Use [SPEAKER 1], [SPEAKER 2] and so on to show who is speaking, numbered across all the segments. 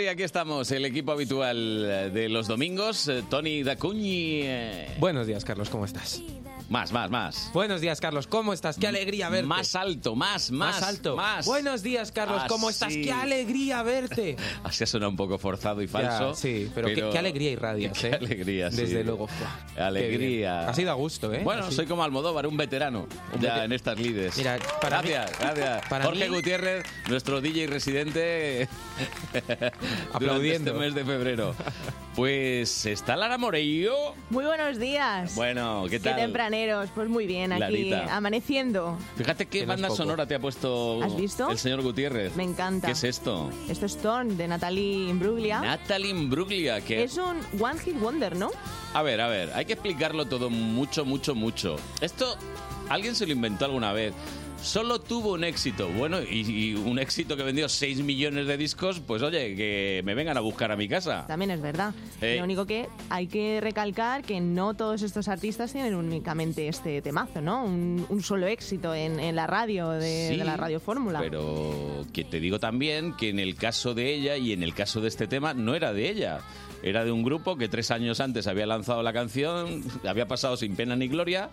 [SPEAKER 1] Y aquí estamos, el equipo habitual de los domingos, eh, Tony Dacuñi. eh,
[SPEAKER 2] Buenos días, Carlos, ¿cómo estás?
[SPEAKER 1] Más, más, más.
[SPEAKER 2] Buenos días, Carlos, ¿cómo estás? Qué alegría verte.
[SPEAKER 1] Más alto, más, más,
[SPEAKER 2] Más alto.
[SPEAKER 1] Más. Ah,
[SPEAKER 2] Buenos días, Carlos, ¿cómo estás?
[SPEAKER 1] Así.
[SPEAKER 2] Qué alegría verte.
[SPEAKER 1] Así ha sonado un poco forzado y falso.
[SPEAKER 2] Ya, sí, pero, Qué, qué alegría irradias,
[SPEAKER 1] Qué
[SPEAKER 2] ¿eh?
[SPEAKER 1] alegría, sí.
[SPEAKER 2] Desde luego. Fua, qué
[SPEAKER 1] Alegría.
[SPEAKER 2] bien. Ha sido a gusto, ¿eh?
[SPEAKER 1] Bueno,
[SPEAKER 2] Así.
[SPEAKER 1] soy como Almodóvar, un veterano ya
[SPEAKER 2] veter-
[SPEAKER 1] en estas lides.
[SPEAKER 2] Mira, para mí-
[SPEAKER 1] gracias, gracias.
[SPEAKER 2] para
[SPEAKER 1] Jorge
[SPEAKER 2] mí-
[SPEAKER 1] Gutiérrez, nuestro DJ residente durante este
[SPEAKER 2] Aplaudiendo.
[SPEAKER 1] mes de febrero. Pues está Lara Morello.
[SPEAKER 3] Muy buenos días.
[SPEAKER 1] Bueno, ¿qué tal?
[SPEAKER 3] tempraneros. Pues muy bien, aquí
[SPEAKER 1] Larita.
[SPEAKER 3] amaneciendo.
[SPEAKER 1] Fíjate qué
[SPEAKER 2] Que no es
[SPEAKER 1] banda
[SPEAKER 2] poco.
[SPEAKER 1] sonora te ha puesto
[SPEAKER 3] ¿Has visto?
[SPEAKER 1] el señor Gutiérrez.
[SPEAKER 3] Me encanta.
[SPEAKER 1] ¿Qué es esto?
[SPEAKER 3] Esto es Torn de Natalie Imbruglia.
[SPEAKER 1] Natalie Imbruglia, que...
[SPEAKER 3] es un One Hit Wonder, ¿no?
[SPEAKER 1] A ver, a ver, hay que explicarlo todo mucho, mucho, mucho. Esto, alguien se lo inventó alguna vez. Solo tuvo un éxito, bueno, y, y un éxito que vendió 6 millones de discos, pues oye, que me vengan a buscar a mi casa.
[SPEAKER 3] También es verdad.
[SPEAKER 1] Ey.
[SPEAKER 3] Lo único que hay que recalcar que no todos estos artistas tienen únicamente este temazo, ¿no? Un, un solo éxito en, en la radio, de,
[SPEAKER 1] Sí,
[SPEAKER 3] de la radio fórmula.
[SPEAKER 1] Pero que te digo también que en el caso de ella y en el caso de este tema no era de ella. Era de un grupo que tres años antes había lanzado la canción, había pasado sin pena ni gloria.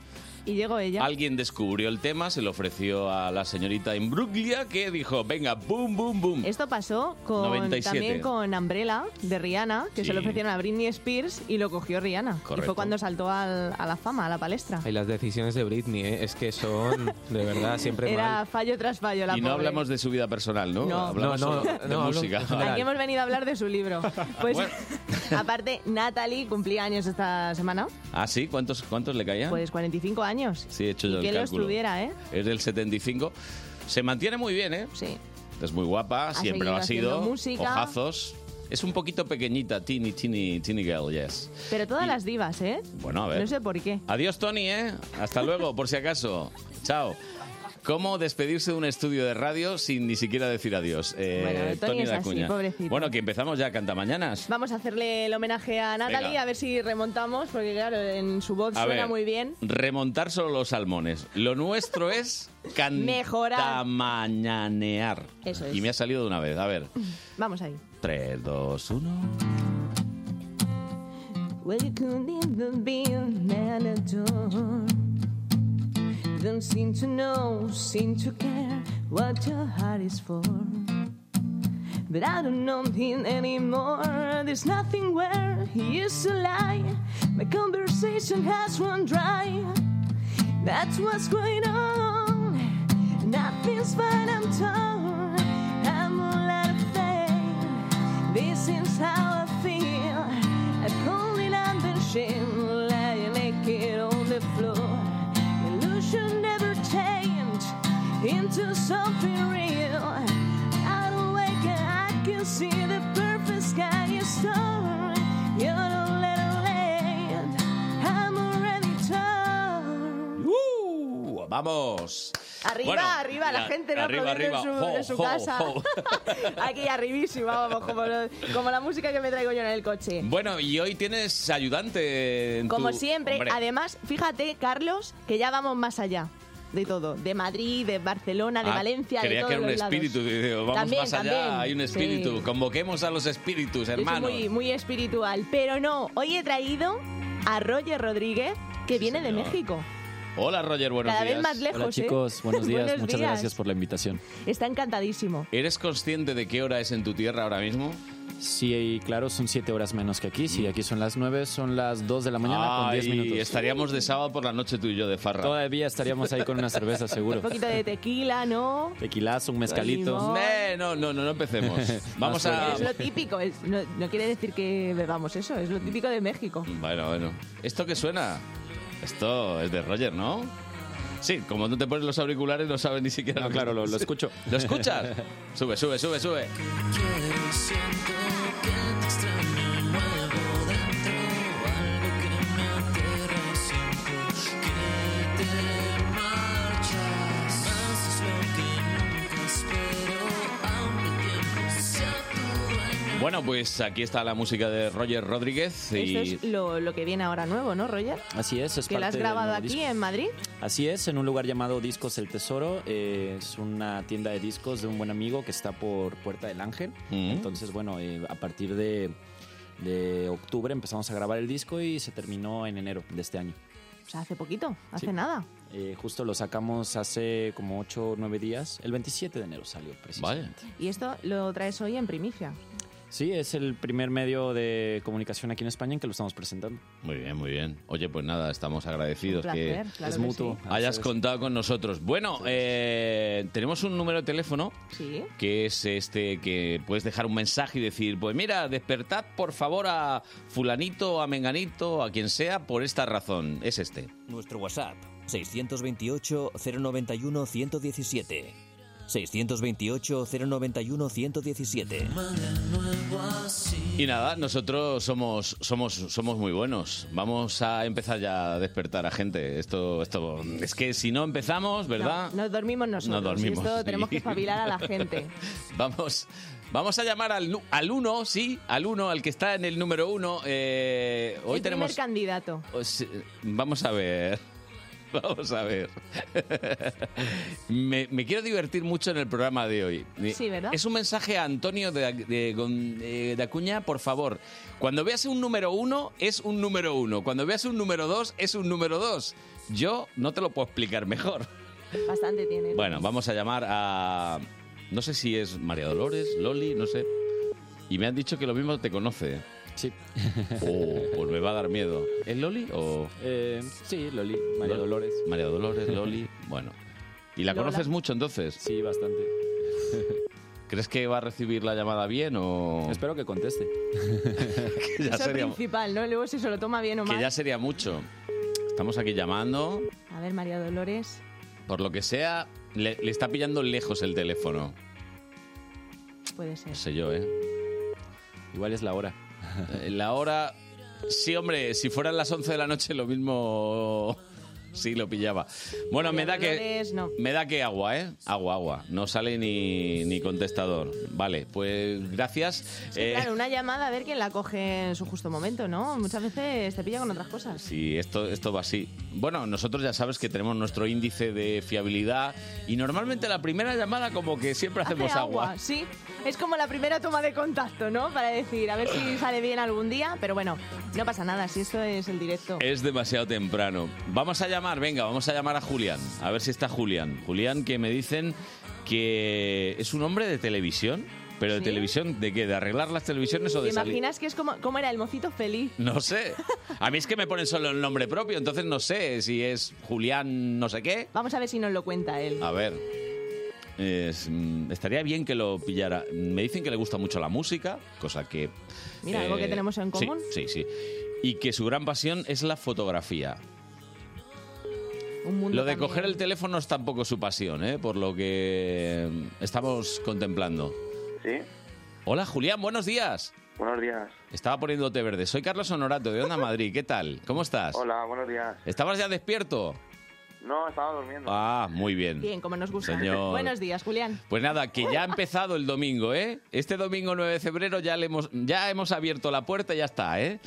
[SPEAKER 3] Y llegó ella.
[SPEAKER 1] Alguien descubrió el tema, se lo ofreció a la señorita Imbruglia que dijo, venga, boom, boom, boom.
[SPEAKER 3] Esto pasó con,
[SPEAKER 1] 97.
[SPEAKER 3] también con Umbrella de Rihanna, que
[SPEAKER 1] Sí.
[SPEAKER 3] se lo ofrecieron a Britney Spears y lo cogió Rihanna. Y
[SPEAKER 1] Correcto.
[SPEAKER 3] fue cuando saltó al- a la fama, a la palestra.
[SPEAKER 2] Ay, las decisiones de Britney, ¿eh? Es que son, de verdad, siempre
[SPEAKER 3] Era
[SPEAKER 2] mal.
[SPEAKER 3] fallo tras fallo la
[SPEAKER 1] Y no
[SPEAKER 3] pobre.
[SPEAKER 1] hablamos de su vida personal, ¿no?
[SPEAKER 3] No.
[SPEAKER 1] Hablamos
[SPEAKER 2] No, no,
[SPEAKER 1] solo de
[SPEAKER 2] no, hablo-
[SPEAKER 1] música.
[SPEAKER 3] Aquí hemos venido a hablar de su libro. Pues
[SPEAKER 1] Bueno.
[SPEAKER 3] aparte, Natalie cumplía años esta semana.
[SPEAKER 1] ¿Ah, sí? ¿Cuántos, cuántos le caían?
[SPEAKER 3] Pues 45 años.
[SPEAKER 1] sí, he hecho yo
[SPEAKER 3] y
[SPEAKER 1] el
[SPEAKER 3] que los
[SPEAKER 1] cálculo.
[SPEAKER 3] tuviera, ¿eh?
[SPEAKER 1] Es del 75. Se mantiene muy bien, ¿eh?
[SPEAKER 3] Sí.
[SPEAKER 1] Es muy guapa, siempre lo ha
[SPEAKER 3] seguido
[SPEAKER 1] sido.
[SPEAKER 3] haciendo música.
[SPEAKER 1] Ojazos. Es un poquito pequeñita, teeny, teeny, teeny girl, yes.
[SPEAKER 3] Pero todas
[SPEAKER 1] Y-
[SPEAKER 3] las divas, ¿eh?
[SPEAKER 1] Bueno, a ver.
[SPEAKER 3] No sé por qué.
[SPEAKER 1] Adiós, Tony, ¿eh? Hasta luego, por si acaso. Chao. ¿Cómo despedirse de un estudio de radio sin ni siquiera decir adiós? Eh,
[SPEAKER 3] Bueno, Tony es así,
[SPEAKER 1] Dacuña.
[SPEAKER 3] pobrecito.
[SPEAKER 1] Bueno, que empezamos ya, canta mañanas.
[SPEAKER 3] Vamos a hacerle el homenaje a Natalie,
[SPEAKER 1] Venga.
[SPEAKER 3] a ver si remontamos, porque claro, en su voz
[SPEAKER 1] A
[SPEAKER 3] suena
[SPEAKER 1] ver,
[SPEAKER 3] muy bien.
[SPEAKER 1] Remontar solo los salmones. Lo nuestro es
[SPEAKER 3] Mejorar.
[SPEAKER 1] cantamañanear.
[SPEAKER 3] Eso es.
[SPEAKER 1] Y me ha salido de una vez. A ver.
[SPEAKER 3] Vamos ahí.
[SPEAKER 1] 3, 2, 1.
[SPEAKER 3] Well, you couldn't even be a man at all. Don't seem to know, seem to care what your heart is for. But I don't know him anymore. There's nothing where he used to lie. My conversation has run dry. That's what's going on. Nothing's fine, I'm torn. I'm all out of faith. This is how I feel. I pull it on the shin, lying naked on the floor. Illusion never changed into something real. Out awake, I can see the perfect sky is torn. You don't let it land. I'm already torn.
[SPEAKER 1] ¡Uh! ¡Vamos!
[SPEAKER 3] Arriba,
[SPEAKER 1] Bueno,
[SPEAKER 3] arriba, la
[SPEAKER 1] ya,
[SPEAKER 3] gente no
[SPEAKER 1] arriba,
[SPEAKER 3] aplaudiendo
[SPEAKER 1] arriba.
[SPEAKER 3] en su,
[SPEAKER 1] Ho,
[SPEAKER 3] en su
[SPEAKER 1] ho,
[SPEAKER 3] casa.
[SPEAKER 1] ho.
[SPEAKER 3] Aquí arribísima, vamos, como, lo- como la música que me traigo yo en el coche.
[SPEAKER 1] Bueno, y hoy tienes ayudante. en
[SPEAKER 3] Como
[SPEAKER 1] tu-
[SPEAKER 3] siempre,
[SPEAKER 1] Hombre,
[SPEAKER 3] además, fíjate, Carlos, que ya vamos más allá de todo. De Madrid, de Barcelona, de
[SPEAKER 1] ah,
[SPEAKER 3] Valencia, de
[SPEAKER 1] Creía
[SPEAKER 3] todos
[SPEAKER 1] que era un
[SPEAKER 3] los lados.
[SPEAKER 1] espíritu. digo, Vamos
[SPEAKER 3] También,
[SPEAKER 1] más allá,
[SPEAKER 3] también,
[SPEAKER 1] hay un espíritu.
[SPEAKER 3] sí.
[SPEAKER 1] Convoquemos a los espíritus,
[SPEAKER 3] Yo soy
[SPEAKER 1] hermanos.
[SPEAKER 3] muy, muy espiritual. Pero no, hoy he traído a Roger Rodríguez, que
[SPEAKER 1] Sí,
[SPEAKER 3] viene de
[SPEAKER 1] señor.
[SPEAKER 3] México.
[SPEAKER 1] Hola, Roger, buenos
[SPEAKER 3] Cada
[SPEAKER 1] días.
[SPEAKER 3] vez más lejos,
[SPEAKER 4] Hola
[SPEAKER 3] ¿eh?
[SPEAKER 4] chicos, buenos días,
[SPEAKER 3] Buenos
[SPEAKER 4] muchas
[SPEAKER 3] días.
[SPEAKER 4] gracias por la invitación.
[SPEAKER 3] Está encantadísimo.
[SPEAKER 1] ¿Eres consciente de qué hora es en tu tierra ahora mismo? Mm.
[SPEAKER 4] Sí, y claro, son siete horas menos que aquí, sí, aquí son las nueve, son las dos de la mañana con diez
[SPEAKER 1] Ay,
[SPEAKER 4] minutos.
[SPEAKER 1] estaríamos de sábado por la noche tú y yo de farra.
[SPEAKER 4] Todavía estaríamos ahí con una cerveza seguro.
[SPEAKER 3] Un poquito de tequila, ¿no?
[SPEAKER 4] Tequilazo, un mezcalito.
[SPEAKER 3] Limón.
[SPEAKER 1] Eh, no, no, no, no empecemos. Vamos a...
[SPEAKER 3] Es lo típico, es- no, no quiere decir que bebamos eso, es lo típico de México.
[SPEAKER 1] Bueno, bueno. ¿Esto qué suena? Esto es de Roger, ¿no? Sí, como no te pones los auriculares no sabes ni siquiera...
[SPEAKER 4] No,
[SPEAKER 1] que-
[SPEAKER 4] claro, lo, lo escucho.
[SPEAKER 1] ¿Lo escuchas? sube, sube, sube, sube. Bueno, pues aquí está la música de Roger Rodríguez y...
[SPEAKER 3] Esto es lo, lo que viene ahora nuevo, ¿no, Roger?
[SPEAKER 4] Así es, es
[SPEAKER 3] Que lo
[SPEAKER 4] parte
[SPEAKER 3] has
[SPEAKER 4] del
[SPEAKER 3] grabado
[SPEAKER 4] nuevo
[SPEAKER 3] aquí ¿eh?
[SPEAKER 4] disco.
[SPEAKER 3] en Madrid.
[SPEAKER 4] Así es, en un lugar llamado Discos El Tesoro. eh, es una tienda de discos de un buen amigo que está por Puerta del Ángel.
[SPEAKER 1] Mm.
[SPEAKER 4] Entonces, bueno, eh, a partir de, de octubre empezamos a grabar el disco y se terminó en enero de este año.
[SPEAKER 3] O sea, hace poquito, hace
[SPEAKER 4] Sí.
[SPEAKER 3] nada.
[SPEAKER 4] Eh, justo lo sacamos hace como 8 o 9 días. El 27 de enero salió, precisamente.
[SPEAKER 1] Vaya.
[SPEAKER 3] Y esto lo traes hoy en primicia.
[SPEAKER 4] Sí, es el primer medio de comunicación aquí en España en que lo estamos presentando.
[SPEAKER 1] Muy bien, muy bien. Oye, pues nada, estamos
[SPEAKER 3] Un
[SPEAKER 1] agradecidos que
[SPEAKER 3] placer, claro
[SPEAKER 4] es
[SPEAKER 3] que
[SPEAKER 4] mutuo.
[SPEAKER 1] hayas
[SPEAKER 4] Entonces,
[SPEAKER 1] contado con nosotros. Bueno, eh, tenemos un número de teléfono
[SPEAKER 3] Sí. Sí.
[SPEAKER 1] que es este que puedes dejar un mensaje y decir, pues mira, despertad por favor a fulanito, a menganito, a quien sea, por esta razón. Es este.
[SPEAKER 5] Nuestro WhatsApp 628 091 117. 628 091 117.
[SPEAKER 1] Y nada, nosotros somos, somos, somos muy buenos. Vamos a empezar ya a despertar a gente. Esto, esto es que si no empezamos, ¿verdad?
[SPEAKER 3] No, nos dormimos nosotros.
[SPEAKER 1] Nos dormimos,
[SPEAKER 3] Y esto
[SPEAKER 1] sí.
[SPEAKER 3] tenemos que espabilar a la gente.
[SPEAKER 1] Vamos, vamos a llamar al, nu- al uno, sí, al uno, al que está en el número uno. Eh, hoy
[SPEAKER 3] el
[SPEAKER 1] tenemos.
[SPEAKER 3] primer candidato.
[SPEAKER 1] os- eh, vamos a ver. Vamos a ver. me, me quiero divertir mucho en el programa de hoy. Eh,
[SPEAKER 3] Sí, ¿verdad?
[SPEAKER 1] Es un mensaje a Antonio de, de Gon- eh, de Acuña, por favor. Cuando veas un número uno, es un número uno. Cuando veas un número dos, es un número dos. Yo no te lo puedo explicar mejor.
[SPEAKER 3] Bastante tiene.
[SPEAKER 1] Bueno, vamos a llamar a. No sé si es María Dolores, Loli, no sé. Y me han dicho que lo mismo te conoce.
[SPEAKER 4] Sí,
[SPEAKER 1] Oh, pues me va a dar miedo. ¿Es Loli o.?
[SPEAKER 4] Eh, sí, Loli, María
[SPEAKER 1] Lol-
[SPEAKER 4] Dolores.
[SPEAKER 1] María Dolores, Loli. Bueno. ¿Y la
[SPEAKER 3] Lola.
[SPEAKER 1] conoces mucho entonces?
[SPEAKER 4] Sí, bastante.
[SPEAKER 1] ¿Crees que va a recibir la llamada bien o.?
[SPEAKER 4] Espero que conteste.
[SPEAKER 1] que,
[SPEAKER 3] Eso
[SPEAKER 1] ya
[SPEAKER 3] es
[SPEAKER 1] sería,
[SPEAKER 3] principal, ¿no? Luego si se lo toma bien o
[SPEAKER 1] que
[SPEAKER 3] mal.
[SPEAKER 1] ya sería mucho. Estamos aquí llamando.
[SPEAKER 3] A ver, María Dolores.
[SPEAKER 1] Por lo que sea, le, le está pillando lejos el teléfono.
[SPEAKER 3] Puede ser.
[SPEAKER 1] No sé yo, ¿eh?
[SPEAKER 4] Igual es la hora.
[SPEAKER 1] Eh, La hora. Sí, hombre, si fueran las 11 de la noche, lo mismo. Sí, lo pillaba. Bueno, me
[SPEAKER 3] María
[SPEAKER 1] da que.
[SPEAKER 3] Dolores, no.
[SPEAKER 1] Me da que agua, ¿eh? Agua, agua. No sale ni, ni contestador. Vale, pues gracias. Eh,
[SPEAKER 3] Claro, una llamada a ver quién la coge en su justo momento, ¿no? Muchas veces te pilla con otras cosas.
[SPEAKER 1] Sí, esto, esto va así. Bueno, nosotros ya sabes que tenemos nuestro índice de fiabilidad y normalmente la primera llamada como que siempre hacemos
[SPEAKER 3] Hace
[SPEAKER 1] agua.
[SPEAKER 3] sí. Es como la primera toma de contacto, ¿no? Para decir, a ver si sale bien algún día, pero bueno, no pasa nada, si esto es el directo.
[SPEAKER 1] Es demasiado temprano. Vamos a llamar, venga, vamos a llamar a Julián. A ver si está Julián. Julián, que me dicen que es un hombre de televisión. ¿Pero de
[SPEAKER 3] ¿Sí?
[SPEAKER 1] televisión? ¿De qué? ¿De arreglar las televisiones o
[SPEAKER 3] ¿Te
[SPEAKER 1] de salir?
[SPEAKER 3] imaginas que es como, cómo era el mocito feliz?
[SPEAKER 1] No sé. A mí es que me ponen solo el nombre propio, entonces no sé si es Julián no sé qué.
[SPEAKER 3] Vamos a ver si nos lo cuenta él.
[SPEAKER 1] A ver. es, mm, estaría bien que lo pillara. Me dicen que le gusta mucho la música, cosa que. eh,
[SPEAKER 3] Mira, algo que tenemos en
[SPEAKER 1] sí,
[SPEAKER 3] común.
[SPEAKER 1] Sí, sí. Y que su gran pasión es la fotografía.
[SPEAKER 3] Un mundo
[SPEAKER 1] Lo de
[SPEAKER 3] también.
[SPEAKER 1] coger el teléfono es tampoco su pasión, ¿eh? por lo que mm, estamos contemplando.
[SPEAKER 6] Sí,
[SPEAKER 1] Hola Julián, buenos días.
[SPEAKER 6] buenos días.
[SPEAKER 1] Estaba poniéndote verde. Soy Carlos Honorato de Onda Madrid. ¿Qué tal? ¿Cómo estás?
[SPEAKER 6] Hola, buenos días.
[SPEAKER 1] ¿Estabas ya despierto?
[SPEAKER 6] No, estaba durmiendo.
[SPEAKER 1] Ah, muy
[SPEAKER 3] Bien, como nos gusta.
[SPEAKER 1] Señor.
[SPEAKER 3] Buenos días, Julián.
[SPEAKER 1] Pues nada, que ya ha empezado el domingo, ¿eh? Este domingo 9 de febrero ya, le hemos, ya hemos abierto la puerta y ya está, ¿eh?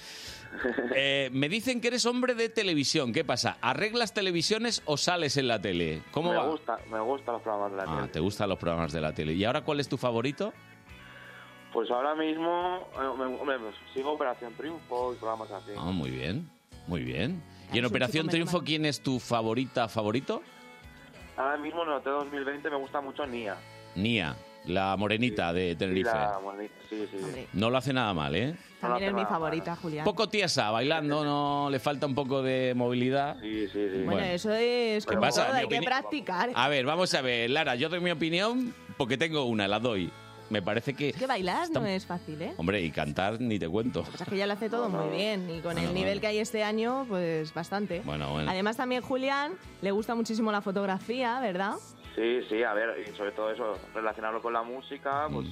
[SPEAKER 1] Eh, Me dicen que eres hombre de televisión. ¿Qué pasa? ¿Arreglas televisiones o sales en la tele? ¿Cómo
[SPEAKER 6] me
[SPEAKER 1] va?
[SPEAKER 6] gusta, me gustan los programas de la
[SPEAKER 1] Ah,
[SPEAKER 6] tele.
[SPEAKER 1] te gustan los programas de la tele. ¿Y ahora cuál es tu favorito?
[SPEAKER 6] Pues ahora mismo eh, me, hombre, pues sigo Operación Triunfo y programas así.
[SPEAKER 1] Ah, muy bien, muy bien. ¿Y
[SPEAKER 3] Es
[SPEAKER 1] en
[SPEAKER 3] un
[SPEAKER 1] Operación
[SPEAKER 3] chico
[SPEAKER 1] Triunfo
[SPEAKER 3] melómano.
[SPEAKER 1] quién es tu favorita favorito?
[SPEAKER 6] Ahora mismo en el hotel 2020 me gusta mucho Nia.
[SPEAKER 1] Nia, la morenita de
[SPEAKER 6] Y
[SPEAKER 1] Tenerife.
[SPEAKER 6] la monedita. sí, sí.
[SPEAKER 3] Hombre,
[SPEAKER 1] No lo hace nada mal, ¿eh?
[SPEAKER 6] Hola,
[SPEAKER 3] también es mi
[SPEAKER 6] Fernanda.
[SPEAKER 3] favorita, Julián.
[SPEAKER 1] Poco tiesa, bailando, no le falta un poco de movilidad.
[SPEAKER 6] Sí, sí, sí.
[SPEAKER 3] Bueno,
[SPEAKER 1] Bueno.
[SPEAKER 3] eso es
[SPEAKER 6] ¿Qué
[SPEAKER 3] como
[SPEAKER 1] pasa?
[SPEAKER 3] todo,
[SPEAKER 1] Mi
[SPEAKER 3] hay que
[SPEAKER 1] opini- Ah,
[SPEAKER 3] practicar.
[SPEAKER 1] A ver, vamos a ver, Lara, yo doy mi opinión porque tengo una, la doy. Me parece que...
[SPEAKER 3] Que bailar no
[SPEAKER 1] Está-
[SPEAKER 3] es fácil, ¿eh?
[SPEAKER 1] Hombre, y cantar ni te cuento.
[SPEAKER 3] O sea, que ya lo hace todo muy bien y con
[SPEAKER 1] Bueno,
[SPEAKER 3] el nivel
[SPEAKER 1] bueno.
[SPEAKER 3] que hay este año, pues bastante.
[SPEAKER 1] Bueno, bueno.
[SPEAKER 3] Además también Julián le gusta muchísimo la fotografía, ¿verdad?
[SPEAKER 6] Sí, sí, a ver, y sobre todo eso, relacionarlo con la
[SPEAKER 1] Mm.
[SPEAKER 6] música, pues...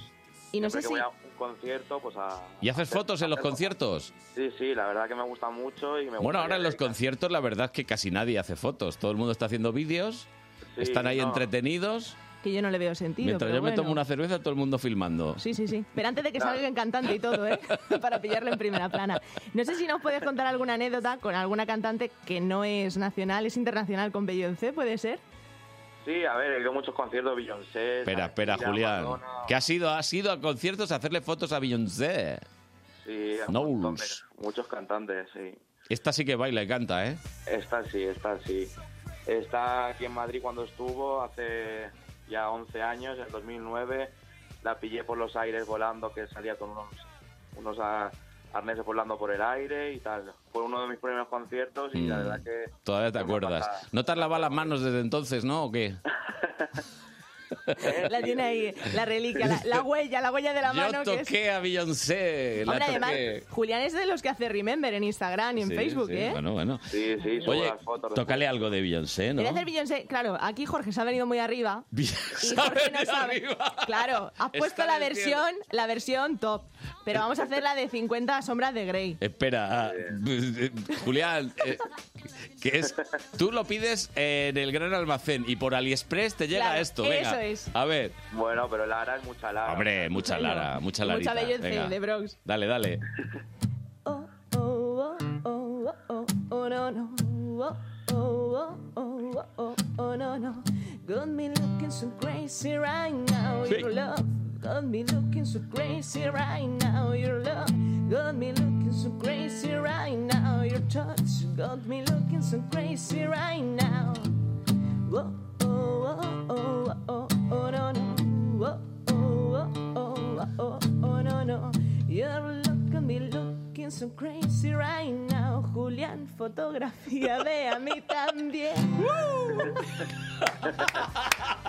[SPEAKER 3] Y no
[SPEAKER 6] siempre
[SPEAKER 3] sé
[SPEAKER 6] que
[SPEAKER 3] si
[SPEAKER 6] voy a un concierto, pues a...
[SPEAKER 1] ¿Y haces
[SPEAKER 6] hacer-
[SPEAKER 1] fotos en los
[SPEAKER 6] hacer-
[SPEAKER 1] conciertos?
[SPEAKER 6] Sí, sí, la verdad que me gusta mucho y me
[SPEAKER 1] Bueno,
[SPEAKER 6] gustaría
[SPEAKER 1] ahora en los
[SPEAKER 6] dedicar-
[SPEAKER 1] conciertos la verdad es que casi nadie hace fotos. Todo el mundo está haciendo vídeos,
[SPEAKER 6] Sí,
[SPEAKER 1] están ahí
[SPEAKER 6] no.
[SPEAKER 1] entretenidos.
[SPEAKER 3] que yo no le veo sentido.
[SPEAKER 1] Mientras
[SPEAKER 3] pero
[SPEAKER 1] yo me
[SPEAKER 3] bueno.
[SPEAKER 1] tomo una cerveza, todo el mundo filmando.
[SPEAKER 3] Sí, sí, sí. Pero antes de que salga el cantante y todo, ¿eh? Para pillarlo en primera plana. No sé si nos puedes contar alguna anécdota con alguna cantante que no es nacional, es internacional con Beyoncé, ¿puede ser?
[SPEAKER 7] Sí, a ver, he ido a muchos conciertos de Beyoncé. Shakira,
[SPEAKER 1] Espera, espera, Julián.
[SPEAKER 7] Madonna,
[SPEAKER 1] ¿Qué has ido? ¿Has ido a conciertos a hacerle fotos a Beyoncé?
[SPEAKER 7] Sí, a un
[SPEAKER 1] No.
[SPEAKER 7] montón de- muchos cantantes, sí.
[SPEAKER 1] Esta sí que baila y canta, ¿eh?
[SPEAKER 7] Esta sí, esta sí. Está aquí en Madrid cuando estuvo, hace ya 11 años, en 2009. La pillé por los aires volando, que salía con unos, unos a- arneses volando por el aire y tal. Fue uno de mis primeros conciertos y Pues la
[SPEAKER 1] Mm.
[SPEAKER 7] verdad que...
[SPEAKER 1] Todavía te
[SPEAKER 7] Una
[SPEAKER 1] acuerdas.
[SPEAKER 7] pasada.
[SPEAKER 1] ¿No te has lavado las manos desde entonces, no? ¿O qué?
[SPEAKER 3] La tiene ahí, la reliquia, la, la huella, la huella de la
[SPEAKER 1] Yo
[SPEAKER 3] mano que es...
[SPEAKER 1] toqué a Beyoncé. La
[SPEAKER 3] Hombre, además,
[SPEAKER 1] toqué.
[SPEAKER 3] Julián es de los que hace Remember en Instagram y en
[SPEAKER 1] Sí,
[SPEAKER 3] Facebook,
[SPEAKER 1] sí,
[SPEAKER 3] ¿eh?
[SPEAKER 1] Bueno, bueno.
[SPEAKER 7] Sí, sí, subo
[SPEAKER 1] Oye,
[SPEAKER 7] las fotos. después.
[SPEAKER 1] tócale algo de Beyoncé, ¿no?
[SPEAKER 3] Quería hacer Beyoncé, claro, aquí Jorge se ha venido muy arriba. Y
[SPEAKER 1] Beyoncé
[SPEAKER 3] Jorge no
[SPEAKER 1] de
[SPEAKER 3] sabe.
[SPEAKER 1] arriba.
[SPEAKER 3] Claro, has
[SPEAKER 1] Está
[SPEAKER 3] puesto la
[SPEAKER 1] diciendo-
[SPEAKER 3] versión, la versión top, pero vamos a hacer la de 50 sombras de Grey.
[SPEAKER 1] Espera, ah, eh, Julián, eh, que es, tú lo pides en el gran almacén y por AliExpress te llega
[SPEAKER 3] Claro,
[SPEAKER 1] esto.
[SPEAKER 3] eso
[SPEAKER 1] Venga,
[SPEAKER 3] es.
[SPEAKER 1] a ver,
[SPEAKER 7] Bueno, pero Lara es mucha Lara.
[SPEAKER 1] hombre, mucha
[SPEAKER 3] Bueno,
[SPEAKER 1] Lara, mucha
[SPEAKER 3] mucha
[SPEAKER 1] Larita.
[SPEAKER 3] Beyoncé
[SPEAKER 1] venga.
[SPEAKER 3] de Bronx.
[SPEAKER 1] Dale, dale.
[SPEAKER 3] Oh, oh, oh, oh, oh, oh, no, no. Oh, oh, oh, oh, oh, oh, no, no. Got me looking so crazy right now, your
[SPEAKER 1] Sí.
[SPEAKER 3] love. Got me looking so crazy right now, your love. Got me looking so crazy right now, your touch. Got me looking so crazy right now. Oh, oh, oh, oh, oh, oh, no, no. Oh, oh, oh, oh, oh, oh, no, no. You're looking, me looking so crazy right now. Julián, fotografía de a mí también.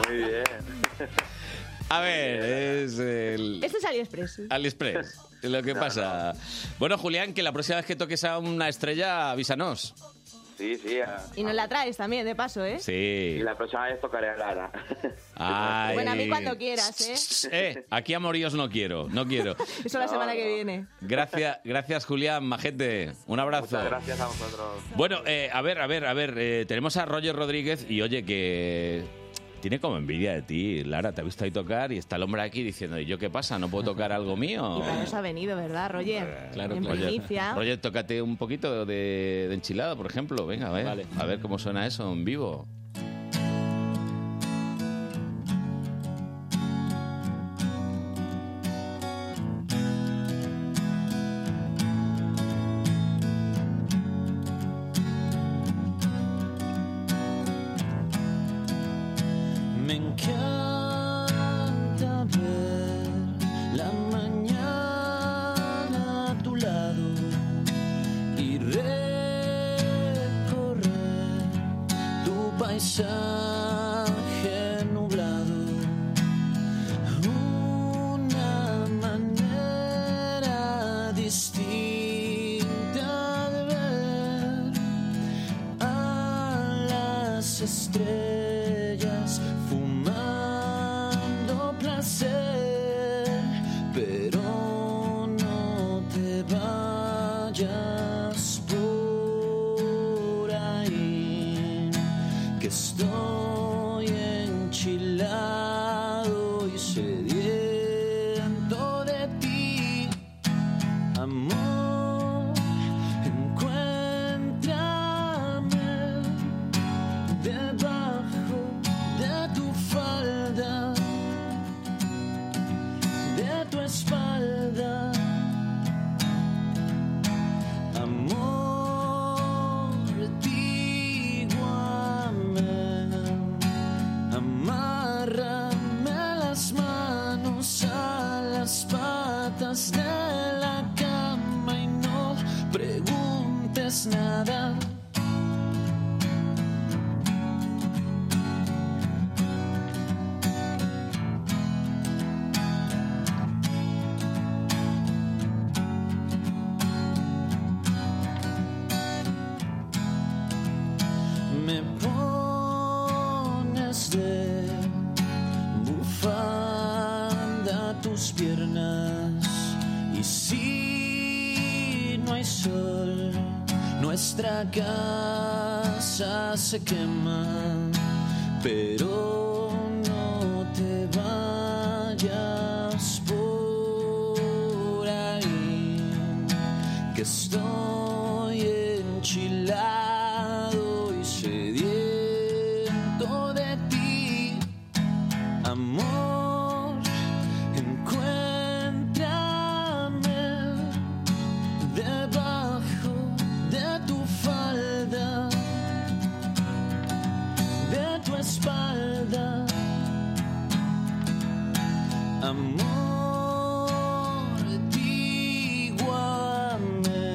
[SPEAKER 7] Muy bien.
[SPEAKER 1] A ver, es el...
[SPEAKER 3] Esto es AliExpress.
[SPEAKER 1] AliExpress. Lo que pasa. Bueno, Julián, que la próxima vez que toques a una estrella, avísanos.
[SPEAKER 7] Sí, sí. a-
[SPEAKER 3] Y nos la traes también, de paso, ¿eh?
[SPEAKER 7] y
[SPEAKER 1] Sí.
[SPEAKER 7] la próxima vez tocaré a Lara.
[SPEAKER 1] Ay.
[SPEAKER 3] Bueno, a mí cuando quieras, ¿eh?
[SPEAKER 1] Eh, aquí a moríos no quiero, no quiero.
[SPEAKER 3] Eso la semana que viene.
[SPEAKER 1] Gracias, gracias Julián, majete. Un abrazo.
[SPEAKER 7] Muchas gracias a vosotros.
[SPEAKER 1] Bueno, eh, a ver, a ver, a ver. eh, tenemos a Roger Rodríguez y oye que tiene como envidia de ti, Lara. Te ha visto ahí tocar y está el hombre aquí diciendo, ¿y yo qué pasa? ¿No puedo tocar algo mío?
[SPEAKER 3] Y para eso ha venido, ¿verdad, Roger? en primicia.
[SPEAKER 1] Roger, Roger, tócate un poquito de, de enchilada, por ejemplo. Venga, a ver,
[SPEAKER 8] Vale.
[SPEAKER 1] a ver cómo suena eso en vivo.
[SPEAKER 8] Me encanta ver la mañana a tu lado y recorrer tu paisaje nublado. Una manera distinta de ver a las estrellas fumando placer, pero no te vayas por ahí, que estoy enchilado y sediento de ti. Amor, encuéntrame debajo de tu falda, de tu espalda. Amor, dígame. Amárrame las manos a las patas de la cama y no preguntes nada. me pones de bufanda a tus piernas y si no hay sol nuestra casa se quema pero no Estoy enchilado y sediento de ti, amor. Encuéntrame debajo de tu falda, de tu espalda, amor, tíguame,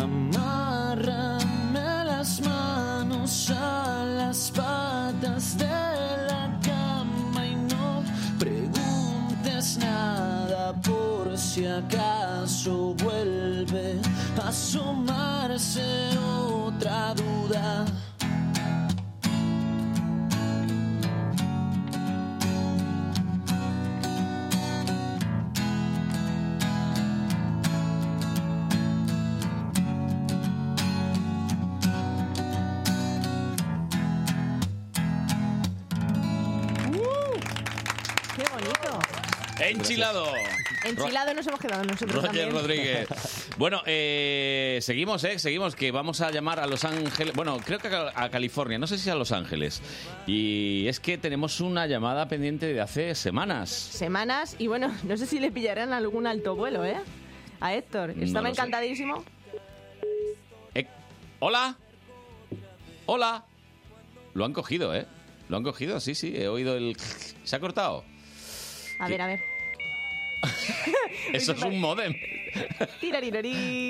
[SPEAKER 8] amárrame las manos a las patas de la cama y no preguntes nada por si acaso vuelve a asomarse otra duda.
[SPEAKER 3] ¡Uh! ¡Qué bonito!
[SPEAKER 1] Enchilado.
[SPEAKER 3] Enchilado nos hemos quedado nosotros
[SPEAKER 1] Roger
[SPEAKER 3] también.
[SPEAKER 1] Rodríguez. Bueno, eh, seguimos, ¿eh? Seguimos, que vamos a llamar a Los Ángeles. Bueno, creo que a Cal- a California, no sé si a Los Ángeles. Y es que tenemos una llamada pendiente de hace semanas.
[SPEAKER 3] Semanas y bueno, no sé si le pillarán algún alto vuelo, ¿eh? A Héctor.
[SPEAKER 1] No
[SPEAKER 3] Estaba
[SPEAKER 1] lo sé.
[SPEAKER 3] encantadísimo.
[SPEAKER 1] Eh, ¿Hola? ¿Hola? Lo han cogido, ¿eh? Lo han cogido, sí, sí, he oído el... ¿Se ha cortado?
[SPEAKER 3] A ver, a ver.
[SPEAKER 1] Eso es un modem.
[SPEAKER 3] Tirarirorí.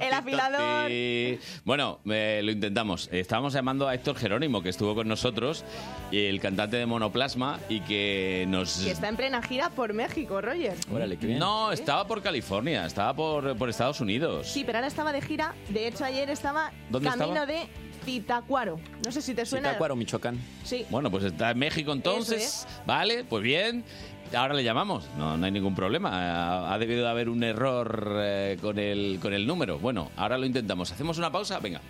[SPEAKER 3] El afilador.
[SPEAKER 1] ti, ti. Bueno, eh, lo intentamos. Estábamos llamando a Héctor Jerónimo, que estuvo con nosotros, el cantante de Monoplasma, y que nos...
[SPEAKER 3] Que está en plena gira por México, Roger.
[SPEAKER 4] Órale, qué bien.
[SPEAKER 1] No, estaba por California, estaba por, por Estados Unidos.
[SPEAKER 3] Sí, pero ahora estaba de gira. De hecho, ayer estaba
[SPEAKER 1] ¿Dónde
[SPEAKER 3] camino
[SPEAKER 1] estaba?
[SPEAKER 3] de Citacuaro. No sé si te suena.
[SPEAKER 4] Zitácuaro, Michoacán.
[SPEAKER 3] Sí.
[SPEAKER 1] Bueno, pues está en México entonces, ¿vale? Pues bien. Ahora le llamamos, no, no hay ningún problema. Ha, ha debido de haber un error eh, con, el, con el número. Bueno, ahora lo intentamos. ¿Hacemos una pausa? Venga.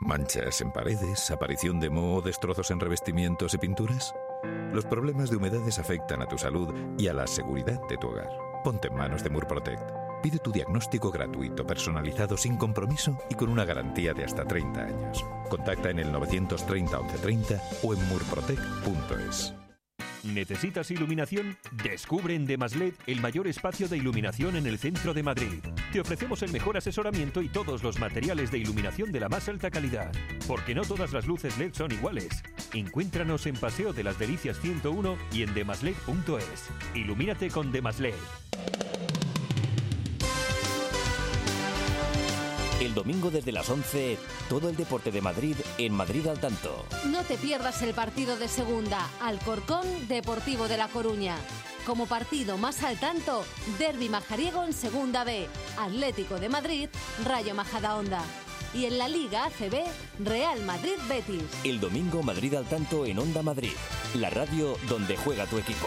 [SPEAKER 9] ¿Manchas en paredes, aparición de moho, destrozos en revestimientos y pinturas? Los problemas de humedades afectan a tu salud y a la seguridad de tu hogar. Ponte en manos de Murprotect. Pide tu diagnóstico gratuito, personalizado, sin compromiso y con una garantía de hasta 30 años. Contacta en el 930 1130 o en murprotect.es.
[SPEAKER 10] ¿Necesitas iluminación? Descubre en Demasled el mayor espacio de iluminación en el centro de Madrid. Te ofrecemos el mejor asesoramiento y todos los materiales de iluminación de la más alta calidad, porque no todas las luces LED son iguales. Encuéntranos en Paseo de las Delicias 101 y en demasled.es. Ilumínate con Demasled.
[SPEAKER 5] El domingo desde las 11, todo el deporte de Madrid en Madrid al tanto.
[SPEAKER 11] No te pierdas el partido de segunda, Alcorcón Deportivo de La Coruña. Como partido más al tanto, Derby Majariego en Segunda B, Atlético de Madrid, Rayo Majadahonda. Y en la Liga ACB, Real Madrid Betis.
[SPEAKER 5] El domingo Madrid al tanto en Onda Madrid, la radio donde juega tu equipo.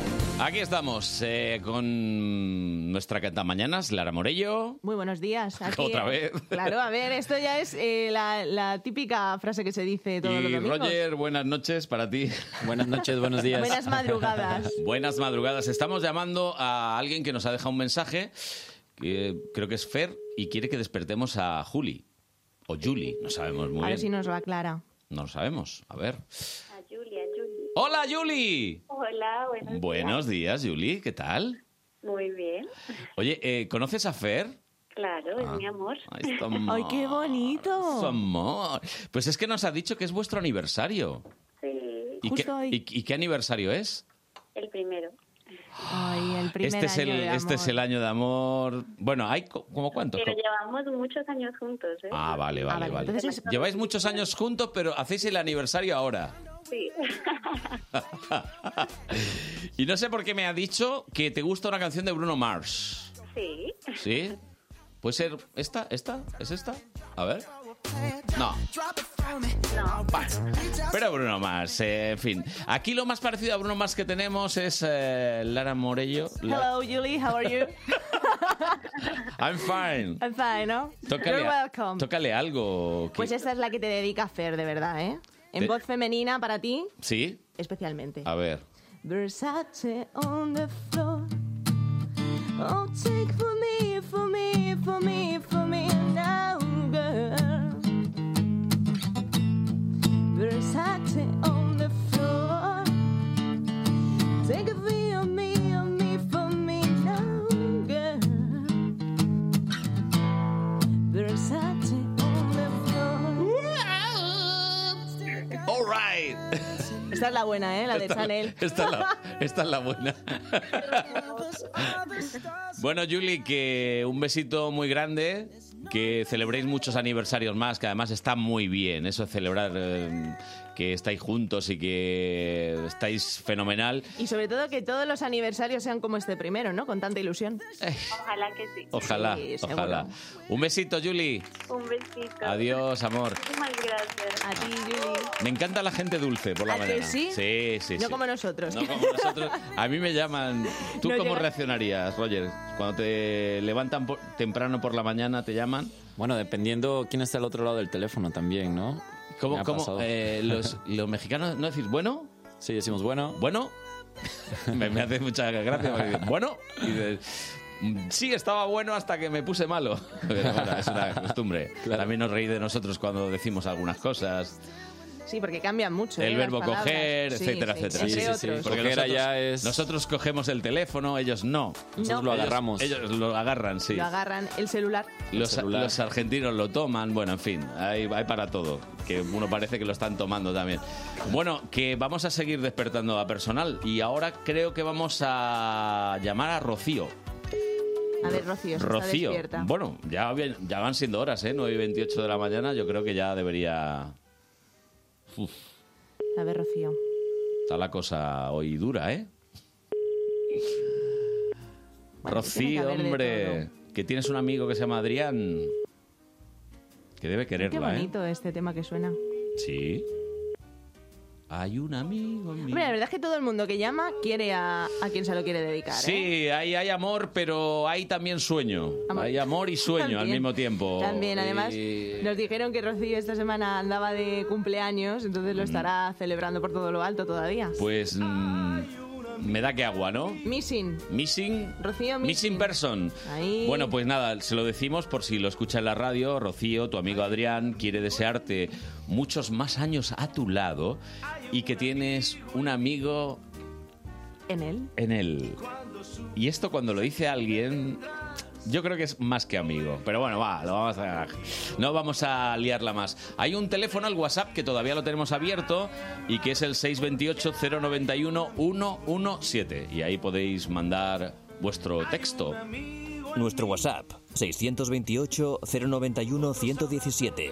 [SPEAKER 1] Aquí estamos eh, con nuestra cantamañanas, Lara Morello.
[SPEAKER 3] Muy buenos días. Aquí- eh.
[SPEAKER 1] Otra vez.
[SPEAKER 3] Claro, a ver, esto ya es eh, la, la típica frase que se dice todos los
[SPEAKER 1] Y
[SPEAKER 3] domingos.
[SPEAKER 1] Roger, buenas noches para ti.
[SPEAKER 4] Buenas noches, buenos días.
[SPEAKER 3] Buenas madrugadas.
[SPEAKER 1] Buenas madrugadas. Estamos llamando a alguien que nos ha dejado un mensaje, que creo que es Fer, y quiere que despertemos a Juli. O Julie, no sabemos muy
[SPEAKER 3] a ver
[SPEAKER 1] bien.
[SPEAKER 3] si nos lo aclara.
[SPEAKER 1] No lo sabemos. A ver.
[SPEAKER 12] A Julia, Julia.
[SPEAKER 1] ¡Hola, Julie!
[SPEAKER 12] Hola, buenos
[SPEAKER 1] Buenos
[SPEAKER 12] días.
[SPEAKER 1] días, Julie. ¿Qué tal?
[SPEAKER 12] Muy bien,
[SPEAKER 1] Oye, eh, ¿conoces a Fer?
[SPEAKER 12] claro,
[SPEAKER 1] Ah.
[SPEAKER 12] es mi amor.
[SPEAKER 1] Ay, está amor.
[SPEAKER 3] ¡Ay, qué
[SPEAKER 1] Su
[SPEAKER 3] bonito!
[SPEAKER 1] amor. Pues es que nos ha dicho que es vuestro aniversario.
[SPEAKER 12] Sí,
[SPEAKER 1] ¿Y,
[SPEAKER 3] Justo
[SPEAKER 1] qué,
[SPEAKER 3] hoy.
[SPEAKER 1] y- y qué aniversario es?
[SPEAKER 12] el primero.
[SPEAKER 3] Ay, el primer
[SPEAKER 1] este, es el,
[SPEAKER 3] año de
[SPEAKER 1] este es
[SPEAKER 3] amor.
[SPEAKER 1] el año de amor. Bueno, ¿hay co- como cuántos?
[SPEAKER 12] Pero llevamos muchos años juntos, ¿eh?
[SPEAKER 1] Ah, vale, vale,
[SPEAKER 3] vale,
[SPEAKER 1] vale.
[SPEAKER 3] entonces es-
[SPEAKER 1] Lleváis muchos años juntos, pero hacéis el aniversario ahora.
[SPEAKER 12] Sí.
[SPEAKER 1] y no sé por qué me ha dicho que te gusta una canción de Bruno Mars.
[SPEAKER 12] sí.
[SPEAKER 1] ¿Sí? ¿Puede ser esta? ¿Esta? ¿Es esta? A ver. No. Pero Bruno Mars, eh, en fin. Aquí lo más parecido a Bruno Mars que tenemos es eh, Lara Morello. La-
[SPEAKER 3] Hello, Julie, how are you?
[SPEAKER 1] I'm fine.
[SPEAKER 3] I'm fine, ¿no?
[SPEAKER 1] Tócale,
[SPEAKER 3] You're
[SPEAKER 1] a-
[SPEAKER 3] welcome.
[SPEAKER 1] tócale algo. que-
[SPEAKER 3] Pues esta es la que te dedica Fer, de verdad, ¿eh? En
[SPEAKER 1] Te- Ah.
[SPEAKER 3] voz femenina para ti,
[SPEAKER 1] ¿Sí?
[SPEAKER 3] especialmente.
[SPEAKER 1] A ver.
[SPEAKER 3] Versace on the floor. Oh, take for me, for me, for me, for me now, girl. Versace on the floor. Take it for you, me, oh, me, for me now, girl. Versace on the floor.
[SPEAKER 1] All right.
[SPEAKER 3] Esta es la buena, ¿eh? La de
[SPEAKER 1] Esta-
[SPEAKER 3] Chanel.
[SPEAKER 1] Esta es la, esta es la buena. Bueno, Julie, que un besito muy grande, que celebréis muchos aniversarios más, que además está muy bien eso, celebrar eh, que estáis juntos y que estáis fenomenal.
[SPEAKER 3] Y sobre todo que todos los aniversarios sean como este primero, ¿no? Con tanta ilusión.
[SPEAKER 12] Ojalá que sí.
[SPEAKER 1] Ojalá,
[SPEAKER 3] Sí, seguro.
[SPEAKER 1] ojalá. Un besito, Julie.
[SPEAKER 12] Un besito.
[SPEAKER 1] Adiós, amor.
[SPEAKER 12] Muchísimas gracias.
[SPEAKER 3] A ti, Julie.
[SPEAKER 1] Me encanta la gente dulce por la
[SPEAKER 3] ¿A ¿Ah, que
[SPEAKER 1] mañana.
[SPEAKER 3] sí?
[SPEAKER 1] sí, sí.
[SPEAKER 3] no
[SPEAKER 1] sí.
[SPEAKER 3] como nosotros.
[SPEAKER 1] No como nosotros. A mí me llaman. ¿Tú
[SPEAKER 3] No
[SPEAKER 1] cómo
[SPEAKER 3] llega-
[SPEAKER 1] reaccionarías, Roger? Cuando te levantan por- temprano por la mañana, te llaman.
[SPEAKER 4] Bueno, dependiendo quién está al otro lado del teléfono también, ¿no?
[SPEAKER 1] ¿Cómo-
[SPEAKER 4] Me ha
[SPEAKER 1] cómo,
[SPEAKER 4] pasado.
[SPEAKER 1] eh, los- mexicanos no decís bueno?
[SPEAKER 4] Sí, decimos bueno.
[SPEAKER 1] ¿Bueno? me, me hace mucha gracia. porque dices, bueno, y dices, "Mm, sí, estaba bueno hasta que me puse malo. Pero bueno, es una costumbre. También nos reí de nosotros cuando decimos algunas cosas.
[SPEAKER 3] Sí, porque cambian mucho. ¿eh?
[SPEAKER 1] El
[SPEAKER 3] Las
[SPEAKER 1] verbo
[SPEAKER 3] palabras.
[SPEAKER 1] coger,
[SPEAKER 3] Sí,
[SPEAKER 1] etcétera,
[SPEAKER 3] sí,
[SPEAKER 1] etcétera.
[SPEAKER 3] entre otros.
[SPEAKER 1] Porque
[SPEAKER 4] Coger
[SPEAKER 1] nosotros,
[SPEAKER 4] allá es-
[SPEAKER 1] nosotros cogemos el teléfono, ellos no.
[SPEAKER 3] Nosotros lo
[SPEAKER 1] Ellos-
[SPEAKER 4] agarramos.
[SPEAKER 1] Ellos, lo agarran, sí.
[SPEAKER 3] Lo agarran el celular.
[SPEAKER 1] Los, los argentinos lo toman, bueno, en fin, hay, hay para todo, que uno parece que lo están tomando también. Bueno, que vamos a seguir despertando a personal y ahora creo que vamos a llamar a Rocío.
[SPEAKER 3] A ver, Rocío, si
[SPEAKER 1] Rocío,
[SPEAKER 3] está despierta.
[SPEAKER 1] bueno, ya, bien- ya van siendo horas, ¿eh? 9 y 28 de la mañana, yo creo que ya debería... Uf,
[SPEAKER 3] A ver, Rocío.
[SPEAKER 1] está la cosa hoy dura, ¿eh?
[SPEAKER 3] tiene que
[SPEAKER 1] Rocío,
[SPEAKER 3] haber de
[SPEAKER 1] hombre, que tienes un amigo que se llama Adrián, que debe
[SPEAKER 3] Qué
[SPEAKER 1] quererla, ¿eh?
[SPEAKER 3] bonito este tema que suena.
[SPEAKER 1] Sí. Hay un amigo mío.
[SPEAKER 3] Hombre, la verdad es que todo el mundo que llama quiere a, a quien se lo quiere dedicar. ¿eh?
[SPEAKER 1] Sí, ahí hay amor, pero hay también sueño.
[SPEAKER 3] Amor.
[SPEAKER 1] Hay amor y sueño al
[SPEAKER 3] También.
[SPEAKER 1] mismo tiempo. Eh,
[SPEAKER 3] También, además,
[SPEAKER 1] Y-
[SPEAKER 3] nos dijeron que Rocío esta semana andaba de cumpleaños, entonces
[SPEAKER 1] Mm.
[SPEAKER 3] lo estará celebrando por todo lo alto todavía.
[SPEAKER 1] Pues mm, me da que agua, ¿no?
[SPEAKER 3] Missing.
[SPEAKER 1] Missing.
[SPEAKER 3] Rocío
[SPEAKER 1] Missing person.
[SPEAKER 3] Ahí.
[SPEAKER 1] Bueno, pues nada, se lo decimos por si lo escucha en la radio. Rocío, tu amigo Adrián, quiere desearte muchos más años a tu lado y que tienes un amigo
[SPEAKER 3] En él.
[SPEAKER 1] en él. Y esto cuando lo dice alguien, yo creo que es más que amigo. Pero bueno, va, lo vamos a... No vamos a liarla más. Hay un teléfono al WhatsApp que todavía lo tenemos abierto y que es el 628-091-117. Y ahí podéis mandar vuestro texto.
[SPEAKER 5] Nuestro WhatsApp 628 091 117.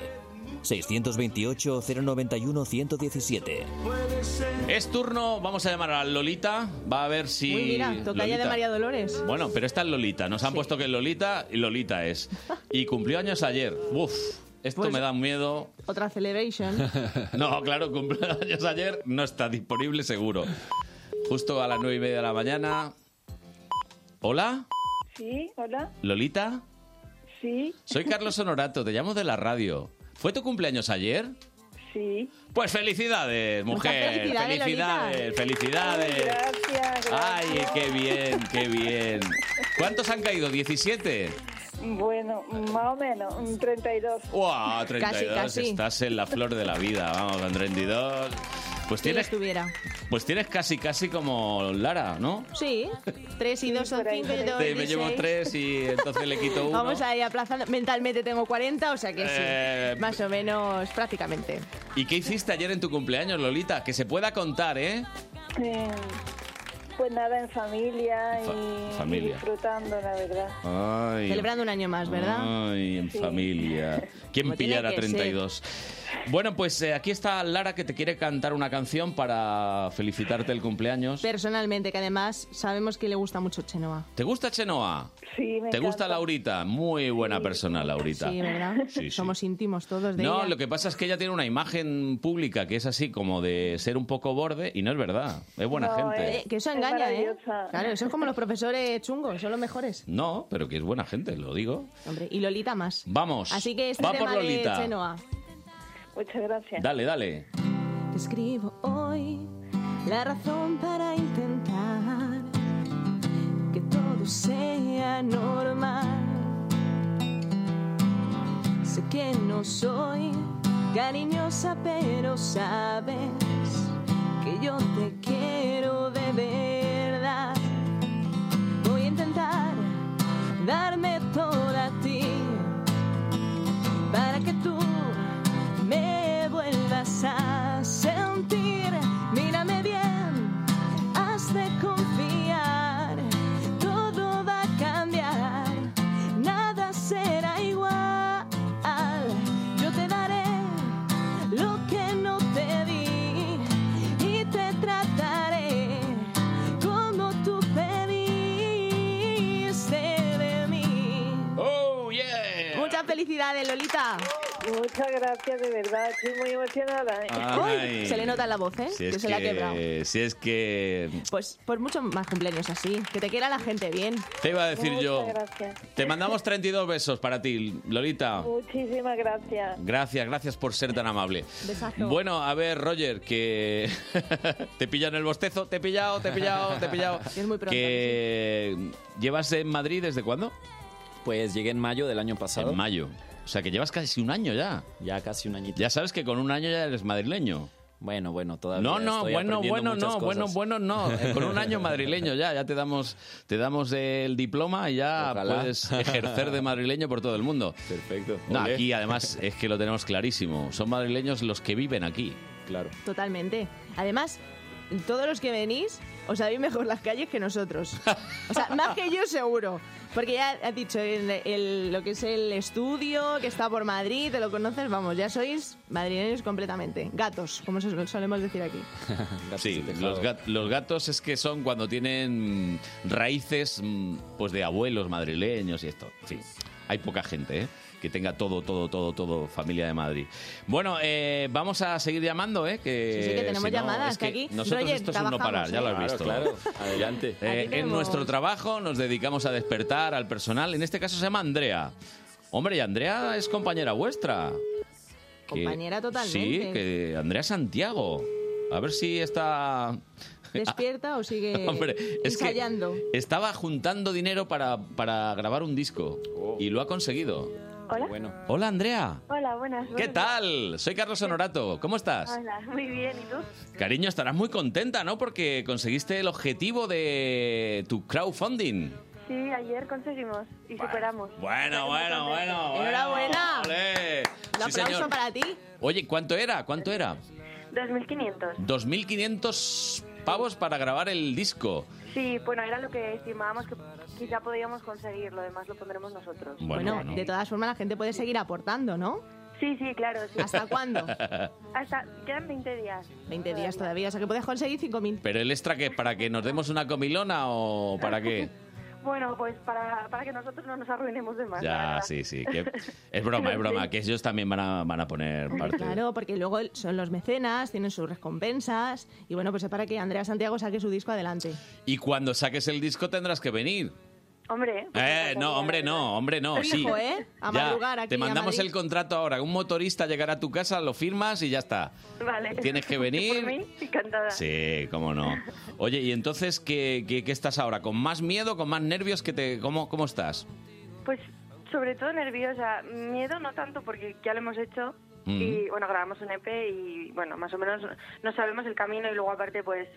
[SPEAKER 5] 628 091 117.
[SPEAKER 1] Es turno, vamos a llamar a Lolita, va a ver si...
[SPEAKER 3] Uy, mira, tocaya de
[SPEAKER 1] Lolita.
[SPEAKER 3] María Dolores.
[SPEAKER 1] Bueno, pero esta es Lolita. Nos han puesto que es Lolita y Lolita es. Y cumplió años ayer. Uf, esto
[SPEAKER 3] Pues
[SPEAKER 1] me da miedo.
[SPEAKER 3] Otra celebration.
[SPEAKER 1] No, claro, cumpleaños ayer no está disponible seguro. Justo a las nueve y media de la mañana. Hola,
[SPEAKER 13] Sí, hola.
[SPEAKER 1] Lolita.
[SPEAKER 13] Sí,
[SPEAKER 1] Soy Carlos Honorato, te llamo de la radio. ¿Fue tu cumpleaños ayer?
[SPEAKER 13] sí.
[SPEAKER 1] Pues felicidades, mujer.
[SPEAKER 13] Muchas felicidades,
[SPEAKER 1] felicidades, felicidades.
[SPEAKER 13] Gracias,
[SPEAKER 1] Ay,
[SPEAKER 13] gracias.
[SPEAKER 1] qué bien, qué bien. ¿Cuántos han caído? ¿17?
[SPEAKER 13] Bueno, más o menos, un 32.
[SPEAKER 1] ¡Wow! 32, estás en la flor de la vida, vamos, con 32. Pues
[SPEAKER 3] Si lo
[SPEAKER 1] tienes,
[SPEAKER 3] estuviera.
[SPEAKER 1] pues tienes casi, casi como Lara, ¿no?
[SPEAKER 3] Sí. Tres y dos son cinco, yo tengo
[SPEAKER 1] Te- me llevo
[SPEAKER 3] 26.
[SPEAKER 1] tres y entonces le quito uno.
[SPEAKER 3] Vamos a ir aplazando. Mentalmente tengo 40, o sea que sí.
[SPEAKER 1] Eh,
[SPEAKER 3] Más o menos, prácticamente.
[SPEAKER 1] ¿Y qué hiciste ayer en tu cumpleaños, Lolita? Que se pueda contar, ¿eh?
[SPEAKER 13] Eh, pues nada, en familia
[SPEAKER 1] Fa-
[SPEAKER 13] y
[SPEAKER 1] familia.
[SPEAKER 13] disfrutando, la verdad.
[SPEAKER 1] Ay.
[SPEAKER 3] Celebrando un año más, ¿verdad?
[SPEAKER 1] Ay, en
[SPEAKER 13] Sí.
[SPEAKER 1] familia. ¿Quién
[SPEAKER 3] Como tiene
[SPEAKER 1] pillara
[SPEAKER 3] que ser.
[SPEAKER 1] 32? Bueno, pues eh, aquí está Lara que te quiere cantar una canción para felicitarte el cumpleaños.
[SPEAKER 3] Personalmente, que además sabemos que le gusta mucho Chenoa.
[SPEAKER 1] ¿Te gusta Chenoa?
[SPEAKER 3] Sí,
[SPEAKER 1] ¿Te gusta Laurita? Muy buena persona, Laurita.
[SPEAKER 3] Sí, ¿verdad?
[SPEAKER 1] Sí, sí.
[SPEAKER 3] Somos íntimos todos de
[SPEAKER 1] No,
[SPEAKER 3] ella.
[SPEAKER 1] lo que pasa es que ella tiene una imagen pública que es así como de ser un poco borde y no es verdad. Es buena gente.
[SPEAKER 3] Eh, que eso engaña, ¿eh? Claro, eso es como los profesores chungos, son los mejores.
[SPEAKER 1] No, pero que es buena gente, lo digo.
[SPEAKER 3] Hombre, y Lolita más.
[SPEAKER 1] Vamos.
[SPEAKER 3] Así que este
[SPEAKER 1] va
[SPEAKER 3] tema
[SPEAKER 1] por Lolita.
[SPEAKER 3] de Chenoa. Muchas gracias.
[SPEAKER 1] Dale, dale.
[SPEAKER 3] Te escribo hoy la razón para intentar que todo sea normal. Sé que no soy cariñosa, pero sabes que yo te quiero de verdad. Voy a intentar darme toda a ti para que tú me vuelvas a sentir. Mírame bien, has de confiar, todo va a cambiar, nada será igual. Yo te daré lo que no te di y te trataré como tú pediste de mí.
[SPEAKER 1] ¡Oh, yeah!
[SPEAKER 3] Muchas felicidades, Lolita.
[SPEAKER 13] Muchas gracias, de verdad. Estoy muy emocionada. ¿eh?
[SPEAKER 1] Ah, Ay.
[SPEAKER 3] Uy, se le nota la voz, ¿eh?
[SPEAKER 1] Si
[SPEAKER 3] que
[SPEAKER 1] es
[SPEAKER 3] se la ha quebrado.
[SPEAKER 1] que, si es que
[SPEAKER 3] Pues, pues muchos más cumpleaños así. Que te quiera la gente bien.
[SPEAKER 1] te iba a decir yo,
[SPEAKER 13] gracias.
[SPEAKER 1] te mandamos 32 besos para ti, Lolita.
[SPEAKER 13] Muchísimas gracias.
[SPEAKER 1] Gracias, gracias por ser tan amable.
[SPEAKER 13] Besazo.
[SPEAKER 1] Bueno, a ver, Roger, que te pillan el bostezo, te he pillado, te he pillado, te he pillado.
[SPEAKER 3] Es muy pronto,
[SPEAKER 1] Que llevas en Madrid desde cuándo?
[SPEAKER 4] Pues llegué en mayo del año pasado.
[SPEAKER 1] En mayo. O sea que llevas casi un año ya.
[SPEAKER 4] Ya casi un añito.
[SPEAKER 1] Ya sabes que con un año ya eres madrileño.
[SPEAKER 4] Bueno, bueno, todavía.
[SPEAKER 1] No, no,
[SPEAKER 4] estoy
[SPEAKER 1] bueno,
[SPEAKER 4] aprendiendo
[SPEAKER 1] bueno,
[SPEAKER 4] muchas
[SPEAKER 1] no, bueno,
[SPEAKER 4] cosas.
[SPEAKER 1] bueno, no. Eh, Con un año madrileño ya, ya te damos, te damos el diploma y ya
[SPEAKER 4] Ojalá.
[SPEAKER 1] puedes ejercer de madrileño por todo el mundo.
[SPEAKER 4] Perfecto.
[SPEAKER 1] No,
[SPEAKER 4] Olé.
[SPEAKER 1] aquí además es que lo tenemos clarísimo. Son madrileños los que viven aquí.
[SPEAKER 4] Claro.
[SPEAKER 3] Totalmente. Además, todos los que venís os sabéis mejor las calles que nosotros. O sea, más que yo seguro. Porque ya has dicho el- el- lo que es el estudio, que está por Madrid, te lo conoces, vamos, ya sois madrileños completamente. Gatos, como se- solemos decir aquí.
[SPEAKER 1] sí, los, gat- los gatos es que son cuando tienen raíces mm, pues de abuelos madrileños y esto. En fin, hay poca gente ¿eh? que tenga todo, todo, todo, todo familia de Madrid. Bueno, eh, vamos a seguir llamando, ¿eh? Que,
[SPEAKER 3] Sí, sí, que tenemos
[SPEAKER 1] si no,
[SPEAKER 3] llamadas,
[SPEAKER 1] es
[SPEAKER 3] que aquí,
[SPEAKER 1] Nosotros
[SPEAKER 3] Roger,
[SPEAKER 1] esto es un no
[SPEAKER 3] trabajamos,
[SPEAKER 1] parar, ya
[SPEAKER 3] ¿eh?
[SPEAKER 1] lo has visto.
[SPEAKER 4] Claro, adelante.
[SPEAKER 1] Eh, en
[SPEAKER 3] tenemos-
[SPEAKER 1] nuestro trabajo nos dedicamos a despertar al personal. En este caso se llama Andrea. Hombre, y Andrea es compañera vuestra. Que-
[SPEAKER 3] Compañera totalmente.
[SPEAKER 1] Sí, que Andrea Santiago. A ver si está...
[SPEAKER 3] ¿Despierta o sigue
[SPEAKER 1] Ah. Hombre, es que-
[SPEAKER 3] ensayando?
[SPEAKER 1] Estaba juntando dinero para, para grabar un disco y lo ha conseguido.
[SPEAKER 12] Hola.
[SPEAKER 1] Hola, Andrea.
[SPEAKER 12] Hola, buenas.
[SPEAKER 1] ¿Qué
[SPEAKER 12] buenas.
[SPEAKER 1] tal? Soy Carlos Honorato. ¿Cómo
[SPEAKER 14] Ah,
[SPEAKER 1] estás?
[SPEAKER 12] Hola, muy bien. ¿Y tú?
[SPEAKER 1] Cariño, estarás muy contenta, ¿no? Porque conseguiste el objetivo de tu crowdfunding.
[SPEAKER 12] Sí, ayer conseguimos y superamos.
[SPEAKER 1] Bueno, bueno, bueno. bueno.
[SPEAKER 12] Enhorabuena.
[SPEAKER 1] Olé.
[SPEAKER 12] Un
[SPEAKER 1] Sí,
[SPEAKER 12] aplauso
[SPEAKER 1] señor.
[SPEAKER 3] para ti.
[SPEAKER 1] Oye, ¿cuánto era? ¿Cuánto era?
[SPEAKER 12] 2.500.
[SPEAKER 1] 2.500 pavos para grabar el disco.
[SPEAKER 12] Sí, bueno, era lo que estimábamos que quizá podíamos conseguir, lo demás lo pondremos nosotros.
[SPEAKER 1] Bueno,
[SPEAKER 3] Bueno,
[SPEAKER 1] bueno.
[SPEAKER 3] de todas formas la gente puede seguir aportando, ¿no?
[SPEAKER 12] Sí, sí, claro. sí.
[SPEAKER 3] ¿Hasta cuándo?
[SPEAKER 12] Hasta, quedan 20 días.
[SPEAKER 3] 20 días todavía, o sea que puedes conseguir 5.000.
[SPEAKER 1] ¿Pero el extra que ¿Para que nos demos una comilona o para qué?
[SPEAKER 12] Bueno, pues para, para que nosotros no nos arruinemos de más. la
[SPEAKER 1] Ya,
[SPEAKER 12] verdad.
[SPEAKER 1] sí, sí. que- es broma, es broma. Que ellos también van a, van a poner parte.
[SPEAKER 3] Claro, porque luego son los mecenas, tienen sus recompensas y bueno, pues es para que Andrea Santiago saque su disco adelante.
[SPEAKER 1] Y cuando saques el disco tendrás que venir.
[SPEAKER 12] Hombre.
[SPEAKER 3] Pues
[SPEAKER 1] Eh, no, hombre, no, hombre, no. Sí.
[SPEAKER 3] Fijo, ¿eh? A
[SPEAKER 1] Ya,
[SPEAKER 3] madrugar aquí
[SPEAKER 1] te
[SPEAKER 3] a
[SPEAKER 1] mandamos
[SPEAKER 3] Madrid.
[SPEAKER 1] el contrato ahora. Un motorista llegará a tu casa, lo firmas y ya está.
[SPEAKER 12] Vale.
[SPEAKER 1] Tienes que venir.
[SPEAKER 12] Por mí, encantada.
[SPEAKER 1] Sí, cómo no. Oye, ¿y entonces qué, qué- qué estás ahora? ¿Con más miedo, con más nervios? Que te, ¿cómo, ¿Cómo estás?
[SPEAKER 12] Pues sobre todo nerviosa. Miedo no tanto porque ya lo hemos hecho. Y
[SPEAKER 1] Mm.
[SPEAKER 12] bueno, grabamos un EP y bueno, más o menos no sabemos el camino y luego aparte pues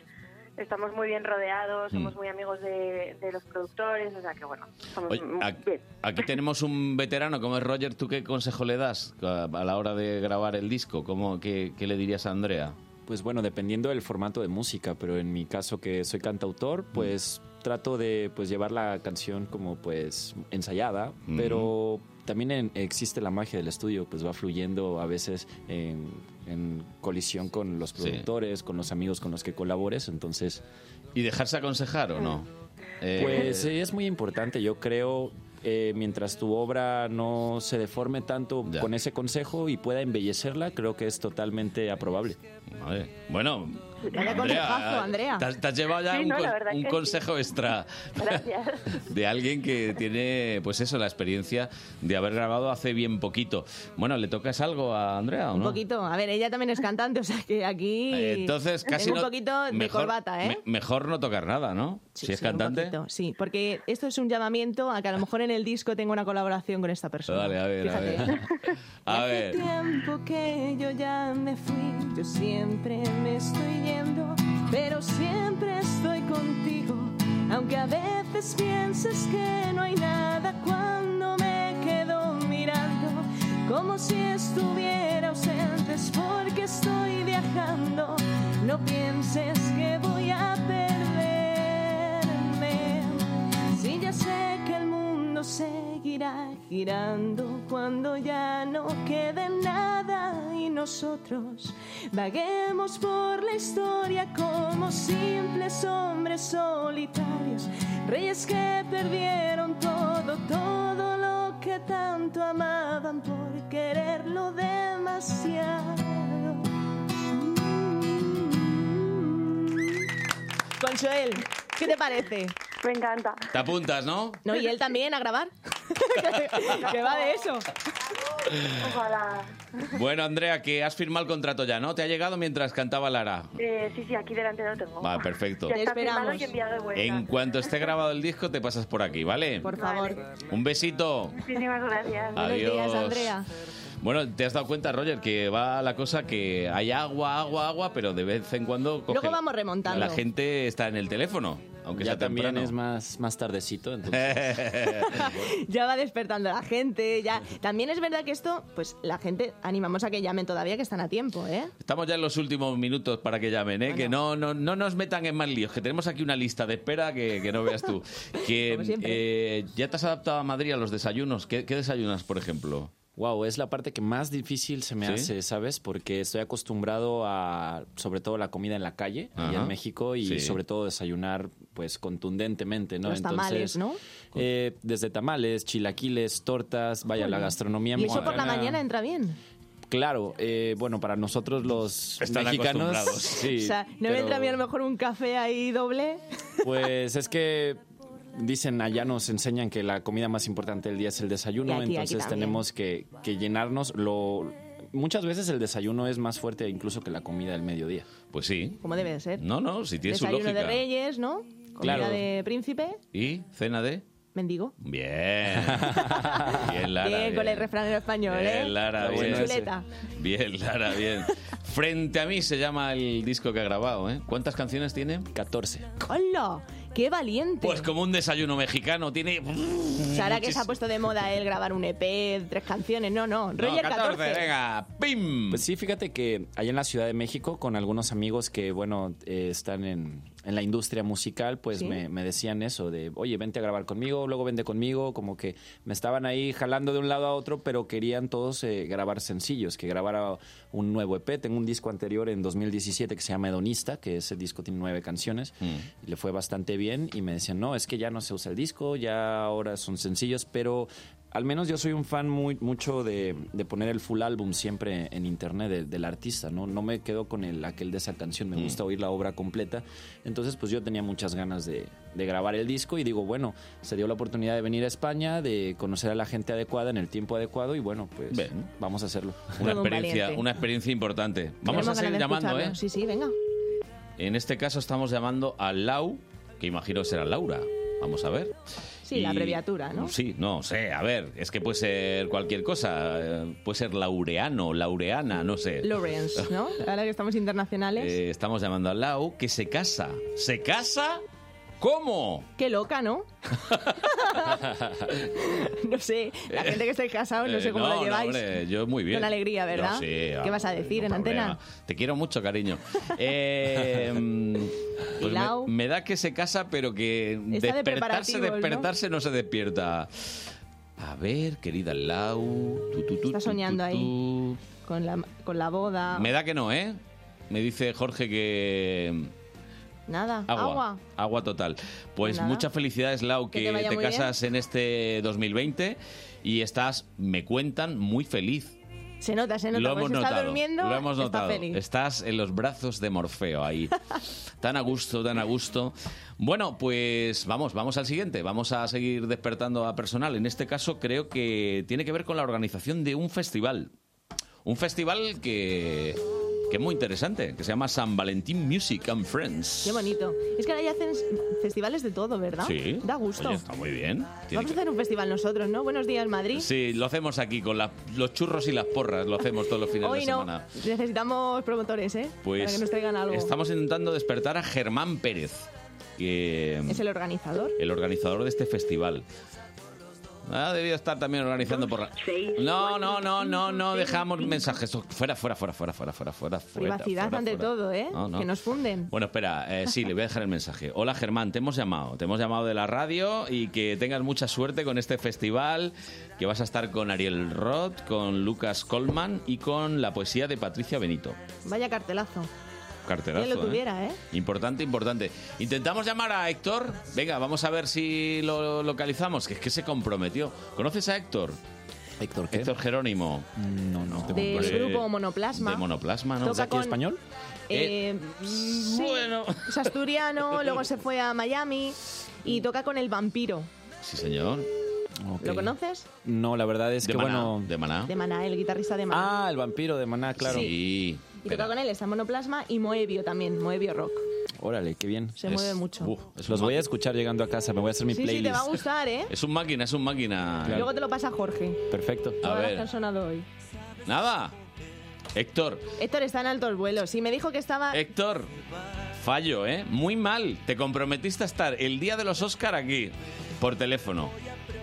[SPEAKER 12] estamos muy bien rodeados, somos
[SPEAKER 1] Mm.
[SPEAKER 12] muy amigos de, de los productores, o sea que bueno, estamos
[SPEAKER 1] Oye,
[SPEAKER 3] Mm,
[SPEAKER 1] ah,
[SPEAKER 12] muy
[SPEAKER 1] ac-
[SPEAKER 12] bien.
[SPEAKER 1] aquí tenemos un veterano como es Roger. ¿Tú qué consejo le das a a la hora de grabar el disco? ¿Cómo, qué, qué le dirías a Andrea?
[SPEAKER 4] Pues bueno, dependiendo del formato de música, pero en mi caso que soy cantautor, pues trato de pues llevar la canción como pues ensayada,
[SPEAKER 1] Ujú.
[SPEAKER 4] pero también en- existe la magia del estudio, pues va fluyendo a veces en, en colisión con los
[SPEAKER 1] Sí.
[SPEAKER 4] productores, con los amigos con los que colabores, entonces...
[SPEAKER 1] ¿Y dejarse aconsejar o no?
[SPEAKER 4] Pues eh, es muy importante, yo creo, eh, mientras tu obra no se deforme tanto con ese consejo y pueda embellecerla, creo que es totalmente aprobable.
[SPEAKER 1] Bueno,
[SPEAKER 3] Vaya consejazo, Andrea.
[SPEAKER 1] Te has, te has llevado ya
[SPEAKER 3] Sí,
[SPEAKER 1] un,
[SPEAKER 3] no, la
[SPEAKER 1] con-
[SPEAKER 3] verdad
[SPEAKER 1] un
[SPEAKER 3] que sí.
[SPEAKER 1] consejo extra
[SPEAKER 3] Gracias.
[SPEAKER 1] de alguien que tiene, pues eso, la experiencia de haber grabado hace bien poquito. Bueno, ¿le tocas algo a Andrea o
[SPEAKER 3] Un
[SPEAKER 1] no?
[SPEAKER 3] poquito. A ver, ella también es cantante, o sea que aquí.
[SPEAKER 1] Eh, Entonces, casi
[SPEAKER 3] tengo
[SPEAKER 1] no-
[SPEAKER 3] un poquito de
[SPEAKER 1] mejor-
[SPEAKER 3] corbata, ¿eh?
[SPEAKER 1] me- mejor no tocar nada, ¿no? si es
[SPEAKER 3] sí, un
[SPEAKER 1] cantante.
[SPEAKER 3] poquito, sí, porque esto es un llamamiento a que a lo mejor en el disco tenga una colaboración con esta persona.
[SPEAKER 1] Vale, a ver, a
[SPEAKER 3] Fíjate.
[SPEAKER 1] ver. A ver.
[SPEAKER 3] tiempo que yo ya me fui, yo siempre me estoy yendo, pero siempre estoy contigo. Aunque a veces pienses que no hay nada cuando me quedo mirando, como si estuviera ausente, es porque estoy viajando. No pienses que voy a perderme. Si ya sé que el mundo seguirá girando cuando ya no quede nada y nosotros vaguemos por la historia como simples hombres solitarios, reyes que perdieron todo, todo lo que tanto amaban por quererlo demasiado. Consuel, ¿qué te parece?
[SPEAKER 12] Me encanta.
[SPEAKER 1] Te apuntas, ¿no?
[SPEAKER 3] No, y él también a grabar. que va de eso.
[SPEAKER 12] Ojalá.
[SPEAKER 1] Bueno, Andrea, que has firmado el contrato ya, ¿no? Te ha llegado mientras cantaba Lara.
[SPEAKER 12] Eh, sí, sí, aquí delante lo tengo.
[SPEAKER 1] Va, perfecto.
[SPEAKER 12] Ya está firmado
[SPEAKER 3] Esperamos.
[SPEAKER 12] y enviado de vuelta.
[SPEAKER 1] En cuanto esté grabado el disco, te pasas por aquí, ¿vale?
[SPEAKER 3] Por favor.
[SPEAKER 1] Un besito.
[SPEAKER 12] Muchísimas gracias.
[SPEAKER 1] Buenos días, Adiós. Andrea. Bueno, te has dado cuenta, Roger, que va la cosa que hay agua, agua, agua, pero de vez en cuando coge-
[SPEAKER 3] Luego vamos remontando.
[SPEAKER 1] La gente está en el teléfono, aunque
[SPEAKER 4] Ya
[SPEAKER 1] sea
[SPEAKER 4] también
[SPEAKER 1] temprano.
[SPEAKER 4] es más, más tardecito, entonces...
[SPEAKER 3] Ya va despertando la gente, ya. También es verdad que esto, pues la gente animamos a que llamen todavía que están a tiempo, ¿eh?
[SPEAKER 1] Estamos ya en los últimos minutos para que llamen, ¿eh?
[SPEAKER 3] Ah,
[SPEAKER 1] que no, no, no nos metan en más líos, que tenemos aquí una lista de espera que, que no veas tú. Que
[SPEAKER 4] Como siempre.
[SPEAKER 1] eh, ya te has adaptado a Madrid a los desayunos. ¿Qué, qué desayunas, por ejemplo?
[SPEAKER 4] Wow, es la parte que más difícil se me
[SPEAKER 1] ¿Sí?
[SPEAKER 4] hace, ¿sabes? Porque estoy acostumbrado a, sobre todo, la comida en la calle, allá
[SPEAKER 1] Ajá.
[SPEAKER 4] en México, y
[SPEAKER 1] Sí.
[SPEAKER 4] sobre todo desayunar, pues, contundentemente, ¿no?
[SPEAKER 3] Los tamales, ¿no?
[SPEAKER 4] eh, desde tamales, chilaquiles, tortas, vaya, la
[SPEAKER 3] Joder.
[SPEAKER 4] gastronomía
[SPEAKER 3] Y eso por la
[SPEAKER 4] mexicana-
[SPEAKER 3] mañana entra bien.
[SPEAKER 4] Claro, eh, bueno, para nosotros los
[SPEAKER 1] Están
[SPEAKER 4] mexicanos...
[SPEAKER 1] acostumbrados.
[SPEAKER 4] Sí,
[SPEAKER 3] o sea, ¿no me
[SPEAKER 4] pero-
[SPEAKER 3] entra bien a lo mejor un café ahí doble?
[SPEAKER 4] Pues es que dicen allá nos enseñan que la comida más importante del día es el
[SPEAKER 3] Y
[SPEAKER 4] desayuno,
[SPEAKER 3] aquí, aquí
[SPEAKER 4] entonces
[SPEAKER 3] también.
[SPEAKER 4] tenemos que, que llenarnos lo muchas veces el desayuno es más fuerte incluso que la comida del mediodía.
[SPEAKER 1] Pues sí.
[SPEAKER 3] Como debe de ser.
[SPEAKER 1] No, no, si tiene
[SPEAKER 3] Desayuno
[SPEAKER 1] su lógica.
[SPEAKER 3] de reyes, ¿no? Comida
[SPEAKER 1] Claro.
[SPEAKER 3] de príncipe,
[SPEAKER 1] ¿Y cena de?
[SPEAKER 3] mendigo.
[SPEAKER 1] Bien. Bien, Lara.
[SPEAKER 3] bien, con el refranero español, ¿eh?
[SPEAKER 1] Bien, eh, Lara,
[SPEAKER 3] Con
[SPEAKER 1] bien.
[SPEAKER 3] chuleta.
[SPEAKER 1] Bien, Lara, bien. Frente a mí se llama el disco que ha grabado, ¿eh? ¿Cuántas canciones tiene?
[SPEAKER 4] 14.
[SPEAKER 3] ¡Hola! ¡Qué valiente!
[SPEAKER 1] Pues como un desayuno mexicano, tiene...
[SPEAKER 3] Sara que se ha puesto de moda el grabar un EP, tres canciones. No, no. Roger 14.
[SPEAKER 1] venga, ¡pim!
[SPEAKER 4] Pues sí, fíjate que allá en la Ciudad de México, con algunos amigos que, bueno, eh, están en, en la industria musical, pues
[SPEAKER 15] Sí.
[SPEAKER 4] me, me decían eso de, oye, vente a grabar conmigo, luego vente conmigo, como que me estaban ahí jalando de un lado a otro, pero querían todos eh, grabar sencillos, que grabara un nuevo EP. Tengo un disco anterior en 2017 que se llama Hedonista, que ese disco tiene nueve canciones, y le fue bastante bien, y me decían, no, es que ya no se usa el disco, ya ahora son sencillos, pero al menos yo soy un fan muy mucho de, de poner el full álbum siempre en internet de- del artista, ¿no? No me quedo con el aquel de esa canción, me
[SPEAKER 1] Mm.
[SPEAKER 4] gusta oír la obra completa. Entonces, pues yo tenía muchas ganas de, de grabar el disco y digo, bueno, se dio la oportunidad de venir a España, de conocer a la gente adecuada en el tiempo adecuado y bueno, pues
[SPEAKER 1] Bien.
[SPEAKER 4] vamos a hacerlo.
[SPEAKER 1] Una experiencia, una experiencia importante. Vamos a
[SPEAKER 3] Tenemos ganas
[SPEAKER 1] seguir
[SPEAKER 3] de
[SPEAKER 1] llamando, ¿eh?
[SPEAKER 3] escucharlo. Sí, sí, venga.
[SPEAKER 1] En este caso estamos llamando a Lau, que imagino será Laura. Vamos a ver.
[SPEAKER 3] Sí, la abreviatura, ¿no?
[SPEAKER 1] Sí, no sé, a ver, es que puede ser cualquier cosa. eh, Puede ser laureano, laureana, no sé.
[SPEAKER 3] Lawrence, ¿no? Ahora que estamos internacionales.
[SPEAKER 1] Eh, estamos llamando a Lau, que se casa. ¿Se casa? ¿Cómo?
[SPEAKER 3] Qué loca, ¿no? No sé, la gente que esté casado, no
[SPEAKER 1] Eh,
[SPEAKER 3] sé cómo
[SPEAKER 1] no,
[SPEAKER 3] lo
[SPEAKER 1] no,
[SPEAKER 3] lleváis.
[SPEAKER 1] hombre, yo muy bien.
[SPEAKER 3] Con alegría, ¿verdad?
[SPEAKER 1] Yo sí,
[SPEAKER 3] ¿Qué vas a decir en antena?
[SPEAKER 1] problema. Te quiero mucho, cariño. Eh, mm, pues me,
[SPEAKER 3] Lau?
[SPEAKER 1] me da que se casa, pero que
[SPEAKER 3] Está de
[SPEAKER 1] despertarse,
[SPEAKER 3] preparativos, ¿no?
[SPEAKER 1] despertarse ¿no? se despierta. A ver, querida Lau. tu, tu, tu,
[SPEAKER 3] Está
[SPEAKER 1] tu,
[SPEAKER 3] soñando
[SPEAKER 1] tu,
[SPEAKER 3] ahí Ah.
[SPEAKER 1] tu.
[SPEAKER 3] con la, con la boda.
[SPEAKER 1] Me da que no, ¿eh? Me dice Jorge que.
[SPEAKER 3] Nada,
[SPEAKER 1] Agua. Agua, total. Pues
[SPEAKER 3] Nada.
[SPEAKER 1] muchas felicidades, Lau,
[SPEAKER 3] Que
[SPEAKER 1] que,
[SPEAKER 3] te vaya
[SPEAKER 1] te
[SPEAKER 3] muy bien.
[SPEAKER 1] casas en este 2020 y estás, me cuentan, muy feliz.
[SPEAKER 3] Se nota, se nota.
[SPEAKER 1] Lo
[SPEAKER 3] porque
[SPEAKER 1] hemos
[SPEAKER 3] si está
[SPEAKER 1] notado.
[SPEAKER 3] durmiendo,
[SPEAKER 1] lo hemos
[SPEAKER 3] está
[SPEAKER 1] notado.
[SPEAKER 3] feliz.
[SPEAKER 1] Estás en los brazos de Morfeo ahí. tan a gusto, tan a gusto. Bueno, pues vamos, vamos al siguiente. Vamos a seguir despertando a personal. En este caso creo que tiene que ver con la organización de un festival. Un festival que, que es muy interesante, que se llama San Valentín Music and Friends.
[SPEAKER 3] Qué bonito. Es que ahora ya hacen festivales de todo, ¿verdad?
[SPEAKER 1] Sí.
[SPEAKER 3] Da gusto.
[SPEAKER 1] Oye, está muy bien. Tiene
[SPEAKER 3] Vamos a hacer un festival nosotros, ¿no? Buenos días, Madrid.
[SPEAKER 1] que- Sí, lo hacemos aquí con la- los churros y las porras. Lo hacemos todos los fines
[SPEAKER 3] Hoy
[SPEAKER 1] de
[SPEAKER 3] no.
[SPEAKER 1] semana.
[SPEAKER 3] Necesitamos promotores, ¿eh?
[SPEAKER 1] Pues
[SPEAKER 3] Para que nos traigan algo.
[SPEAKER 1] estamos intentando despertar a Germán Pérez, que
[SPEAKER 3] Es el organizador.
[SPEAKER 1] el organizador de este festival. Ha debido estar también organizando por la... No, no, no, no, no, dejamos mensajes. Fuera, fuera, fuera, fuera, fuera, fuera, fuera. fuera,
[SPEAKER 3] Privacidad
[SPEAKER 1] fuera,
[SPEAKER 3] ante
[SPEAKER 1] fuera.
[SPEAKER 3] todo, ¿eh?
[SPEAKER 1] No, no.
[SPEAKER 3] Que nos funden.
[SPEAKER 1] Bueno, espera, eh, sí, le voy a dejar el mensaje. Hola Germán, te hemos llamado, te hemos llamado de la radio y que tengas mucha suerte con este festival, que vas a estar con Ariel Roth, con Lucas Colman y con la poesía de Patricia Benito.
[SPEAKER 3] Vaya cartelazo.
[SPEAKER 1] Carterazo,
[SPEAKER 3] Ya lo
[SPEAKER 1] ¿eh?
[SPEAKER 3] tuviera, ¿eh?
[SPEAKER 1] Importante, importante. Intentamos llamar a Héctor. Venga, vamos a ver si lo localizamos, que es que se comprometió. ¿Conoces a Héctor?
[SPEAKER 4] ¿Héctor
[SPEAKER 1] qué? Héctor Jerónimo.
[SPEAKER 4] No, no.
[SPEAKER 3] Del grupo Monoplasma.
[SPEAKER 1] De Monoplasma, ¿no?
[SPEAKER 3] Toca ¿Es de aquí con- español? Eh, bueno. Es asturiano, luego se fue a Miami y toca con el vampiro.
[SPEAKER 1] Sí, señor.
[SPEAKER 3] ¿Lo conoces?
[SPEAKER 4] No, la verdad es
[SPEAKER 1] De
[SPEAKER 4] que
[SPEAKER 1] Maná,
[SPEAKER 4] bueno.
[SPEAKER 1] De Maná.
[SPEAKER 3] De Maná, el guitarrista de Maná.
[SPEAKER 4] Ah, el vampiro de Maná, claro.
[SPEAKER 1] Sí.
[SPEAKER 3] y toca con él, está en Monoplasma y Moebio también, Moebio Rock.
[SPEAKER 4] Órale, qué bien.
[SPEAKER 3] Se mueve mucho.
[SPEAKER 4] los voy a escuchar llegando a casa, me voy a hacer mi
[SPEAKER 3] sí, sí,
[SPEAKER 4] playlist.
[SPEAKER 3] te va a gustar, ¿eh?
[SPEAKER 1] Es un máquina, es un máquina.
[SPEAKER 3] Luego te lo pasa Jorge.
[SPEAKER 4] Perfecto.
[SPEAKER 1] Ah, A
[SPEAKER 3] Todas las que han
[SPEAKER 1] ver,
[SPEAKER 3] sonado hoy.
[SPEAKER 1] nada. Héctor,
[SPEAKER 3] Héctor está en altos vuelos y me dijo que estaba...
[SPEAKER 1] Héctor, fallo, ¿eh? Muy mal. Te comprometiste a estar el día de los Oscar aquí, por teléfono.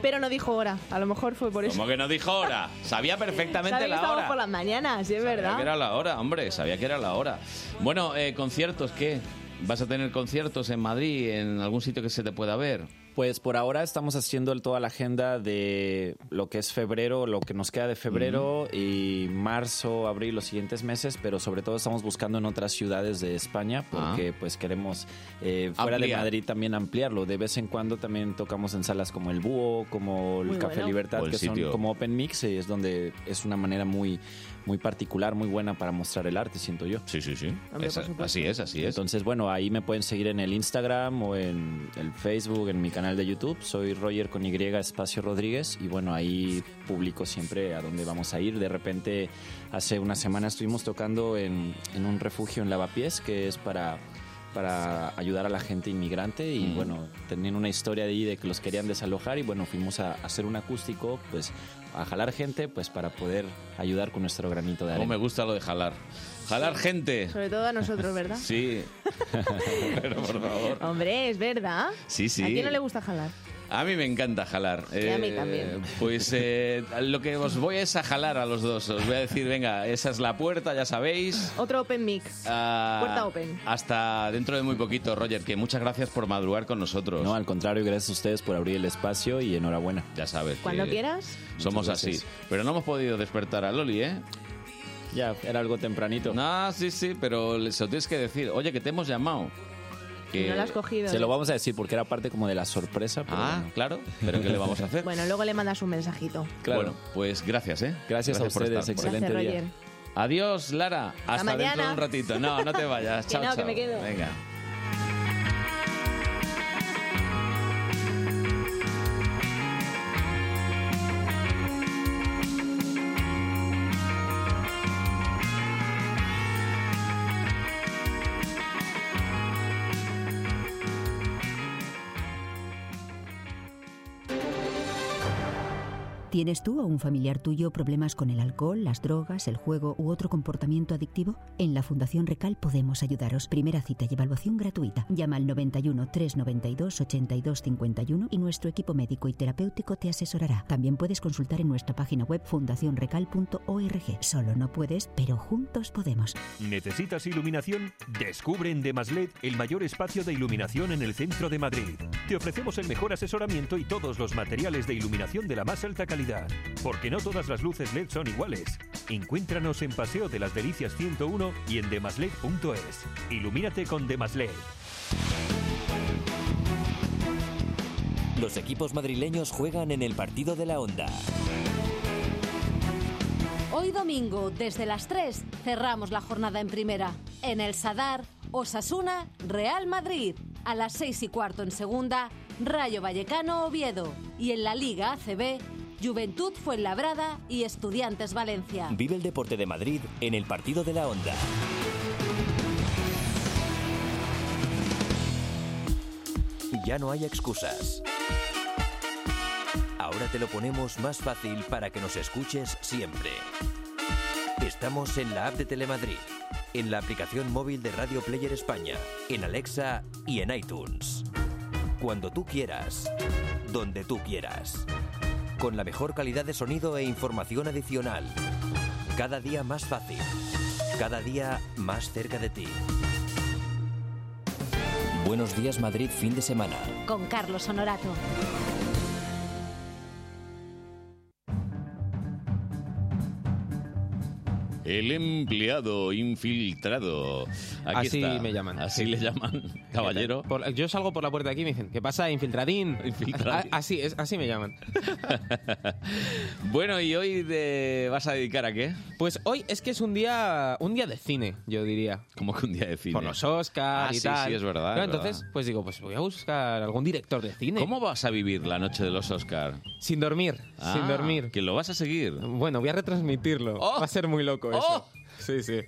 [SPEAKER 3] Pero no dijo hora. A lo mejor fue por eso.
[SPEAKER 1] Como que no dijo hora. Sabía
[SPEAKER 3] Sabía
[SPEAKER 1] perfectamente
[SPEAKER 3] que
[SPEAKER 1] la
[SPEAKER 3] estábamos
[SPEAKER 1] hora.
[SPEAKER 3] por las mañanas, sí, es
[SPEAKER 1] Sabía que
[SPEAKER 3] verdad.
[SPEAKER 1] era la hora, hombre, sabía que era la hora. Bueno, eh, conciertos, ¿qué? ¿Vas a tener conciertos en Madrid, en algún sitio que se te pueda ver?
[SPEAKER 4] Pues por ahora estamos haciendo el- toda la agenda de lo que es febrero, lo que nos queda de febrero y marzo, abril, los siguientes meses, pero sobre todo estamos buscando en otras ciudades de España porque pues queremos eh, fuera de
[SPEAKER 1] Ah. Ampliar.
[SPEAKER 4] Madrid también ampliarlo. De vez en cuando también tocamos en salas como el Búho, como el
[SPEAKER 1] Muy
[SPEAKER 4] Café
[SPEAKER 1] bueno.
[SPEAKER 4] Libertad,
[SPEAKER 1] Buen
[SPEAKER 4] que
[SPEAKER 1] sitio.
[SPEAKER 4] son como open mix y es donde es una manera muy, muy particular, muy buena para mostrar el arte, siento yo.
[SPEAKER 1] Sí, sí, sí.
[SPEAKER 4] Hombre,
[SPEAKER 1] Es-
[SPEAKER 4] por supuesto.
[SPEAKER 1] así es, así es.
[SPEAKER 4] Entonces, bueno, ahí me pueden seguir en el Instagram o en el Facebook, en mi canal de YouTube. Soy Roger con Y espacio Rodríguez y bueno, ahí publico siempre a dónde vamos a ir. De repente, hace una semana estuvimos tocando en, en un refugio en Lavapiés que es para para ayudar a la gente inmigrante y bueno, tenían una historia de ahí de que los querían desalojar y bueno, fuimos a hacer un acústico, pues a jalar gente, pues para poder ayudar con nuestro granito de
[SPEAKER 1] Cómo
[SPEAKER 4] arena.
[SPEAKER 1] me gusta lo de jalar. Jalar gente.
[SPEAKER 3] Sobre todo a nosotros, ¿verdad?
[SPEAKER 1] Sí. Pero por favor.
[SPEAKER 3] Hombre, es verdad.
[SPEAKER 1] Sí, sí.
[SPEAKER 3] ¿A quién no le gusta jalar?
[SPEAKER 1] A mí me encanta jalar.
[SPEAKER 3] Y
[SPEAKER 1] Eh,
[SPEAKER 3] a mí también.
[SPEAKER 1] Pues eh, lo que os voy es a jalar a los dos. Os voy a decir, venga, esa es la puerta, ya sabéis.
[SPEAKER 3] Otro open mic.
[SPEAKER 1] Ah,
[SPEAKER 3] Puerta open.
[SPEAKER 1] Hasta dentro de muy poquito, Roger, que muchas gracias por madrugar con nosotros.
[SPEAKER 4] No, al contrario, gracias a ustedes por abrir el espacio y enhorabuena.
[SPEAKER 1] Ya sabes.
[SPEAKER 3] Cuando
[SPEAKER 1] que
[SPEAKER 3] quieras.
[SPEAKER 1] Somos
[SPEAKER 4] Muchas
[SPEAKER 1] así.
[SPEAKER 4] gracias.
[SPEAKER 1] Pero no hemos podido despertar a Loli, ¿eh?
[SPEAKER 4] Ya, era algo tempranito.
[SPEAKER 1] No, sí, sí, pero se lo tienes que decir. Oye, que te hemos llamado. Que...
[SPEAKER 3] No lo has cogido.
[SPEAKER 4] Se lo vamos a decir porque era parte como de la sorpresa.
[SPEAKER 1] Ah, claro. Pero ¿qué le vamos a hacer?
[SPEAKER 3] Bueno, luego le mandas un mensajito.
[SPEAKER 1] Bueno, pues gracias, ¿eh?
[SPEAKER 4] Gracias a
[SPEAKER 1] por
[SPEAKER 4] ustedes,
[SPEAKER 1] estar por
[SPEAKER 4] excelente
[SPEAKER 1] aquí.
[SPEAKER 4] Gracias, día.
[SPEAKER 1] Adiós, Lara. Hasta dentro
[SPEAKER 3] mañana.
[SPEAKER 1] de un ratito. No, no te vayas.
[SPEAKER 3] Que
[SPEAKER 1] chao,
[SPEAKER 3] no, que
[SPEAKER 1] chao.
[SPEAKER 3] me quedo.
[SPEAKER 1] Venga.
[SPEAKER 15] ¿Tienes tú o un familiar tuyo problemas con el alcohol, las drogas, el juego u otro comportamiento adictivo? En la Fundación Recal podemos ayudaros. Primera cita y evaluación gratuita. Llama al 91 392 82 51 y nuestro equipo médico y terapéutico te asesorará. También puedes consultar en nuestra página web fundacionrecal.org. Solo no puedes, pero juntos podemos.
[SPEAKER 10] ¿Necesitas iluminación? Descubre en Demasled el mayor espacio de iluminación en el centro de Madrid. Te ofrecemos el mejor asesoramiento y todos los materiales de iluminación de la más alta calidad, porque no todas las luces LED son iguales. Encuéntranos en Paseo de las Delicias 101 y en demasled.es. Ilumínate con Demasled.
[SPEAKER 5] Los equipos madrileños juegan en el partido de la onda.
[SPEAKER 11] Hoy domingo, desde las 3, cerramos la jornada en primera. En el Sadar, Osasuna, Real Madrid. A las 6 y cuarto en segunda, Rayo Vallecano, Oviedo. Y en la Liga ACB, Juventud Fuenlabrada y Estudiantes Valencia.
[SPEAKER 5] Vive el deporte de Madrid en el partido de la onda. Ya no hay excusas. Ahora te lo ponemos más fácil para que nos escuches siempre. Estamos en la app de Telemadrid, en la aplicación móvil de Radio Player España, en Alexa y en iTunes. Cuando tú quieras, donde tú quieras. Con la mejor calidad de sonido e información adicional. Cada día más fácil. Cada día más cerca de ti. Buenos días Madrid fin de semana.
[SPEAKER 11] Con Carlos Honorato.
[SPEAKER 1] El empleado infiltrado. Aquí
[SPEAKER 2] Así
[SPEAKER 1] está.
[SPEAKER 2] me llaman.
[SPEAKER 1] Así le llaman, caballero.
[SPEAKER 2] Por- yo salgo por la puerta de aquí y me dicen, ¿qué pasa, infiltradín?
[SPEAKER 1] Infiltradín.
[SPEAKER 2] A- Así, es, así me llaman.
[SPEAKER 1] bueno, ¿y hoy te vas a dedicar a qué?
[SPEAKER 2] Pues hoy es que es un día un día de cine, yo diría.
[SPEAKER 1] ¿Cómo que un día de cine?
[SPEAKER 2] Por los Oscars
[SPEAKER 1] Ah,
[SPEAKER 2] y
[SPEAKER 1] sí,
[SPEAKER 2] tal.
[SPEAKER 1] sí, es verdad,
[SPEAKER 2] Claro,
[SPEAKER 1] es verdad.
[SPEAKER 2] entonces, pues digo, pues voy a buscar algún director de cine.
[SPEAKER 1] ¿Cómo vas a vivir la noche de los Oscar? Ah,
[SPEAKER 2] Sin dormir, sin dormir.
[SPEAKER 1] ¿Que lo vas a seguir? Oh.
[SPEAKER 2] Bueno, voy a retransmitirlo. Va a ser muy loco eso. Sí, sí.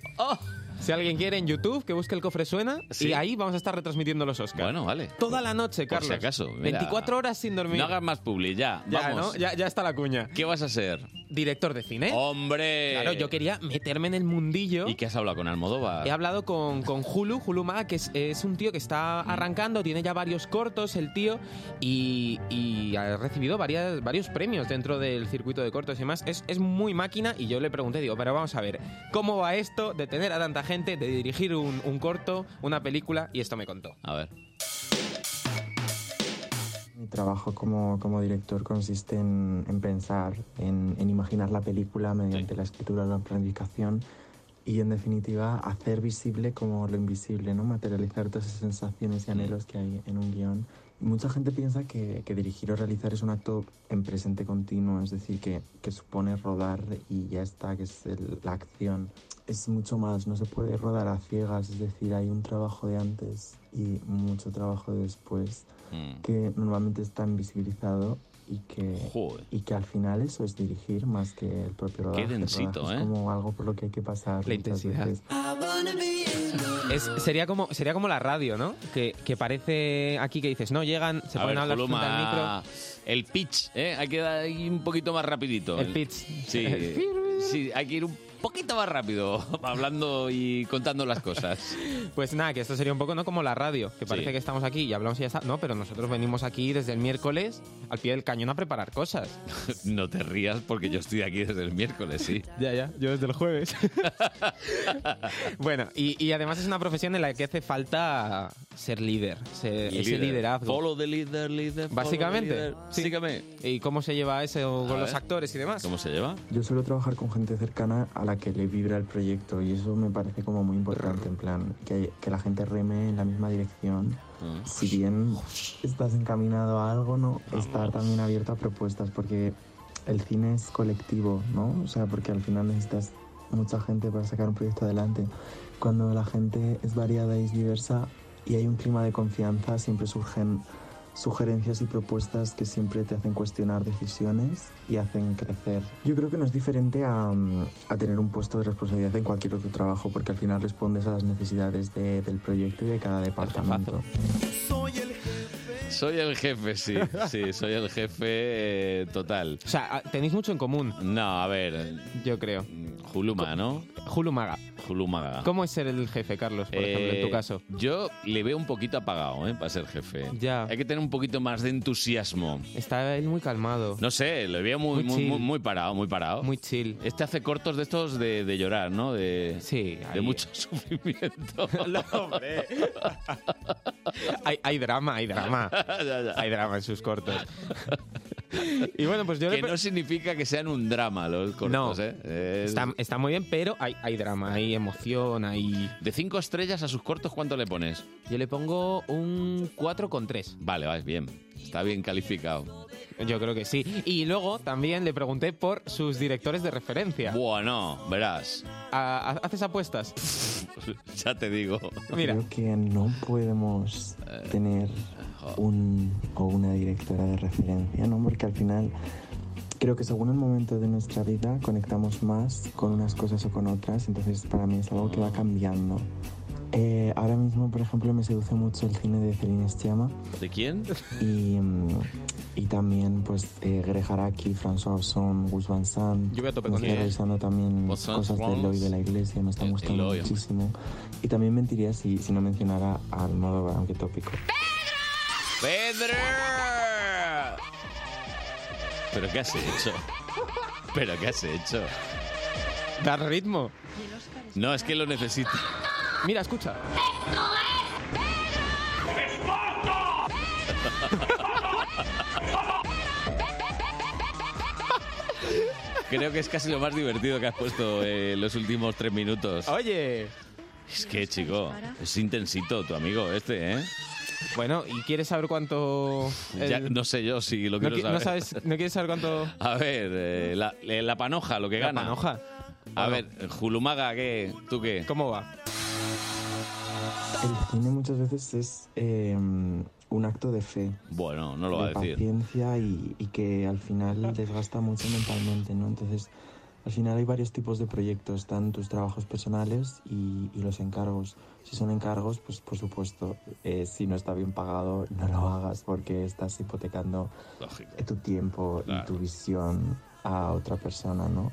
[SPEAKER 2] Si alguien quiere en YouTube, que busque el cofre suena
[SPEAKER 1] Sí.
[SPEAKER 2] y ahí vamos a estar retransmitiendo los Oscars.
[SPEAKER 1] Bueno, vale.
[SPEAKER 2] Toda la noche,
[SPEAKER 1] Por
[SPEAKER 2] Carlos.
[SPEAKER 1] si acaso. mira.
[SPEAKER 2] 24 horas sin dormir.
[SPEAKER 1] No hagas más publi, ya.
[SPEAKER 2] Ya, ¿no?
[SPEAKER 1] vamos.
[SPEAKER 2] Ya- ya está la cuña.
[SPEAKER 1] ¿Qué vas a ser?
[SPEAKER 2] Director de cine.
[SPEAKER 1] ¡Hombre!
[SPEAKER 2] Claro, yo quería meterme en el mundillo.
[SPEAKER 1] ¿Y qué has hablado con Almodóvar?
[SPEAKER 2] He hablado con, con Hulu, Hulu Maga, que es, es un tío que está arrancando, tiene ya varios cortos el tío y, y ha recibido varias, varios premios dentro del circuito de cortos y demás. Es, es muy máquina y yo le pregunté, digo, pero vamos a ver, ¿cómo va esto de tener a tanta gente, de dirigir un, un corto, una película? Y esto me contó.
[SPEAKER 1] A ver.
[SPEAKER 16] Mi trabajo como, como director consiste en, en pensar, en, en imaginar la película mediante la escritura, la planificación y, en definitiva, hacer visible como lo invisible, ¿no? Materializar todas esas sensaciones y anhelos que hay en un guión. Y Mucha gente piensa que, que dirigir o realizar es un acto en presente continuo, es decir, que, que supone rodar y ya está, que es el- la acción. Es mucho más, no se puede rodar a ciegas, es decir, hay un trabajo de antes y mucho trabajo de después que normalmente está invisibilizado y que, y que al final eso es dirigir más que el propio rodaje. El rodaje
[SPEAKER 1] densito,
[SPEAKER 16] es
[SPEAKER 1] ¿eh?
[SPEAKER 16] como algo por lo que hay que pasar.
[SPEAKER 2] La
[SPEAKER 16] muchas
[SPEAKER 2] intensidad.
[SPEAKER 16] veces.
[SPEAKER 2] Es, sería, como, sería como la radio, ¿no? Que, que parece aquí que dices, no, llegan, se
[SPEAKER 1] A
[SPEAKER 2] ponen
[SPEAKER 1] ver,
[SPEAKER 2] a hablar
[SPEAKER 1] Coloma,
[SPEAKER 2] frente al micro.
[SPEAKER 1] El pitch, ¿eh? Hay que dar ahí un poquito más rapidito.
[SPEAKER 2] El pitch.
[SPEAKER 1] Sí. sí, hay que ir un poquito más rápido hablando y contando las cosas.
[SPEAKER 2] Pues nada, que esto sería un poco no como la radio, que parece
[SPEAKER 1] Sí.
[SPEAKER 2] que estamos aquí y hablamos y ya está. No, pero nosotros venimos aquí desde el miércoles al pie del cañón a preparar cosas.
[SPEAKER 1] No te rías porque yo estoy aquí desde el miércoles, sí.
[SPEAKER 2] Ya, ya, yo desde el jueves. bueno, y, y además es una profesión en la que hace falta ser líder, ser- ese liderazgo.
[SPEAKER 1] Follow the leader, líder.
[SPEAKER 2] Básicamente. sí. ¿Y cómo se lleva eso con
[SPEAKER 1] A
[SPEAKER 2] los
[SPEAKER 1] ver.
[SPEAKER 2] actores y demás?
[SPEAKER 1] ¿Cómo se lleva?
[SPEAKER 16] Yo suelo trabajar con gente cercana a la que le vibra el proyecto y eso me parece como muy importante, en plan, que, que la gente reme en la misma dirección.
[SPEAKER 1] ¿Mm?
[SPEAKER 16] Si bien estás encaminado a algo, no, estar también abierto a propuestas porque el cine es colectivo, ¿no? O sea, porque al final necesitas mucha gente para sacar un proyecto adelante. Cuando la gente es variada y es diversa y hay un clima de confianza, siempre surgen sugerencias y propuestas que siempre te hacen cuestionar decisiones y hacen crecer. Yo creo que no es diferente a, mm, a tener un puesto de responsabilidad en cualquier otro trabajo, porque al final respondes a las necesidades de- del proyecto y de cada departamento.
[SPEAKER 1] Soy el jefe, sí. Sí, soy el jefe eh, total.
[SPEAKER 2] O sea, tenéis mucho en común.
[SPEAKER 1] No, a ver.
[SPEAKER 2] Yo creo.
[SPEAKER 1] Juluma, ¿no?
[SPEAKER 2] Julumaga.
[SPEAKER 1] Julumaga.
[SPEAKER 2] ¿Cómo es ser el jefe, Carlos, por ejemplo, en
[SPEAKER 1] Eh,
[SPEAKER 2] tu caso?
[SPEAKER 1] Yo le veo un poquito apagado, ¿eh? Para ser jefe.
[SPEAKER 2] Ya.
[SPEAKER 1] Hay que tener un poquito más de entusiasmo.
[SPEAKER 2] Está él muy calmado.
[SPEAKER 1] No sé, lo veo muy,
[SPEAKER 2] Muy
[SPEAKER 1] muy,
[SPEAKER 2] chill.
[SPEAKER 1] muy- muy parado, muy parado. Muy
[SPEAKER 2] chill.
[SPEAKER 1] Este hace cortos de estos de, de llorar, ¿no? De,
[SPEAKER 2] sí.
[SPEAKER 1] De mucho sufrimiento.
[SPEAKER 2] Hay, hay drama, hay drama. Hay drama en sus cortos. Y bueno, pues yo
[SPEAKER 1] que no significa que sean un drama los cortos,
[SPEAKER 2] No.
[SPEAKER 1] ¿eh? Es-
[SPEAKER 2] Está, está muy bien, pero hay, hay drama, hay emoción, hay...
[SPEAKER 1] De cinco estrellas a sus cortos, ¿cuánto le pones?
[SPEAKER 2] Yo le pongo un 4,3.
[SPEAKER 1] Vale, vas bien. Está bien calificado.
[SPEAKER 2] Yo creo que sí. Y luego también le pregunté por sus directores de referencia.
[SPEAKER 1] Bueno, verás.
[SPEAKER 2] Ah, ¿Haces apuestas?
[SPEAKER 1] Ya te digo.
[SPEAKER 16] Creo que no podemos
[SPEAKER 2] Eh,
[SPEAKER 16] tener un o una directora de referencia, ¿no? Porque al final creo que según el momento de nuestra vida conectamos más con unas cosas o con otras, entonces para mí es algo que va
[SPEAKER 2] Ah.
[SPEAKER 16] cambiando. Eh, ahora mismo, por ejemplo, me seduce mucho el cine de Celine Sciamma
[SPEAKER 1] ¿De quién?
[SPEAKER 16] y, mm, y también pues eh, Greg Araki, François Ozon, Gus Van Sant.
[SPEAKER 2] Yo voy a tope
[SPEAKER 16] Me
[SPEAKER 2] con
[SPEAKER 16] estoy
[SPEAKER 2] él.
[SPEAKER 16] revisando también
[SPEAKER 2] Gus Van
[SPEAKER 16] cosas de
[SPEAKER 2] Sant.
[SPEAKER 16] Eloy de la Iglesia, me están gustando
[SPEAKER 2] Eloy, hombre.
[SPEAKER 16] muchísimo. Y también mentiría si, si no mencionara al modo aunque tópico.
[SPEAKER 1] ¡Pedro! ¿Pero qué has hecho? ¿Pero qué has hecho?
[SPEAKER 2] Dar ritmo.
[SPEAKER 1] No, es que lo necesito.
[SPEAKER 2] Mira, escucha.
[SPEAKER 1] Creo que es casi lo más divertido que has puesto eh, en los últimos tres minutos.
[SPEAKER 2] Oye.
[SPEAKER 1] Es que, chico, es intensito tu amigo este, ¿eh?
[SPEAKER 2] Bueno, ¿y quieres saber cuánto...? el-
[SPEAKER 1] Ya, no sé yo si lo
[SPEAKER 2] no,
[SPEAKER 1] quiero
[SPEAKER 2] qui-
[SPEAKER 1] saber.
[SPEAKER 2] no sabes, ¿No quieres saber cuánto...?
[SPEAKER 1] A ver, eh, la, eh, la panoja, lo que
[SPEAKER 2] La
[SPEAKER 1] gana.
[SPEAKER 2] panoja.
[SPEAKER 1] A ver, Julumaga, ¿qué? ¿Tú qué?
[SPEAKER 2] ¿Cómo va?
[SPEAKER 16] El cine muchas veces es eh, un acto de fe.
[SPEAKER 1] Bueno, no lo va a
[SPEAKER 16] de
[SPEAKER 1] decir.
[SPEAKER 16] paciencia y, y que al final desgasta mucho mentalmente, ¿no? Entonces, al final hay varios tipos de proyectos. Están tus trabajos personales y, y los encargos. Si son encargos, pues por supuesto, eh, si no está bien pagado, no lo hagas porque estás hipotecando eh, tu tiempo y tu visión a otra persona, ¿no?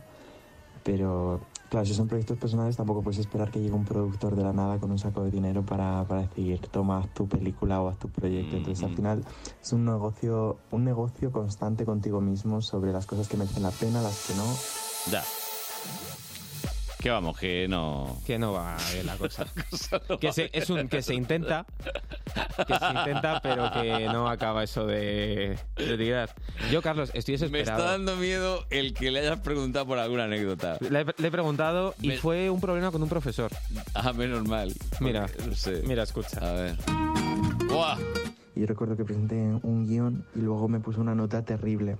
[SPEAKER 16] Pero, claro, si son proyectos personales tampoco puedes esperar que llegue un productor de la nada con un saco de dinero para, para decir, toma, haz tu película o haz tu proyecto. Entonces, al final es un negocio, un negocio constante contigo mismo sobre las cosas que merecen la pena, las que no.
[SPEAKER 1] Ya. Que vamos, que no.
[SPEAKER 2] Que no va bien la cosa. que se, es un que se intenta, que se intenta, pero que no acaba eso de, de tirar. Yo, Carlos, estoy
[SPEAKER 1] Me está
[SPEAKER 2] desesperado.
[SPEAKER 1] dando miedo el que le hayas preguntado por alguna anécdota.
[SPEAKER 2] Le, he- le he preguntado y
[SPEAKER 1] Me-
[SPEAKER 2] fue un problema con un profesor.
[SPEAKER 1] Ah, menos mal.
[SPEAKER 2] Mira,
[SPEAKER 1] No sé.
[SPEAKER 2] mira, escucha.
[SPEAKER 1] A ver. ¡Buah!
[SPEAKER 16] Y yo recuerdo que presenté un guión y luego me puso una nota terrible.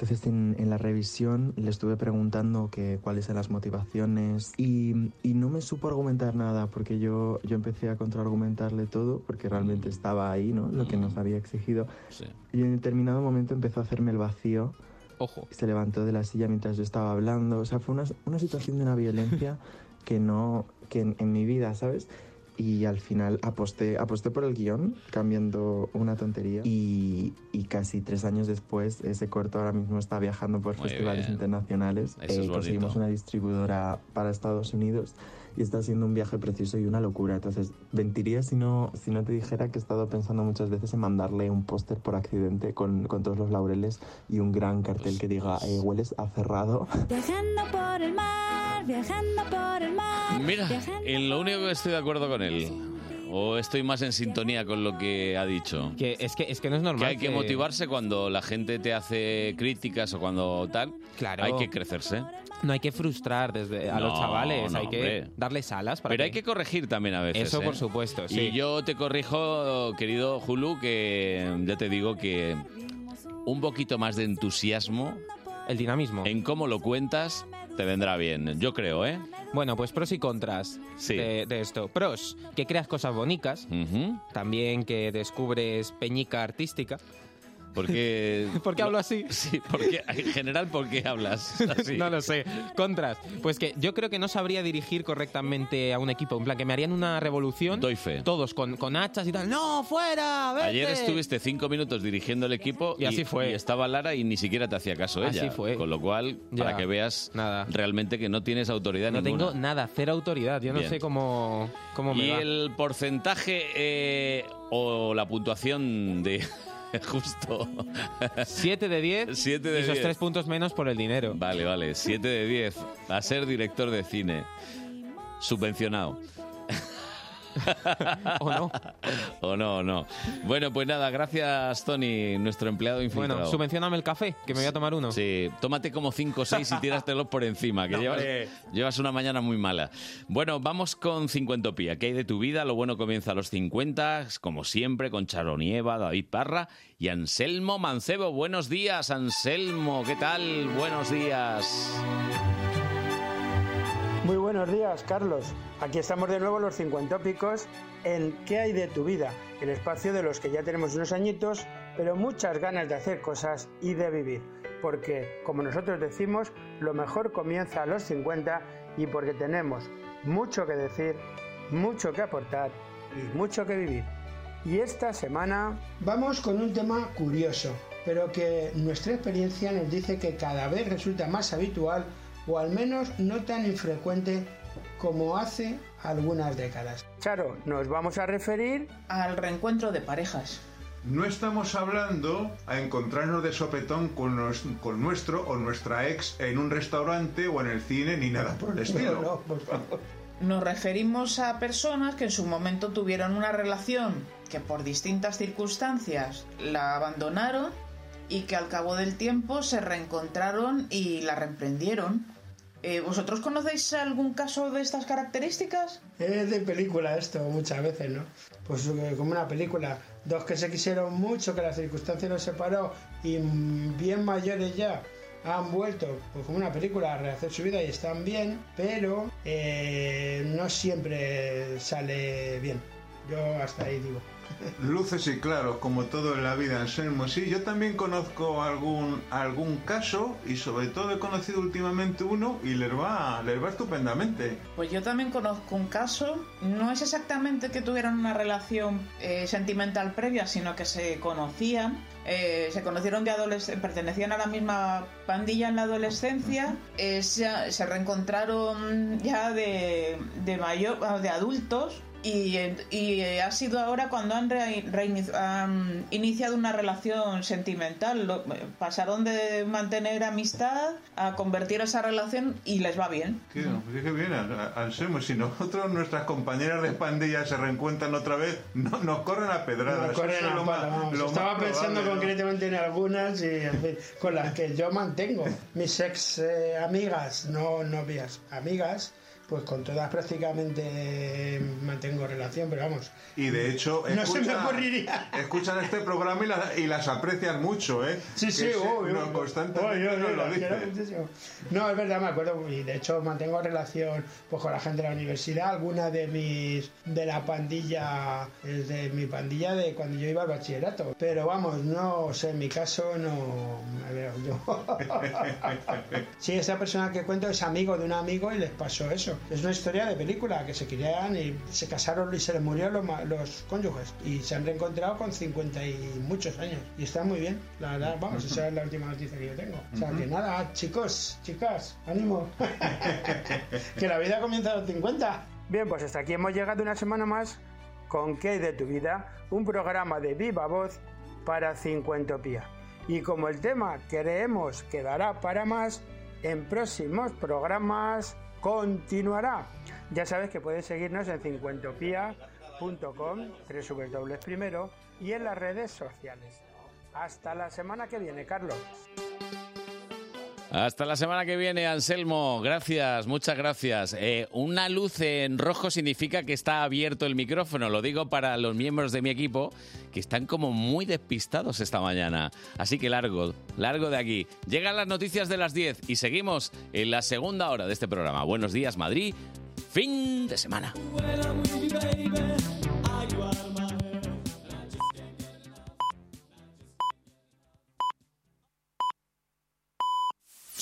[SPEAKER 16] Entonces en, en la revisión le estuve preguntando que, cuáles eran las motivaciones y, y no me supo argumentar nada porque yo, yo empecé a contraargumentarle todo porque realmente estaba ahí, ¿no? Lo que nos había exigido. Y en determinado momento empezó a hacerme el vacío.
[SPEAKER 2] Ojo.
[SPEAKER 16] Se levantó de la silla mientras yo estaba hablando. O sea, fue una, una situación de una violencia que no, que en, en mi vida, ¿sabes? Y al final aposté, aposté por el guión, cambiando una tontería. Y, y casi tres años después, ese corto ahora mismo está viajando por
[SPEAKER 1] Muy
[SPEAKER 16] festivales
[SPEAKER 1] bien.
[SPEAKER 16] internacionales.
[SPEAKER 1] Eso es bonito.
[SPEAKER 16] eh, conseguimos una distribuidora para Estados Unidos y está siendo un viaje precioso y una locura. Entonces, mentiría si no, si no te dijera que he estado pensando muchas veces en mandarle un póster por accidente con, con todos los laureles y un gran
[SPEAKER 1] Pues
[SPEAKER 16] cartel que diga, eh, hueles a cerrado.
[SPEAKER 11] Viajando por el mar, viajando por el mar.
[SPEAKER 1] Mira,
[SPEAKER 11] viajando-
[SPEAKER 1] en lo único que estoy de acuerdo con él. O estoy más en sintonía con lo que ha dicho.
[SPEAKER 2] Que es que es que no es normal.
[SPEAKER 1] Que hay que
[SPEAKER 2] que-
[SPEAKER 1] motivarse cuando la gente te hace críticas o cuando tal.
[SPEAKER 2] Claro.
[SPEAKER 1] Hay que crecerse.
[SPEAKER 2] No hay que frustrar desde a
[SPEAKER 1] No,
[SPEAKER 2] los chavales,
[SPEAKER 1] no,
[SPEAKER 2] hay que
[SPEAKER 1] hombre.
[SPEAKER 2] darles alas para
[SPEAKER 1] Pero hay que corregir también a veces.
[SPEAKER 2] Eso, por
[SPEAKER 1] ¿eh?
[SPEAKER 2] supuesto, sí.
[SPEAKER 1] Y yo te corrijo, querido Hulu, que ya te digo que un poquito más de entusiasmo.
[SPEAKER 2] El dinamismo.
[SPEAKER 1] En cómo lo cuentas, te vendrá bien. Yo creo, ¿eh?
[SPEAKER 2] Bueno, pues pros y contras de, de esto. Pros, que creas cosas bonitas,
[SPEAKER 1] Ujú.
[SPEAKER 2] también que descubres peñica artística.
[SPEAKER 1] Porque...
[SPEAKER 2] ¿Por qué hablo así?
[SPEAKER 1] Sí, porque en general, ¿por qué hablas así?
[SPEAKER 2] no lo sé. Contras. Pues que yo creo que no sabría dirigir correctamente a un equipo. En plan, que me harían una revolución.
[SPEAKER 1] Doy fe.
[SPEAKER 2] Todos con, con hachas y tal. ¡No, fuera! vete".
[SPEAKER 1] Ayer estuviste cinco minutos dirigiendo el equipo
[SPEAKER 2] Y así fue.
[SPEAKER 1] y estaba Lara y ni siquiera te hacía caso ella.
[SPEAKER 2] Así fue.
[SPEAKER 1] Con lo cual,
[SPEAKER 2] Ya.
[SPEAKER 1] para que veas realmente que no tienes autoridad
[SPEAKER 2] No
[SPEAKER 1] ninguna.
[SPEAKER 2] tengo nada, cero autoridad. Yo no
[SPEAKER 1] Bien.
[SPEAKER 2] sé cómo, cómo me
[SPEAKER 1] y
[SPEAKER 2] va.
[SPEAKER 1] el porcentaje eh, o la puntuación de justo
[SPEAKER 2] 7 de 10
[SPEAKER 1] 7 de
[SPEAKER 2] y esos
[SPEAKER 1] 10.
[SPEAKER 2] tres puntos menos por el dinero.
[SPEAKER 1] Vale, vale, 7 de 10 a ser director de cine. Subvencionado.
[SPEAKER 2] o no.
[SPEAKER 1] O no, o no. Bueno, pues nada, gracias Tony, nuestro empleado infiltrado.
[SPEAKER 2] Bueno, subvencioname el café, que me voy a tomar uno.
[SPEAKER 1] Sí, tómate como 5 o 6 y tírastelos por encima, que
[SPEAKER 2] No,
[SPEAKER 1] llevas,
[SPEAKER 2] hombre.
[SPEAKER 1] llevas una mañana muy mala. Bueno, vamos con Cincuentopía. ¿Qué hay de tu vida? Lo bueno comienza a los 50, como siempre, con Charonieva, David Parra y Anselmo Mancebo. Buenos días, Anselmo, ¿qué tal? Buenos días.
[SPEAKER 17] Muy buenos días, Carlos. Aquí estamos de nuevo los cincuentópicos en ¿Qué hay de tu vida? El espacio de los que ya tenemos unos añitos, pero muchas ganas de hacer cosas y de vivir. Porque, como nosotros decimos, lo mejor comienza a los 50 y porque tenemos mucho que decir, mucho que aportar y mucho que vivir. Y esta semana vamos con un tema curioso, pero que nuestra experiencia nos dice que cada vez resulta más habitual o al menos no tan infrecuente como hace algunas décadas. Charo, nos vamos a referir al reencuentro de parejas.
[SPEAKER 18] No estamos hablando a encontrarnos de sopetón con, nos- con nuestro o nuestra ex en un restaurante o en el cine ni nada por el estilo.
[SPEAKER 19] No, Nos referimos a personas que en su momento tuvieron una relación que por distintas circunstancias la abandonaron y que al cabo del tiempo se reencontraron y la reemprendieron. Eh, ¿Vosotros conocéis algún caso de estas características?
[SPEAKER 17] Es de película esto muchas veces, ¿no? Pues eh, como una película, dos que se quisieron mucho, que las circunstancias los separó y mm, bien mayores ya han vuelto, pues como una película, a rehacer su vida y están bien, pero eh, no siempre sale bien. Yo hasta ahí digo.
[SPEAKER 18] Luces y claros, como todo en la vida, Anselmo. Sí, yo también conozco algún, algún caso y sobre todo he conocido últimamente uno y les va, les va estupendamente.
[SPEAKER 19] Pues yo también conozco un caso, no es exactamente que tuvieran una relación eh, sentimental previa, sino que se conocían, eh, se conocieron de adolescentes, pertenecían a la misma pandilla en la adolescencia, eh, se, se reencontraron ya de, de mayor, bueno, de adultos. Y, eh, y, eh, ha sido ahora cuando han, re- reinici- han iniciado una relación sentimental. Lo- eh, pasaron de mantener amistad a convertir esa relación y les va bien.
[SPEAKER 18] Qué, pues qué bien, An- An- Anselmo. Si nosotros, nuestras compañeras de pandilla se reencuentran otra vez, no, nos corren a pedradas.
[SPEAKER 17] Nos corren
[SPEAKER 18] Eso es
[SPEAKER 17] a palo,
[SPEAKER 18] lo más-
[SPEAKER 17] vamos.
[SPEAKER 18] lo
[SPEAKER 17] Estaba
[SPEAKER 18] más
[SPEAKER 17] pensando
[SPEAKER 18] probable, ¿no?
[SPEAKER 17] concretamente en algunas y, en fin, con las que yo mantengo. Mis ex eh, amigas, no novias, amigas, pues con todas prácticamente eh, mantengo relación, pero vamos.
[SPEAKER 18] Y de hecho,
[SPEAKER 17] No se me
[SPEAKER 18] escuchan-
[SPEAKER 17] ocurriría.
[SPEAKER 18] escuchan este programa y, la- y las aprecian mucho, ¿eh?
[SPEAKER 17] Sí,
[SPEAKER 18] Que
[SPEAKER 17] sí, obvio.
[SPEAKER 18] no, constantemente
[SPEAKER 17] Obvio,
[SPEAKER 18] nos
[SPEAKER 17] obvio,
[SPEAKER 18] lo
[SPEAKER 17] la
[SPEAKER 18] dicen.
[SPEAKER 17] quiero muchísimo. No, es verdad, me acuerdo. Y de hecho mantengo relación pues, con la gente de la universidad, alguna de mis de la pandilla, eh, de mi pandilla de cuando yo iba al bachillerato. Pero vamos, no sé, en mi caso no me veo yo. sí, esa persona que cuento es amigo de un amigo y les pasó eso. Es una historia de película, que se querían y se casaron y se les murió los, ma- los cónyuges. Y se han reencontrado con 50 y muchos años. Y están muy bien, la verdad, vamos, esa es la última noticia que yo tengo. O sea, que nada, chicos, chicas, ánimo. que la vida comienza a los 50. Bien, pues hasta aquí hemos llegado una semana más con ¿Qué hay de tu vida? Un programa de viva voz para Cincuentopía. Y como el tema creemos que dará para más, en próximos programas continuará. Ya sabes que puedes seguirnos en cincuentopía.com, tres W primero, y en las redes sociales. Hasta la semana que viene, Carlos.
[SPEAKER 1] Hasta la semana que viene, Anselmo. Gracias, muchas gracias. Eh, una luz en rojo significa que está abierto el micrófono. Lo digo para los miembros de mi equipo que están como muy despistados esta mañana. Así que largo, largo de aquí. Llegan las noticias de las 10 y seguimos en la segunda hora de este programa. Buenos días, Madrid. Fin de semana.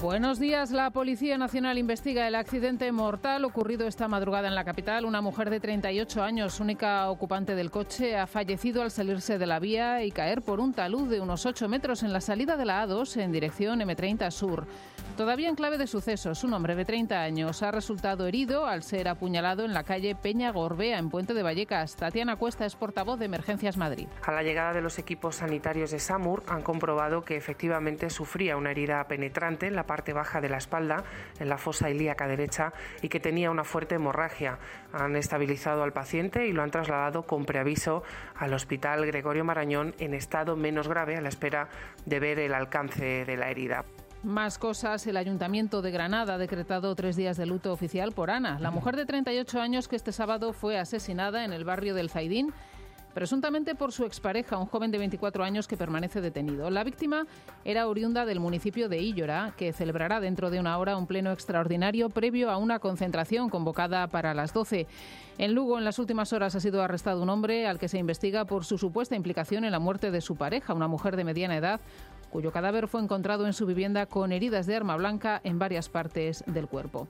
[SPEAKER 20] Buenos días. La Policía Nacional investiga el accidente mortal ocurrido esta madrugada en la capital. Una mujer de 38 años, única ocupante del coche, ha fallecido al salirse de la vía y caer por un talud de unos 8 metros en la salida de la A2 en dirección M30 Sur. Todavía en clave de sucesos, un hombre de 30 años ha resultado herido al ser apuñalado en la calle Peña Gorbea, en Puente de Vallecas. Tatiana Cuesta es portavoz de Emergencias Madrid.
[SPEAKER 21] A la llegada de los equipos sanitarios de SAMUR han comprobado que efectivamente sufría una herida penetrante en la parte baja de la espalda, en la fosa ilíaca derecha, y que tenía una fuerte hemorragia. Han estabilizado al paciente y lo han trasladado con preaviso al Hospital Gregorio Marañón en estado menos grave a la espera de ver el alcance de la herida.
[SPEAKER 20] Más cosas, el Ayuntamiento de Granada ha decretado tres días de luto oficial por Ana, la mujer de 38 años que este sábado fue asesinada en el barrio del Zaidín, presuntamente por su expareja, un joven de 24 años que permanece detenido. La víctima era oriunda del municipio de Íllora, que celebrará dentro de una hora un pleno extraordinario previo a una concentración convocada para las 12. En Lugo, en las últimas horas ha sido arrestado un hombre al que se investiga por su supuesta implicación en la muerte de su pareja, una mujer de mediana edad cuyo cadáver fue encontrado en su vivienda con heridas de arma blanca en varias partes del cuerpo.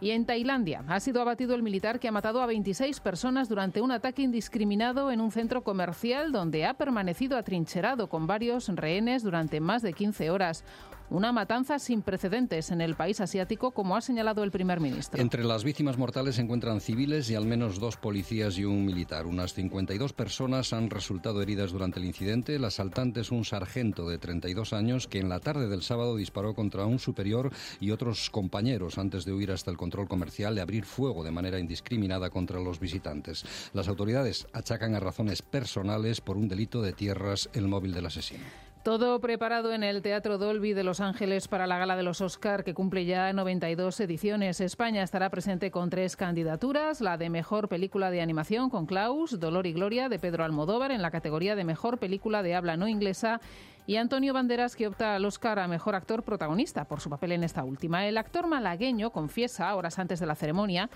[SPEAKER 20] Y en Tailandia ha sido abatido el militar que ha matado a 26 personas durante un ataque indiscriminado en un centro comercial donde ha permanecido atrincherado con varios rehenes durante más de 15 horas. Una matanza sin precedentes en el país asiático, como ha señalado el primer ministro.
[SPEAKER 22] Entre las víctimas mortales se encuentran civiles y al menos dos policías y un militar. Unas 52 personas han resultado heridas durante el incidente. El asaltante es un sargento de 32 años que en la tarde del sábado disparó contra un superior y otros compañeros antes de huir hasta el control comercial y abrir fuego de manera indiscriminada contra los visitantes. Las autoridades achacan a razones personales por un delito de tierras el móvil del asesino.
[SPEAKER 20] Todo preparado en el Teatro Dolby de Los Ángeles para la gala de los Oscar, que cumple ya 92 ediciones. España estará presente con tres candidaturas: la de mejor película de animación con Klaus, Dolor y Gloria de Pedro Almodóvar en la categoría de mejor película de habla no inglesa y Antonio Banderas, que opta al Oscar a mejor actor protagonista por su papel en esta última. El actor malagueño confiesa, horas antes de la ceremonia,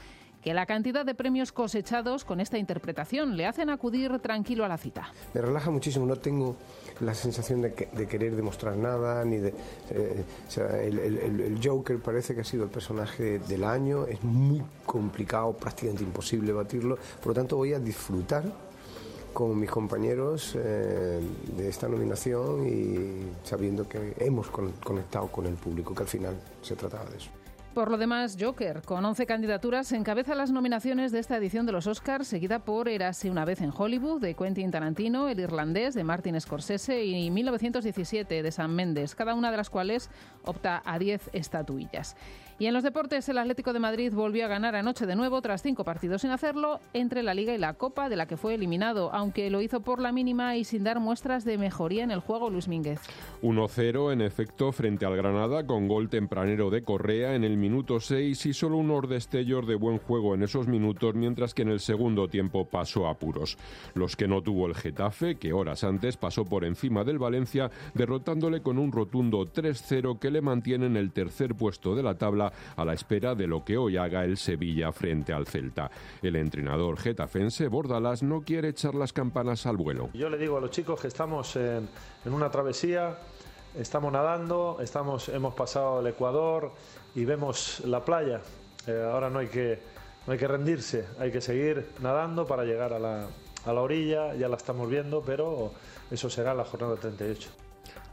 [SPEAKER 20] que la cantidad de premios cosechados con esta interpretación le hacen acudir tranquilo a la cita.
[SPEAKER 23] Me relaja muchísimo, no tengo la sensación de, que- de querer demostrar nada, ni de... eh, o sea, el, el- el- el Joker parece que ha sido el personaje del año, es muy complicado, prácticamente imposible batirlo, por lo tanto voy a disfrutar con mis compañeros eh, de esta nominación y sabiendo que hemos con- conectado con el público, que al final se trataba de eso.
[SPEAKER 20] Por lo demás, Joker, con 11 candidaturas, encabeza las nominaciones de esta edición de los Oscars, seguida por Érase una vez en Hollywood, de Quentin Tarantino, El irlandés, de Martin Scorsese y 1917, de Sam Mendes, cada una de las cuales opta a 10 estatuillas. Y en los deportes, el Atlético de Madrid volvió a ganar anoche de nuevo, tras cinco partidos sin hacerlo, entre la Liga y la Copa, de la que fue eliminado, aunque lo hizo por la mínima y sin dar muestras de mejoría en el juego Luis Mínguez.
[SPEAKER 24] 1-0 en efecto frente al Granada con gol tempranero de Correa en el minuto 6 y solo unos destellos de buen juego en esos minutos mientras que en el segundo tiempo pasó a puros. Los que no tuvo el Getafe, que horas antes pasó por encima del Valencia derrotándole con un rotundo 3-0 que le mantiene en el tercer puesto de la tabla a la espera de lo que hoy haga el Sevilla frente al Celta. El entrenador getafense Bordalás no quiere echar las campanas al vuelo.
[SPEAKER 25] Yo le digo a los chicos que estamos en, en una travesía, estamos nadando, estamos, hemos pasado el Ecuador y vemos la playa. Eh, ahora no hay, que, no hay que rendirse, hay que seguir nadando para llegar a la, a la orilla, ya la estamos viendo, pero eso será en la jornada 38.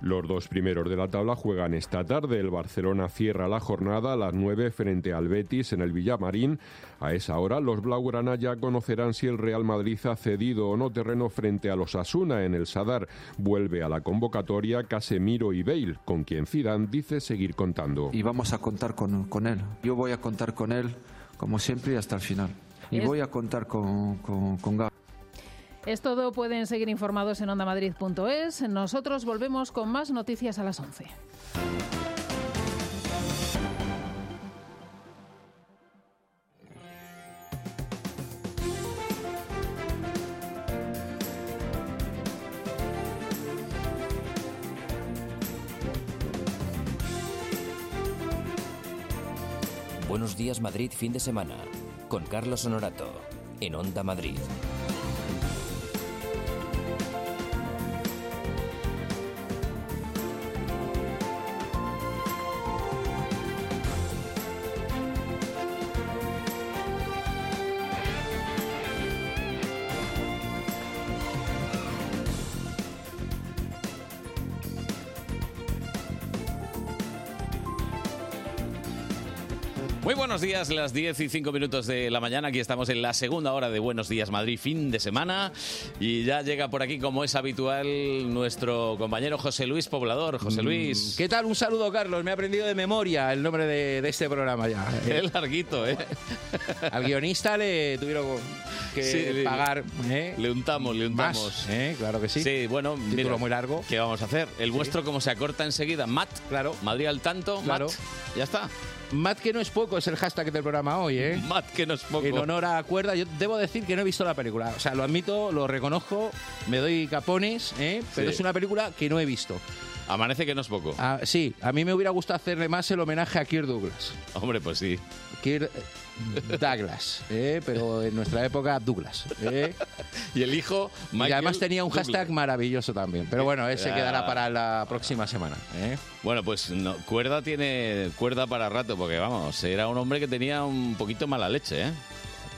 [SPEAKER 24] Los dos primeros de la tabla juegan esta tarde. El Barcelona cierra la jornada a las 9 frente al Betis en el Villamarín. A esa hora, los Blaugrana ya conocerán si el Real Madrid ha cedido o no terreno frente a los Asuna en el Sadar. Vuelve a la convocatoria Casemiro y Bale, con quien Zidane dice seguir contando.
[SPEAKER 26] y vamos a contar con, con él. Yo voy a contar con él, como siempre, y hasta el final. Y
[SPEAKER 20] Es-
[SPEAKER 26] voy a contar con, con, con Gavi.
[SPEAKER 20] Es todo, pueden seguir informados en ondamadrid.es. Nosotros volvemos con más noticias a las 11.
[SPEAKER 5] Buenos días Madrid fin de semana con Carlos Honorato en Onda Madrid.
[SPEAKER 1] Muy buenos días, las 10 y 5 minutos de la mañana. Aquí estamos en la segunda hora de Buenos Días Madrid, fin de semana. Y ya llega por aquí, como es habitual, nuestro compañero José Luis Poblador. José Luis.
[SPEAKER 6] ¿Qué tal? Un saludo, Carlos. Me he aprendido de memoria el nombre de, de este programa ya.
[SPEAKER 1] Es larguito, ¿eh?
[SPEAKER 6] Al guionista le tuvieron que
[SPEAKER 1] Sí,
[SPEAKER 6] pagar ¿eh?
[SPEAKER 1] Le untamos, le
[SPEAKER 6] más,
[SPEAKER 1] untamos.
[SPEAKER 6] ¿eh? Claro que sí.
[SPEAKER 1] Sí, bueno,
[SPEAKER 6] Título muy largo.
[SPEAKER 1] ¿Qué vamos a hacer? El
[SPEAKER 6] Sí.
[SPEAKER 1] vuestro, como se acorta enseguida, Matt. Claro. Madrid al tanto,
[SPEAKER 6] Claro.
[SPEAKER 1] Matt. Ya está.
[SPEAKER 6] Matt que no es poco es el hashtag del programa hoy, ¿eh?
[SPEAKER 1] Matt que no es poco.
[SPEAKER 6] En honor a Cuerda, yo debo decir que no he visto la película. O sea, lo admito, lo reconozco, me doy capones, ¿eh? Pero
[SPEAKER 1] Sí.
[SPEAKER 6] es una película que no he visto.
[SPEAKER 1] Amanece que no es poco.
[SPEAKER 6] Ah, sí, a mí me hubiera gustado hacerle más el homenaje a Kirk Douglas.
[SPEAKER 1] Hombre, pues sí.
[SPEAKER 6] Kirk Douglas, ¿eh? pero en nuestra época Douglas. ¿eh?
[SPEAKER 1] Y el hijo,
[SPEAKER 6] Y
[SPEAKER 1] Michael
[SPEAKER 6] además tenía un
[SPEAKER 1] Douglas.
[SPEAKER 6] hashtag maravilloso también. Pero bueno, ese
[SPEAKER 1] Ah.
[SPEAKER 6] quedará para la próxima semana. ¿eh?
[SPEAKER 1] Bueno, pues no, cuerda tiene cuerda para rato, porque vamos, era un hombre que tenía un poquito mala leche, ¿eh?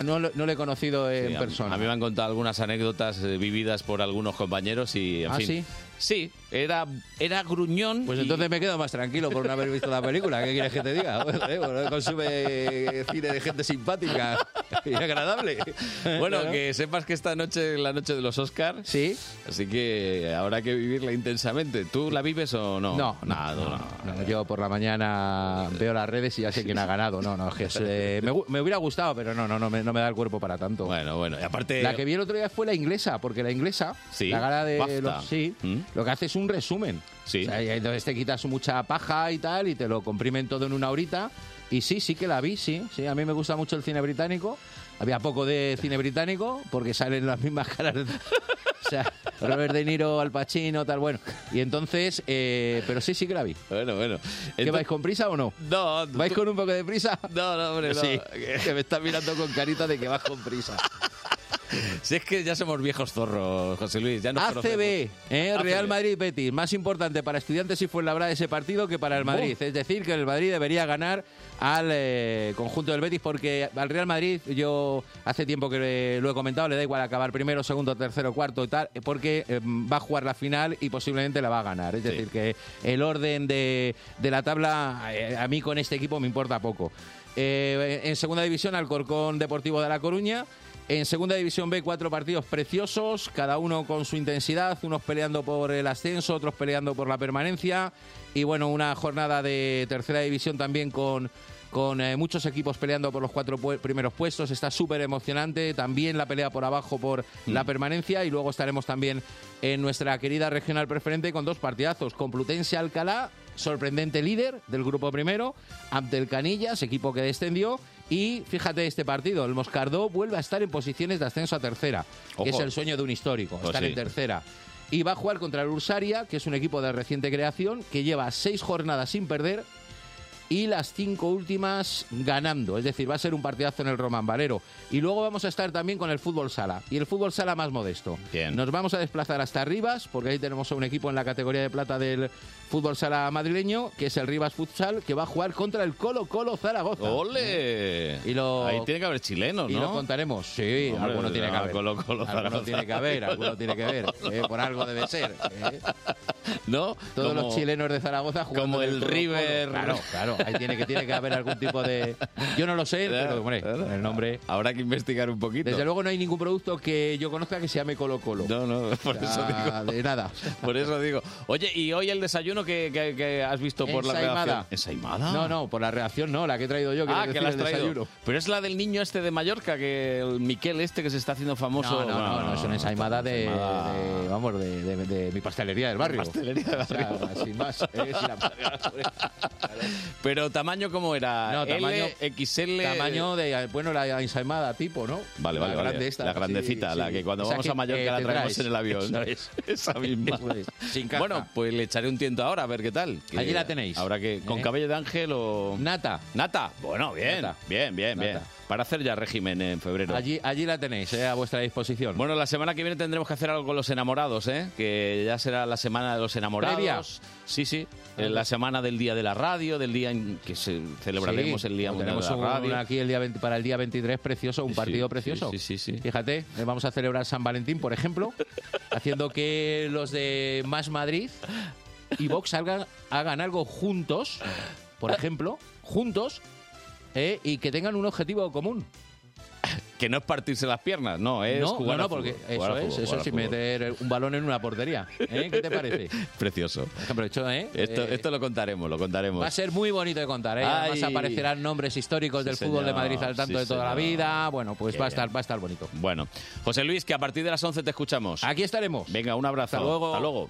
[SPEAKER 6] No, lo- no lo he conocido en
[SPEAKER 1] Sí, a-
[SPEAKER 6] persona.
[SPEAKER 1] A, mí me han contado algunas anécdotas eh, vividas por algunos compañeros y, en
[SPEAKER 6] ¿Ah,
[SPEAKER 1] fin.
[SPEAKER 6] sí?
[SPEAKER 1] Sí, era, era gruñón.
[SPEAKER 6] Pues
[SPEAKER 1] y-
[SPEAKER 6] entonces me quedo más tranquilo por no haber visto la película. ¿Qué quieres que te diga? Bueno, eh, bueno, consume cine de gente simpática y agradable.
[SPEAKER 1] Bueno,
[SPEAKER 6] Eh, Claro.
[SPEAKER 1] que sepas que esta noche es la noche de los Oscars.
[SPEAKER 6] Sí.
[SPEAKER 1] Así que habrá que vivirla intensamente. ¿Tú la vives o no?
[SPEAKER 6] No,
[SPEAKER 1] nada, no.
[SPEAKER 6] No, yo por la mañana veo las redes y ya sé quién ha ganado. No, no, es que es, eh, me, gu- me hubiera gustado, pero no, no, no me, no me da el cuerpo para tanto.
[SPEAKER 1] Bueno, bueno, y aparte.
[SPEAKER 6] La que vi el otro día fue la inglesa, porque la inglesa,
[SPEAKER 1] Sí,
[SPEAKER 6] la gala de
[SPEAKER 1] BAFTA.
[SPEAKER 6] los, sí, lo que hace es un resumen.
[SPEAKER 1] Sí.
[SPEAKER 6] O sea, y entonces te quitas mucha paja y tal, y te lo comprimen todo en una horita. Y sí, sí que la vi, sí, sí. A mí me gusta mucho el cine británico. Había poco de cine británico, porque salen las mismas caras. de- O sea, Robert De Niro, Al Pacino, tal, bueno. Y entonces, eh, pero sí, sí que la vi.
[SPEAKER 1] Bueno, bueno.
[SPEAKER 6] ¿Qué vais con prisa o no?
[SPEAKER 1] No,
[SPEAKER 6] ¿Vais con un poco de prisa?
[SPEAKER 1] No, no, hombre, no.
[SPEAKER 6] Sí, que me estás mirando con carita de que vas con prisa.
[SPEAKER 1] Si es que ya somos viejos zorros, José Luis. Ya nos
[SPEAKER 6] ACB,
[SPEAKER 1] conocemos.
[SPEAKER 6] ¿eh? Real
[SPEAKER 1] ACB.
[SPEAKER 6] Madrid Betis, más importante para estudiantes y Fuenlabrada ese partido que para el Madrid. Es decir, que el Madrid debería ganar al eh, conjunto del Betis porque al Real Madrid yo hace tiempo que eh, lo he comentado, le da igual acabar primero, segundo, tercero, cuarto y tal, eh, porque eh, va a jugar la final y posiblemente la va a ganar. Es decir, que el orden de, de la tabla eh, a mí con este equipo me importa poco. Eh, en segunda división, Alcorcón Deportivo de La Coruña. En segunda división B, cuatro partidos preciosos, cada uno con su intensidad, unos peleando por el ascenso, otros peleando por la permanencia. Y bueno, una jornada de tercera división también con, con eh, muchos equipos peleando por los cuatro pue- primeros puestos. Está súper emocionante. También la pelea por abajo por la permanencia. Y luego estaremos también en nuestra querida regional preferente con dos partidazos. Complutense Alcalá, sorprendente líder del grupo primero, ante el Canillas, equipo que descendió. Y fíjate este partido, el Moscardó vuelve a estar en posiciones de ascenso a tercera,
[SPEAKER 1] Ojo.
[SPEAKER 6] que es el sueño de un histórico,
[SPEAKER 1] Pues
[SPEAKER 6] estar
[SPEAKER 1] sí.
[SPEAKER 6] en tercera. Y va a jugar contra el Ursaria, que es un equipo de reciente creación, que lleva seis jornadas sin perder y las cinco últimas ganando. Es decir, va a ser un partidazo en el Román Valero. Y luego vamos a estar también con el fútbol sala. Y el fútbol sala más modesto. Nos vamos a desplazar hasta Rivas, porque ahí tenemos a un equipo en la categoría de plata del fútbol sala madrileño, que es el Rivas Futsal, que va a jugar contra el Colo Colo Zaragoza.
[SPEAKER 1] ¡Ole! Ahí tiene que haber chilenos,
[SPEAKER 6] Y
[SPEAKER 1] ¿no?
[SPEAKER 6] lo contaremos. Sí,
[SPEAKER 1] Hombre,
[SPEAKER 6] alguno tiene que
[SPEAKER 1] ah,
[SPEAKER 6] haber.
[SPEAKER 1] Colo Colo
[SPEAKER 6] alguno
[SPEAKER 1] Zaragoza.
[SPEAKER 6] tiene que haber, alguno tiene que haber. eh, por algo debe ser. eh.
[SPEAKER 1] ¿No?
[SPEAKER 6] Todos
[SPEAKER 1] Como-
[SPEAKER 6] los chilenos de Zaragoza jugando
[SPEAKER 1] como
[SPEAKER 6] en
[SPEAKER 1] el
[SPEAKER 6] Colo-Colo.
[SPEAKER 1] River.
[SPEAKER 6] Claro, claro. Ahí tiene que, tiene que haber algún tipo de. Yo no lo sé, pero hombre, el nombre.
[SPEAKER 1] Habrá que investigar un poquito.
[SPEAKER 6] Desde luego no hay ningún producto que yo conozca que se llame Colo Colo.
[SPEAKER 1] No, no, por eso digo.
[SPEAKER 6] De nada.
[SPEAKER 1] Por eso digo. Oye, ¿y hoy el desayuno que, que- que has visto por
[SPEAKER 6] Ensaimada.
[SPEAKER 1] la redacción? ¿Ensaimada?
[SPEAKER 6] No, no, por la reacción no, la que he traído yo. quiero
[SPEAKER 1] ah, que
[SPEAKER 6] decir,
[SPEAKER 1] la has
[SPEAKER 6] el
[SPEAKER 1] traído.
[SPEAKER 6] desayuno.
[SPEAKER 1] Pero es la del niño este de Mallorca, que el Miquel este que se está haciendo famoso.
[SPEAKER 6] No, no, no, no, es una ensaimada de, de- vamos, de, de- de mi pastelería del barrio.
[SPEAKER 1] Pastelería del
[SPEAKER 6] O sea,
[SPEAKER 1] barrio.
[SPEAKER 6] sin más. eh, sin la-
[SPEAKER 1] Pero tamaño cómo era?
[SPEAKER 6] No, tamaño-
[SPEAKER 1] L, XL.
[SPEAKER 6] Tamaño de, bueno, la ensaimada tipo, ¿no?
[SPEAKER 1] Vale, vale,
[SPEAKER 6] la
[SPEAKER 1] vale.
[SPEAKER 6] grande esta,
[SPEAKER 1] la
[SPEAKER 6] sí,
[SPEAKER 1] grandecita, la
[SPEAKER 6] sí.
[SPEAKER 1] que cuando
[SPEAKER 6] Esa
[SPEAKER 1] vamos a
[SPEAKER 6] eh,
[SPEAKER 1] Mallorca la
[SPEAKER 6] te
[SPEAKER 1] traemos
[SPEAKER 6] traes.
[SPEAKER 1] en el avión.
[SPEAKER 6] Eso es.
[SPEAKER 1] Esa misma. bueno, pues le echaré un tiento ahora a ver qué tal. que
[SPEAKER 6] Allí la tenéis.
[SPEAKER 1] Habrá que. ¿Con
[SPEAKER 6] ¿Eh?
[SPEAKER 1] cabello de ángel o.?
[SPEAKER 6] Nata.
[SPEAKER 1] Nata. Bueno, bien.
[SPEAKER 6] Nata.
[SPEAKER 1] Bien, bien, bien.
[SPEAKER 6] Nata.
[SPEAKER 1] Para hacer ya régimen en febrero.
[SPEAKER 6] Allí, allí la tenéis, eh, a vuestra disposición.
[SPEAKER 1] Bueno, la semana que viene tendremos que hacer algo con los enamorados, ¿eh? Que ya será la semana de los enamorados.
[SPEAKER 6] ¿Previa?
[SPEAKER 1] Sí, sí. Eh, La semana del día de la radio, del día en que se celebraremos
[SPEAKER 6] Sí,
[SPEAKER 1] el día mundial
[SPEAKER 6] tenemos
[SPEAKER 1] de la
[SPEAKER 6] un-
[SPEAKER 1] radio.
[SPEAKER 6] un aquí el día 20 para el día 23 precioso, un partido
[SPEAKER 1] sí,
[SPEAKER 6] precioso.
[SPEAKER 1] sí, sí, sí.
[SPEAKER 6] Fíjate, eh, vamos a celebrar San Valentín, por ejemplo, haciendo que los de Más Madrid y Vox hagan, hagan algo juntos, por ejemplo, juntos ¿eh? y que tengan un objetivo común.
[SPEAKER 1] Que no es partirse las piernas, no, es
[SPEAKER 6] no,
[SPEAKER 1] jugar
[SPEAKER 6] no,
[SPEAKER 1] a
[SPEAKER 6] no, porque
[SPEAKER 1] fútbol,
[SPEAKER 6] eso
[SPEAKER 1] jugar a
[SPEAKER 6] es,
[SPEAKER 1] fútbol,
[SPEAKER 6] eso
[SPEAKER 1] jugar a
[SPEAKER 6] es sin
[SPEAKER 1] fútbol.
[SPEAKER 6] meter un balón en una portería. ¿eh? ¿Qué te parece?
[SPEAKER 1] Precioso. Esto, esto lo contaremos, lo contaremos.
[SPEAKER 6] ¿eh? Va a ser muy bonito de contar, ¿eh?
[SPEAKER 1] Ay.
[SPEAKER 6] Además aparecerán nombres históricos
[SPEAKER 1] Sí,
[SPEAKER 6] del fútbol de
[SPEAKER 1] señor,
[SPEAKER 6] Madrid al tanto
[SPEAKER 1] sí,
[SPEAKER 6] de toda la
[SPEAKER 1] señor.
[SPEAKER 6] vida. Bueno, pues
[SPEAKER 1] Qué
[SPEAKER 6] va a
[SPEAKER 1] bien.
[SPEAKER 6] estar, va a estar bonito.
[SPEAKER 1] Bueno, José Luis, que a partir de las 11 te escuchamos.
[SPEAKER 6] Aquí estaremos.
[SPEAKER 1] Venga, un abrazo.
[SPEAKER 5] Hasta luego.
[SPEAKER 1] Hasta luego.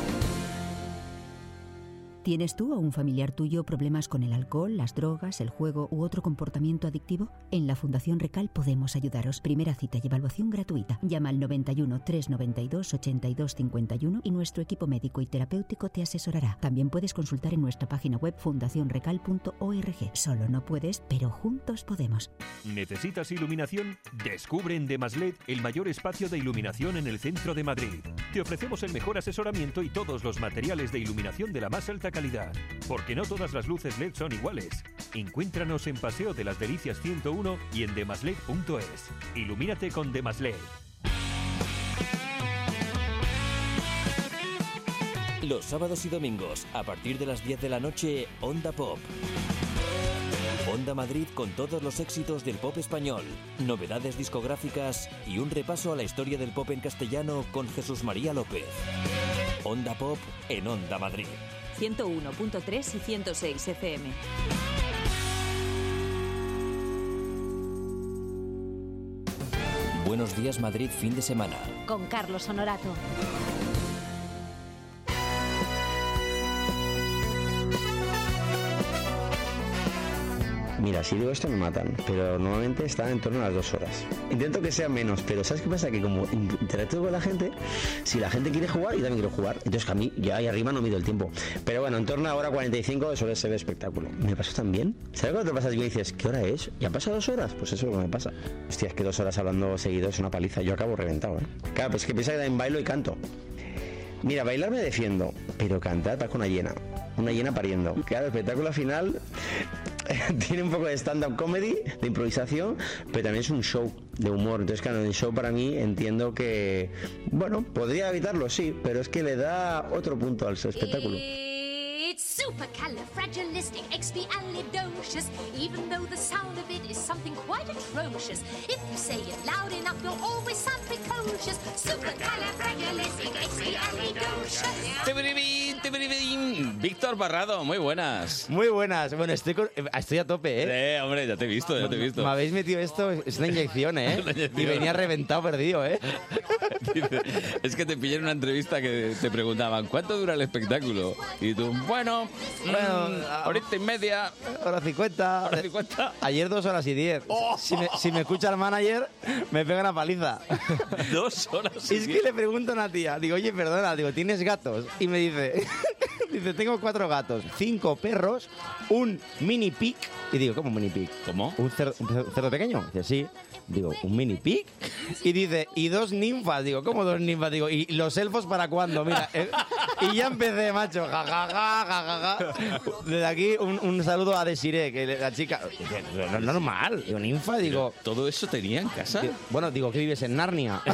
[SPEAKER 15] ¿Tienes tú o un familiar tuyo problemas con el alcohol, las drogas, el juego u otro comportamiento adictivo? En la Fundación Recal podemos ayudaros. Primera cita y evaluación gratuita. Llama al 91 392 8251 y nuestro equipo médico y terapéutico te asesorará. También puedes consultar en nuestra página web fundacionrecal.org. Solo no puedes, pero juntos podemos.
[SPEAKER 10] ¿Necesitas iluminación? Descubre en Demasled el mayor espacio de iluminación en el centro de Madrid. Te ofrecemos el mejor asesoramiento y todos los materiales de iluminación de la más alta calidad, porque no todas las luces LED son iguales. Encuéntranos en Paseo de las Delicias 101 y en demasled.es. Ilumínate con Demasled.
[SPEAKER 5] Los sábados y domingos, a partir de las 10 de la noche, Onda Pop. Onda Madrid con todos los éxitos del pop español, novedades discográficas y un repaso a la historia del pop en castellano con Jesús María López. Onda Pop en Onda Madrid.
[SPEAKER 4] 101.3 y 106 FM.
[SPEAKER 5] Buenos días Madrid fin de semana.
[SPEAKER 11] Con Carlos Honorato.
[SPEAKER 8] Mira, si digo esto me matan, pero normalmente están en torno a las dos horas. Intento que sea menos, pero ¿sabes qué pasa? Que como in- interactúo con la gente, si la gente quiere jugar, yo también quiero jugar. Entonces que a mí ya ahí arriba no mido el tiempo. Pero bueno, en torno a hora 45 suele ser el espectáculo. Me pasó también. ¿Sabes cuando te pasas bien y dices, ¿qué hora es? ¿Ya han pasado dos horas? Pues eso es lo que me pasa. Hostia, es que dos horas hablando seguido es una paliza. Yo acabo reventado, ¿eh? Claro, pues es que piensa que también bailo y canto. Mira, bailar me defiendo, pero cantar vas con una llena. Una llena pariendo. Claro, el espectáculo final tiene un poco de stand-up comedy, de improvisación, pero también es un show de humor. Entonces, claro, el show para mí entiendo que, bueno, podría evitarlo, sí, pero es que le da otro punto al espectáculo.
[SPEAKER 9] It's supercalifragilisticexpialidocious, even though the sound of it is something quite atrocious. If you say it loud enough, you'll always sound precocious. Supercalifragilisticexpialidocious.
[SPEAKER 1] Tibiribín, tibiribín. Víctor Barrado, muy buenas.
[SPEAKER 27] Muy buenas. Bueno, estoy, con- eh, estoy a tope, ¿eh?
[SPEAKER 1] Eh, hombre, ya te he visto, ya te he visto.
[SPEAKER 27] Me habéis metido esto, es una inyección, ¿eh?
[SPEAKER 1] Una inyección.
[SPEAKER 27] Y venía reventado perdido, ¿eh?
[SPEAKER 1] Dice, es que te pillé en una entrevista que te preguntaban, ¿cuánto dura el espectáculo? Y tú, bueno,
[SPEAKER 27] Bueno,
[SPEAKER 1] mm,
[SPEAKER 27] ah,
[SPEAKER 1] horita y media.
[SPEAKER 27] Hora 50.
[SPEAKER 1] Hora Oh. 50.
[SPEAKER 27] Ayer dos horas y diez. Si, me, si me escucha el manager, me pega una paliza.
[SPEAKER 1] Dos horas
[SPEAKER 27] y Es que le pregunto a una tía, digo, oye, perdona, digo, ¿tienes gatos? Y me dice, dice, tengo cuatro gatos, cinco perros, un mini pig. Y digo, ¿cómo un mini pig?
[SPEAKER 1] ¿Cómo?
[SPEAKER 27] ¿Un cerdo, un cerdo- cerdo pequeño? Dice, sí. Digo, ¿un mini pig? Y dice, ¿y dos ninfas? Digo, ¿cómo dos ninfas? Digo, ¿y los elfos para cuándo? Mira, eh, y ya empecé, macho, ja, ja, ja, ja, ja, ja. Desde aquí un, un saludo a Desiree, que le- la chica... No es normal, digo, ninfa, digo...
[SPEAKER 1] ¿Todo eso tenía en casa?
[SPEAKER 27] Bueno, digo, ¿qué vives en Narnia?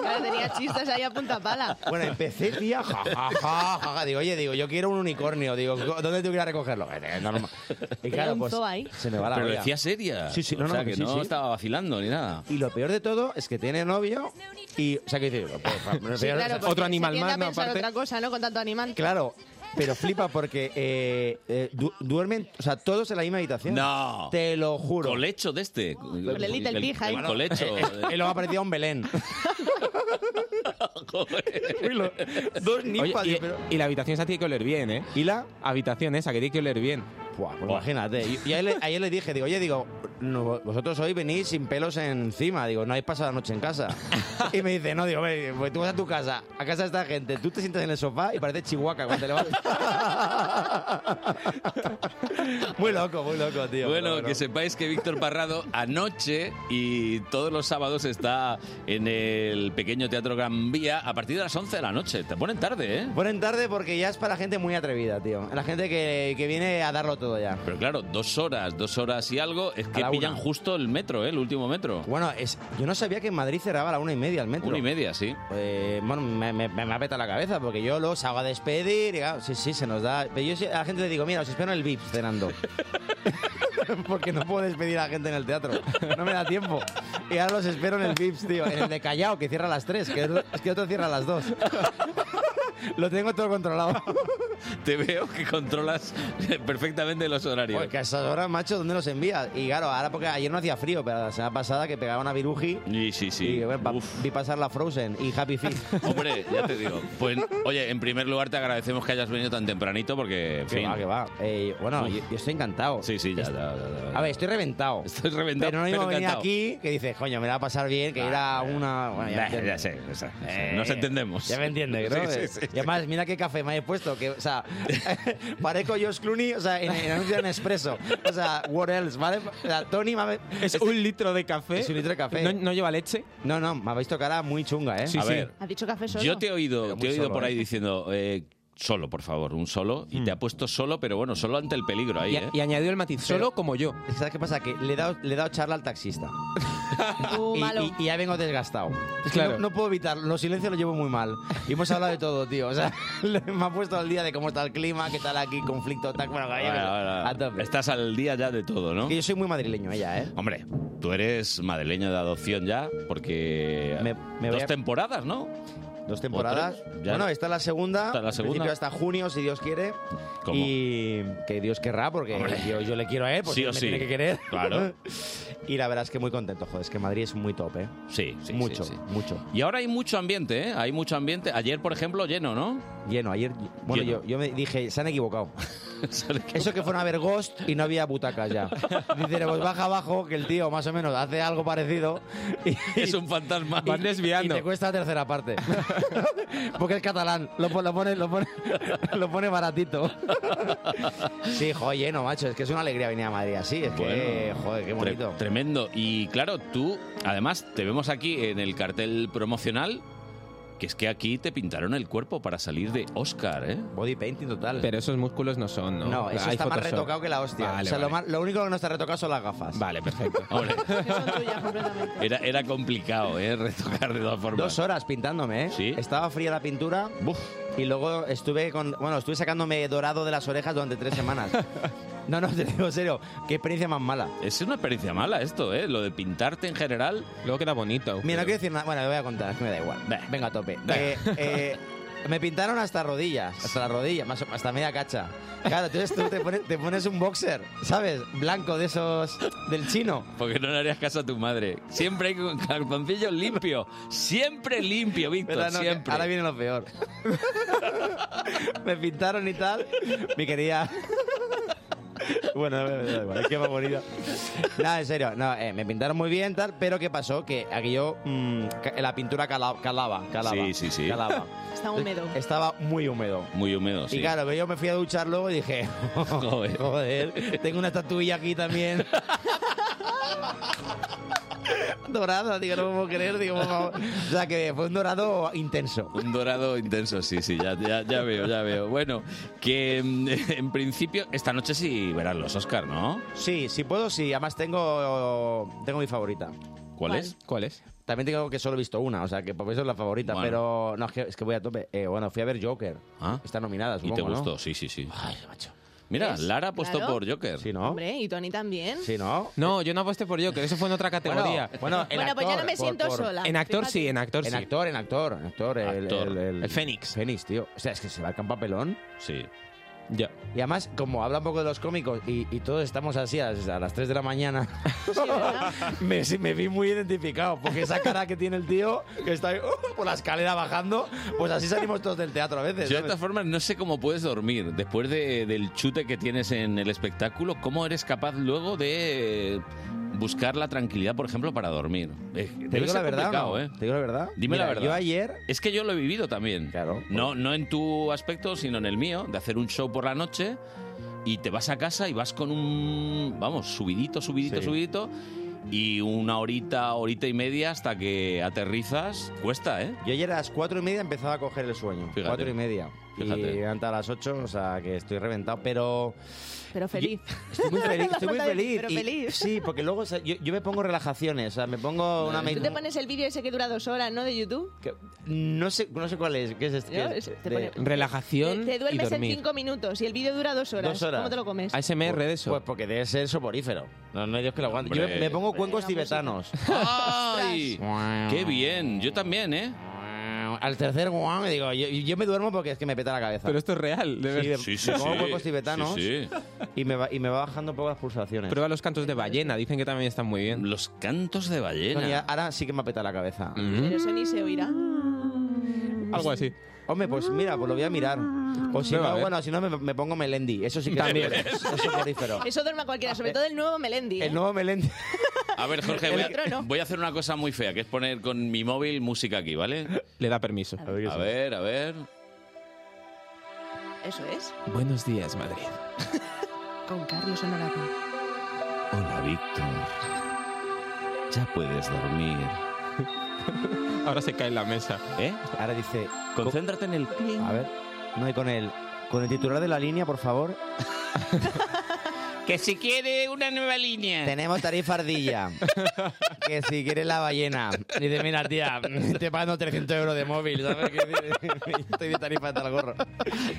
[SPEAKER 12] Claro, tenía chistes ahí a punta pala.
[SPEAKER 27] Bueno, empecé, tía, ja, ja, ja, ja, ja. Digo, oye, digo, yo quiero un unicornio. Digo, ¿dónde tengo que ir a recogerlo? Eh, normal. Y
[SPEAKER 12] Era
[SPEAKER 27] claro,
[SPEAKER 12] un
[SPEAKER 27] pues,
[SPEAKER 12] zoo ahí.
[SPEAKER 27] se me va la
[SPEAKER 1] Pero lo
[SPEAKER 27] olla.
[SPEAKER 1] decía seria.
[SPEAKER 27] Sí, sí, no,
[SPEAKER 1] o
[SPEAKER 27] no,
[SPEAKER 1] sea,
[SPEAKER 27] que
[SPEAKER 1] que
[SPEAKER 27] sí,
[SPEAKER 1] no
[SPEAKER 27] sí.
[SPEAKER 1] estaba vacilando ni nada.
[SPEAKER 27] Y lo peor de todo es que tiene novio y, o sea, que dice, pues, pues,
[SPEAKER 12] Sí, claro, porque
[SPEAKER 27] otro
[SPEAKER 12] se
[SPEAKER 27] animal
[SPEAKER 12] tiende
[SPEAKER 27] más,
[SPEAKER 12] a
[SPEAKER 27] ¿no?
[SPEAKER 12] pensar
[SPEAKER 27] Aparte.
[SPEAKER 12] otra cosa, ¿no? Con tanto animal.
[SPEAKER 27] Claro, pero flipa porque eh, eh, du- duermen, o sea, todos en la misma habitación.
[SPEAKER 1] No.
[SPEAKER 27] Te lo juro.
[SPEAKER 1] Colecho de este. Con
[SPEAKER 12] el Little Pig ahí.
[SPEAKER 1] El colecho.
[SPEAKER 27] Y luego aparecía un Belén.
[SPEAKER 1] Dos
[SPEAKER 27] ninfas,
[SPEAKER 2] y,
[SPEAKER 27] yo, pero-
[SPEAKER 2] y la habitación esa tiene que oler bien, ¿eh?
[SPEAKER 27] ¿Y la?
[SPEAKER 2] Habitación esa que tiene que oler bien.
[SPEAKER 27] Pues imagínate. Y, y a, él, le- a él le dije, digo, oye, digo, no, vosotros hoy venís sin pelos encima. Digo, no habéis pasado la noche en casa. Y me dice, no, digo, "Ve, pues tú vas a tu casa, a casa de esta gente, tú te sientas en el sofá y pareces chihuahua cuando te levantas. muy loco, muy loco, tío. muy
[SPEAKER 1] Bueno,
[SPEAKER 27] loco.
[SPEAKER 1] que sepáis que Víctor Parrado anoche y todos los sábados está en el pequeño Teatro Gran Vía a partir de las 11 de la noche. Te ponen tarde, ¿eh?
[SPEAKER 27] Ponen tarde porque ya es para gente muy atrevida, tío. La gente que, que viene a darlo todo. todo ya.
[SPEAKER 1] Pero claro, dos horas, dos horas y algo, es que
[SPEAKER 27] la
[SPEAKER 1] pillan
[SPEAKER 27] una.
[SPEAKER 1] justo el metro, ¿eh? el último metro.
[SPEAKER 27] Bueno, es, yo no sabía que en Madrid cerraba a la una y media el metro.
[SPEAKER 1] Una y media, sí.
[SPEAKER 27] Eh, bueno, me, me, me ha petado la cabeza porque yo los hago a despedir y claro, sí, sí, se nos da. Pero yo sí- a la gente le digo, mira, os espero en el VIP cenando. porque no puedo despedir a la gente en el teatro. No me da tiempo. Y ahora los espero en el VIPs, tío. En el de Callao, que cierra a las tres. Que otro- es que otro cierra a las dos. Lo tengo todo controlado.
[SPEAKER 1] Te veo que controlas perfectamente los horarios.
[SPEAKER 27] Porque a esas horas, macho, ¿dónde los envías? Y claro, ahora porque ayer no hacía frío, pero la semana pasada que pegaba una viruji.
[SPEAKER 1] Y sí, sí.
[SPEAKER 27] Y bueno, pa- vi pasar la Frozen y Happy Feet.
[SPEAKER 1] Hombre, ya te digo. Pues, oye, en primer lugar te agradecemos que hayas venido tan tempranito porque, en
[SPEAKER 27] Que
[SPEAKER 1] fin.
[SPEAKER 27] va, que va. Eh, bueno, yo, yo estoy encantado.
[SPEAKER 1] Sí, sí, ya, ya, ya, ya.
[SPEAKER 27] A ver, estoy reventado.
[SPEAKER 1] Estoy reventado,
[SPEAKER 27] Pero no mismo
[SPEAKER 1] pero
[SPEAKER 27] venir
[SPEAKER 1] encantado. Ah,
[SPEAKER 27] aquí que dices, coño, me la va a pasar bien, que era una. Bueno,
[SPEAKER 1] Bah,
[SPEAKER 27] ya, entiendes.
[SPEAKER 1] ya sé, ya sé, ya sé. Nos entendemos.
[SPEAKER 27] Eh, Ya me entiendes, ¿no? Eh,
[SPEAKER 1] Sí, sí, sí.
[SPEAKER 27] Y además, mira qué café me he puesto. Que, o sea, parezco George Clooney, o sea, en, en anuncio de Nespresso. O sea, what else, ¿vale? O sea, Tony me ha-
[SPEAKER 2] Es un litro de café.
[SPEAKER 27] Es un litro de café.
[SPEAKER 2] No, no lleva leche.
[SPEAKER 27] No, no, me habéis tocado cara muy chunga, ¿eh?
[SPEAKER 1] Sí, A sí. ver,
[SPEAKER 12] ¿Ha dicho café solo?
[SPEAKER 1] Yo te he oído, te he oído
[SPEAKER 27] solo,
[SPEAKER 1] por ahí
[SPEAKER 27] ¿eh? Hmm.
[SPEAKER 1] diciendo, eh, solo, por favor, un solo. Y te ha puesto solo, pero bueno, solo ante el peligro ahí,
[SPEAKER 2] Y,
[SPEAKER 1] ¿eh?
[SPEAKER 2] y añadió el matiz, solo como yo.
[SPEAKER 27] ¿Sabes qué pasa? Que le he dado, le he dado charla al taxista. y, y- y ya vengo desgastado. Es que
[SPEAKER 2] Claro.
[SPEAKER 27] no, no puedo evitar, los silencios los llevo muy mal. Y hemos hablado de todo, tío. O sea, me ha puesto al día de cómo está el clima, qué tal aquí, conflicto, tal. Bueno, yo qué sé.
[SPEAKER 1] Ahora, ahora,
[SPEAKER 27] A tope.
[SPEAKER 1] Estás al día ya de todo, ¿no?
[SPEAKER 27] Que yo soy muy madrileño ella, ¿eh?
[SPEAKER 1] Hombre, tú eres madrileño de adopción ya, porque
[SPEAKER 27] me voy
[SPEAKER 1] dos
[SPEAKER 27] a-
[SPEAKER 1] temporadas, ¿no?
[SPEAKER 27] Dos temporadas. Bueno, esta es la segunda.
[SPEAKER 1] Esta es la
[SPEAKER 27] En
[SPEAKER 1] segunda.
[SPEAKER 27] principio hasta junio, si Dios quiere. Y que Dios querrá, porque yo, yo le quiero a él, porque
[SPEAKER 1] Sí o
[SPEAKER 27] él me
[SPEAKER 1] sí.
[SPEAKER 27] tiene que querer.
[SPEAKER 1] Claro.
[SPEAKER 27] y la verdad es que muy contento, joder, es que Madrid es muy top, ¿eh?
[SPEAKER 1] Sí, sí.
[SPEAKER 27] Mucho,
[SPEAKER 1] sí, sí.
[SPEAKER 27] mucho.
[SPEAKER 1] Y ahora hay mucho ambiente, ¿eh? Hay mucho ambiente. Ayer, por ejemplo, lleno, ¿no?
[SPEAKER 27] Lleno, ayer. Bueno, yo, yo me dije, se han equivocado. Eso que fueron a ver Ghost y no había butacas ya. Dicen, pues baja abajo, que el tío más o menos hace algo parecido.
[SPEAKER 1] es un fantasma.
[SPEAKER 27] Van desviando. Y te cuesta la tercera parte. Porque es catalán. Lo, pon- lo pone, lo, pone, lo pone baratito. Sí, joder, lleno, macho. Es que es una alegría venir a Madrid así. Es que,
[SPEAKER 1] Bueno,
[SPEAKER 27] joder, qué
[SPEAKER 1] tre-
[SPEAKER 27] bonito.
[SPEAKER 1] tremendo. Y claro, tú, además, te vemos aquí en el cartel promocional, que es que aquí te pintaron el cuerpo para salir de Oscar, ¿eh?
[SPEAKER 27] Body painting total.
[SPEAKER 2] Pero esos músculos no son, ¿no?
[SPEAKER 27] No, eso
[SPEAKER 2] Hay
[SPEAKER 27] está más
[SPEAKER 2] Photoshop.
[SPEAKER 27] retocado que la hostia.
[SPEAKER 2] Vale,
[SPEAKER 27] o sea, lo,
[SPEAKER 2] vale.
[SPEAKER 27] más- lo único que no está retocado son las gafas.
[SPEAKER 2] Vale, perfecto.
[SPEAKER 1] Hombre, era, era complicado, ¿eh? Retocar de todas formas.
[SPEAKER 27] Dos horas pintándome, ¿eh? Estaba fría la pintura. Y luego estuve con. Bueno, estuve sacándome dorado de las orejas durante tres semanas. no, no, te digo en serio. Qué experiencia más mala.
[SPEAKER 1] Es una experiencia mala esto, ¿eh? Lo de pintarte en general.
[SPEAKER 2] Luego queda bonito.
[SPEAKER 27] Mira, no quiero decir nada. Bueno, le voy a contar, es que me da igual. Venga, a tope. Eh, eh, me pintaron hasta rodillas, hasta la rodilla, más, o- hasta media cacha. Claro, entonces tú te pones, te pones un boxer, ¿sabes? Blanco de esos del chino.
[SPEAKER 1] Porque no le harías caso a tu madre. Siempre hay un calzoncillo limpio. Siempre limpio, Víctor.
[SPEAKER 27] ¿Verdad, no? Que
[SPEAKER 1] siempre.
[SPEAKER 27] Ahora viene lo peor. me pintaron y tal. Mi querida. Bueno, me- me da igual, es que más bonita. Nada, en serio, no, eh, me pintaron muy bien, tal, pero ¿qué pasó? Que aquello, mm, ca- la pintura cala- calaba, calaba.
[SPEAKER 1] Sí, sí, sí.
[SPEAKER 27] Calaba.
[SPEAKER 12] Está húmedo.
[SPEAKER 27] Estaba muy húmedo.
[SPEAKER 1] Muy húmedo, Oh, sí.
[SPEAKER 27] Y claro, que yo me fui a duchar luego y dije, joder, tengo una estatuilla aquí también. Dorada, digo, no me puedo creer, digo, por favor. O sea que fue un dorado intenso.
[SPEAKER 1] Un dorado intenso, sí, sí, ya, ya, ya veo, ya veo. Bueno, que mm, en principio esta noche sí verán los Oscar, ¿no?
[SPEAKER 27] Sí, si puedo, sí. Además tengo, tengo mi favorita.
[SPEAKER 1] ¿Cuál es?
[SPEAKER 2] ¿Cuál es?
[SPEAKER 27] También tengo que solo he visto una, o sea que por eso es la favorita,
[SPEAKER 1] Bueno. Ah.
[SPEAKER 27] pero no, es que, es que voy a tope. Eh, bueno, fui a ver Joker. Está nominada,
[SPEAKER 1] Y
[SPEAKER 27] supongo,
[SPEAKER 1] te
[SPEAKER 27] ¿no?
[SPEAKER 1] gustó, sí, sí, sí.
[SPEAKER 27] Ay, macho.
[SPEAKER 1] Mira,
[SPEAKER 27] ¿Ves?
[SPEAKER 1] Lara apostó
[SPEAKER 12] Claro.
[SPEAKER 1] por Joker.
[SPEAKER 27] Sí, ¿no?
[SPEAKER 12] Hombre, ¿y Tony también?
[SPEAKER 27] Sí, ¿no?
[SPEAKER 2] No, yo no aposté por Joker, eso fue en otra categoría.
[SPEAKER 27] Bueno, en
[SPEAKER 12] Bueno, pues ya no me
[SPEAKER 27] actor, por-
[SPEAKER 12] siento
[SPEAKER 27] por-
[SPEAKER 12] sola.
[SPEAKER 2] En actor
[SPEAKER 12] Fíjate.
[SPEAKER 2] sí, en actor
[SPEAKER 27] en
[SPEAKER 2] sí.
[SPEAKER 27] actor, en actor, en actor. El,
[SPEAKER 2] Actor.
[SPEAKER 27] Fénix. Fénix, tío. O sea, es que se va al campapelón.
[SPEAKER 1] Sí.
[SPEAKER 2] Ya.
[SPEAKER 27] Y además, como habla un poco de los cómicos y, y todos estamos así a, a las 3 de la mañana, me, sí, me vi muy identificado. Porque esa cara que tiene el tío, que está ahí, uh, por la escalera bajando, pues así salimos todos del teatro a veces.
[SPEAKER 1] Yo de
[SPEAKER 27] ¿sabes?
[SPEAKER 1] todas formas no sé cómo puedes dormir después de- del chute que tienes en el espectáculo, cómo eres capaz luego de buscar la tranquilidad, por ejemplo, para dormir. Eh,
[SPEAKER 27] ¿Te
[SPEAKER 1] debe
[SPEAKER 27] digo
[SPEAKER 1] ser
[SPEAKER 27] la verdad? o no?
[SPEAKER 1] complicado, ¿eh?
[SPEAKER 27] ¿Te digo la verdad?
[SPEAKER 1] Dime
[SPEAKER 27] Mira,
[SPEAKER 1] la verdad.
[SPEAKER 27] Yo ayer
[SPEAKER 1] Es que yo lo he vivido también. Claro. No, no en tu aspecto, sino en el mío, de hacer un show por la noche y te vas a casa y vas con un. Vamos, subidito, subidito,
[SPEAKER 27] Sí.
[SPEAKER 1] subidito. Y una horita, horita y media hasta que aterrizas. Cuesta, ¿eh?
[SPEAKER 27] Yo ayer a las cuatro y media empezaba a coger el sueño. Cuatro y media.
[SPEAKER 1] Fíjate.
[SPEAKER 27] Y he levantado a las 8, o sea que estoy reventado, pero...
[SPEAKER 12] Pero feliz.
[SPEAKER 27] Estoy muy feliz, estoy muy
[SPEAKER 12] Falta de-
[SPEAKER 27] feliz.
[SPEAKER 12] pero
[SPEAKER 27] y-
[SPEAKER 12] feliz.
[SPEAKER 27] Sí, porque luego o sea, yo, yo me pongo relajaciones, o sea, me pongo una...
[SPEAKER 12] Tú te
[SPEAKER 27] meditación
[SPEAKER 12] pones el vídeo ese que dura dos horas, ¿no? De YouTube.
[SPEAKER 27] no, sé, no sé cuál es, ¿qué es este?
[SPEAKER 12] Yo,
[SPEAKER 27] ¿Qué es?
[SPEAKER 12] es- te
[SPEAKER 27] De-
[SPEAKER 12] pone- Te, te duermes en cinco minutos y el vídeo dura dos horas.
[SPEAKER 27] Dos horas.
[SPEAKER 12] ¿Cómo te lo comes?
[SPEAKER 27] ASMR de eso. Pues porque debe ser soporífero. No, no hay Dios que lo aguante. Yo
[SPEAKER 1] Hombre.
[SPEAKER 27] me, me pongo cuencos tibetanos.
[SPEAKER 1] ¡Ay! ¡Qué bien! Yo también, ¿eh?
[SPEAKER 27] Al tercer guau, me digo, yo, yo me duermo porque es que me peta la cabeza.
[SPEAKER 1] Pero esto es real, de
[SPEAKER 27] Sí,
[SPEAKER 1] verdad.
[SPEAKER 27] me-
[SPEAKER 1] Sí, sí,
[SPEAKER 27] me pongo
[SPEAKER 1] sí.
[SPEAKER 27] cuencos tibetanos
[SPEAKER 1] Sí,
[SPEAKER 27] Y, me va, y me va bajando un poco las pulsaciones.
[SPEAKER 2] Prueba los cantos de ballena, dicen que también están muy bien.
[SPEAKER 1] Los cantos de
[SPEAKER 27] Bueno, y
[SPEAKER 1] ballena.
[SPEAKER 27] ahora sí que me peta la cabeza.
[SPEAKER 12] Pero eso ni se oirá.
[SPEAKER 27] Algo así. Hombre, pues mira, pues lo voy a mirar. O si
[SPEAKER 2] Prueba, a
[SPEAKER 27] no,
[SPEAKER 2] ver.
[SPEAKER 27] bueno, si no me, me pongo Melendi. Eso sí que
[SPEAKER 2] También.
[SPEAKER 27] es soporífero.
[SPEAKER 12] Eso duerma cualquiera, sobre todo el nuevo Melendi. ¿eh?
[SPEAKER 27] El nuevo Melendi.
[SPEAKER 1] A ver, Jorge,
[SPEAKER 12] El
[SPEAKER 1] voy
[SPEAKER 12] otro
[SPEAKER 1] a,
[SPEAKER 12] no.
[SPEAKER 1] voy a hacer una cosa muy fea, que es poner con mi móvil música aquí, ¿vale?
[SPEAKER 2] Le da permiso.
[SPEAKER 1] A ver, a ver.
[SPEAKER 12] Eso es.
[SPEAKER 2] Buenos días, Madrid.
[SPEAKER 12] Con Carlos Honorato.
[SPEAKER 1] Hola, Víctor. Ya puedes dormir.
[SPEAKER 2] Ahora se cae en la mesa.
[SPEAKER 27] ¿Eh? Ahora dice...
[SPEAKER 1] Concéntrate en el...
[SPEAKER 27] A ver. No, y con el, con el titular de la línea, por favor.
[SPEAKER 1] Que si quiere una nueva línea.
[SPEAKER 27] Tenemos tarifa ardilla. que si quieres la ballena. Y dice, mira, tía, te pagando 300 euros de móvil. ¿sabes? Que Estoy de tarifa hasta el gorro.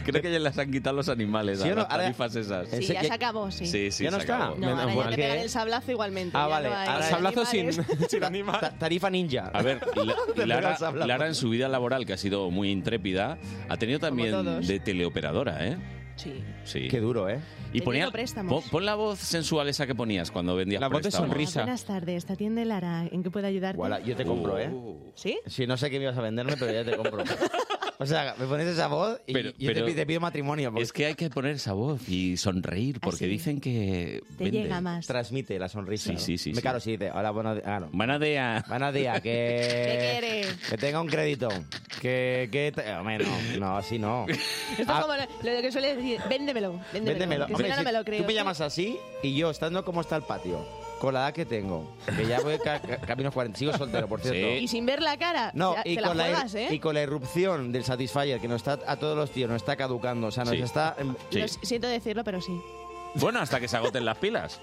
[SPEAKER 1] Creo que ya las han quitado los animales,
[SPEAKER 27] ¿Sí o
[SPEAKER 1] a
[SPEAKER 27] no?
[SPEAKER 1] las
[SPEAKER 27] Ahora-
[SPEAKER 1] tarifas esas.
[SPEAKER 12] Sí, ya se acabó, sí.
[SPEAKER 1] Sí, sí,
[SPEAKER 27] ¿Ya no
[SPEAKER 1] se
[SPEAKER 27] está?
[SPEAKER 1] acabó.
[SPEAKER 12] No, ahora ya te pegan el sablazo igualmente.
[SPEAKER 27] Ah,
[SPEAKER 12] ya
[SPEAKER 27] vale.
[SPEAKER 12] no hay
[SPEAKER 27] Ahora- Sablazo
[SPEAKER 12] animales.
[SPEAKER 27] Ta- tarifa ninja.
[SPEAKER 1] A ver, la-
[SPEAKER 27] Te
[SPEAKER 1] Lara,
[SPEAKER 27] pegas hablando.
[SPEAKER 1] Lara en su vida laboral, que ha sido muy intrépida, ha tenido también
[SPEAKER 12] todos.
[SPEAKER 1] de teleoperadora, ¿eh?
[SPEAKER 12] Sí.
[SPEAKER 1] Sí.
[SPEAKER 27] Qué duro, ¿eh?
[SPEAKER 1] Y
[SPEAKER 12] Vendiendo
[SPEAKER 1] ponía,
[SPEAKER 12] préstamos.
[SPEAKER 1] pon, pon la voz sensual esa que ponías cuando vendías
[SPEAKER 27] La voz de
[SPEAKER 1] préstamos.
[SPEAKER 27] sonrisa.
[SPEAKER 12] Buenas tardes, te atiende Lara. ¿En qué puedo ayudarte?
[SPEAKER 27] Guala, yo te compro, ¿eh?
[SPEAKER 1] Uh.
[SPEAKER 12] ¿Sí?
[SPEAKER 27] Sí, no sé qué me ibas a venderme, pero ya te compro. O sea, me pones esa voz y
[SPEAKER 1] Pero-
[SPEAKER 27] y yo te
[SPEAKER 1] pero-
[SPEAKER 27] pi- te, pido matrimonio.
[SPEAKER 1] Es que hay que poner esa voz y
[SPEAKER 12] Ah,
[SPEAKER 1] sonreír, porque dicen que vende.
[SPEAKER 27] más. Transmite la sonrisa.
[SPEAKER 1] Sí,
[SPEAKER 27] ¿no?
[SPEAKER 1] sí, sí,
[SPEAKER 27] Me
[SPEAKER 1] sí.
[SPEAKER 27] Claro, sí, dice, hola, buenos días. Ah, no.
[SPEAKER 1] Buenos días.
[SPEAKER 27] Buenos días, que...
[SPEAKER 12] Eh,
[SPEAKER 27] Que tenga un crédito. Que... que te- Hombre, no, no, así no.
[SPEAKER 12] Esto
[SPEAKER 27] Ah,
[SPEAKER 12] es como lo, lo que suele decir, véndemelo. Véndemelo.
[SPEAKER 27] Véndemelo.
[SPEAKER 12] que si
[SPEAKER 27] Hombre,
[SPEAKER 12] no, no
[SPEAKER 27] si
[SPEAKER 12] me lo creo.
[SPEAKER 27] Tú me llamas así y yo, estando como está el patio, con la edad que tengo, que ya voy ca- ca- camino 40, sigo soltero, por cierto.
[SPEAKER 12] Y sin ver la cara,
[SPEAKER 27] No,
[SPEAKER 12] te,
[SPEAKER 27] y,
[SPEAKER 12] te
[SPEAKER 27] con
[SPEAKER 12] la
[SPEAKER 27] la,
[SPEAKER 12] juegas, ¿eh?
[SPEAKER 27] y con la irrupción del Satisfyer, que nos está a todos los tíos, nos está caducando, o sea, nos
[SPEAKER 1] Sí.
[SPEAKER 27] está... em,
[SPEAKER 1] Sí.
[SPEAKER 12] Lo s- siento decirlo, pero sí.
[SPEAKER 1] Bueno, hasta que se agoten las pilas.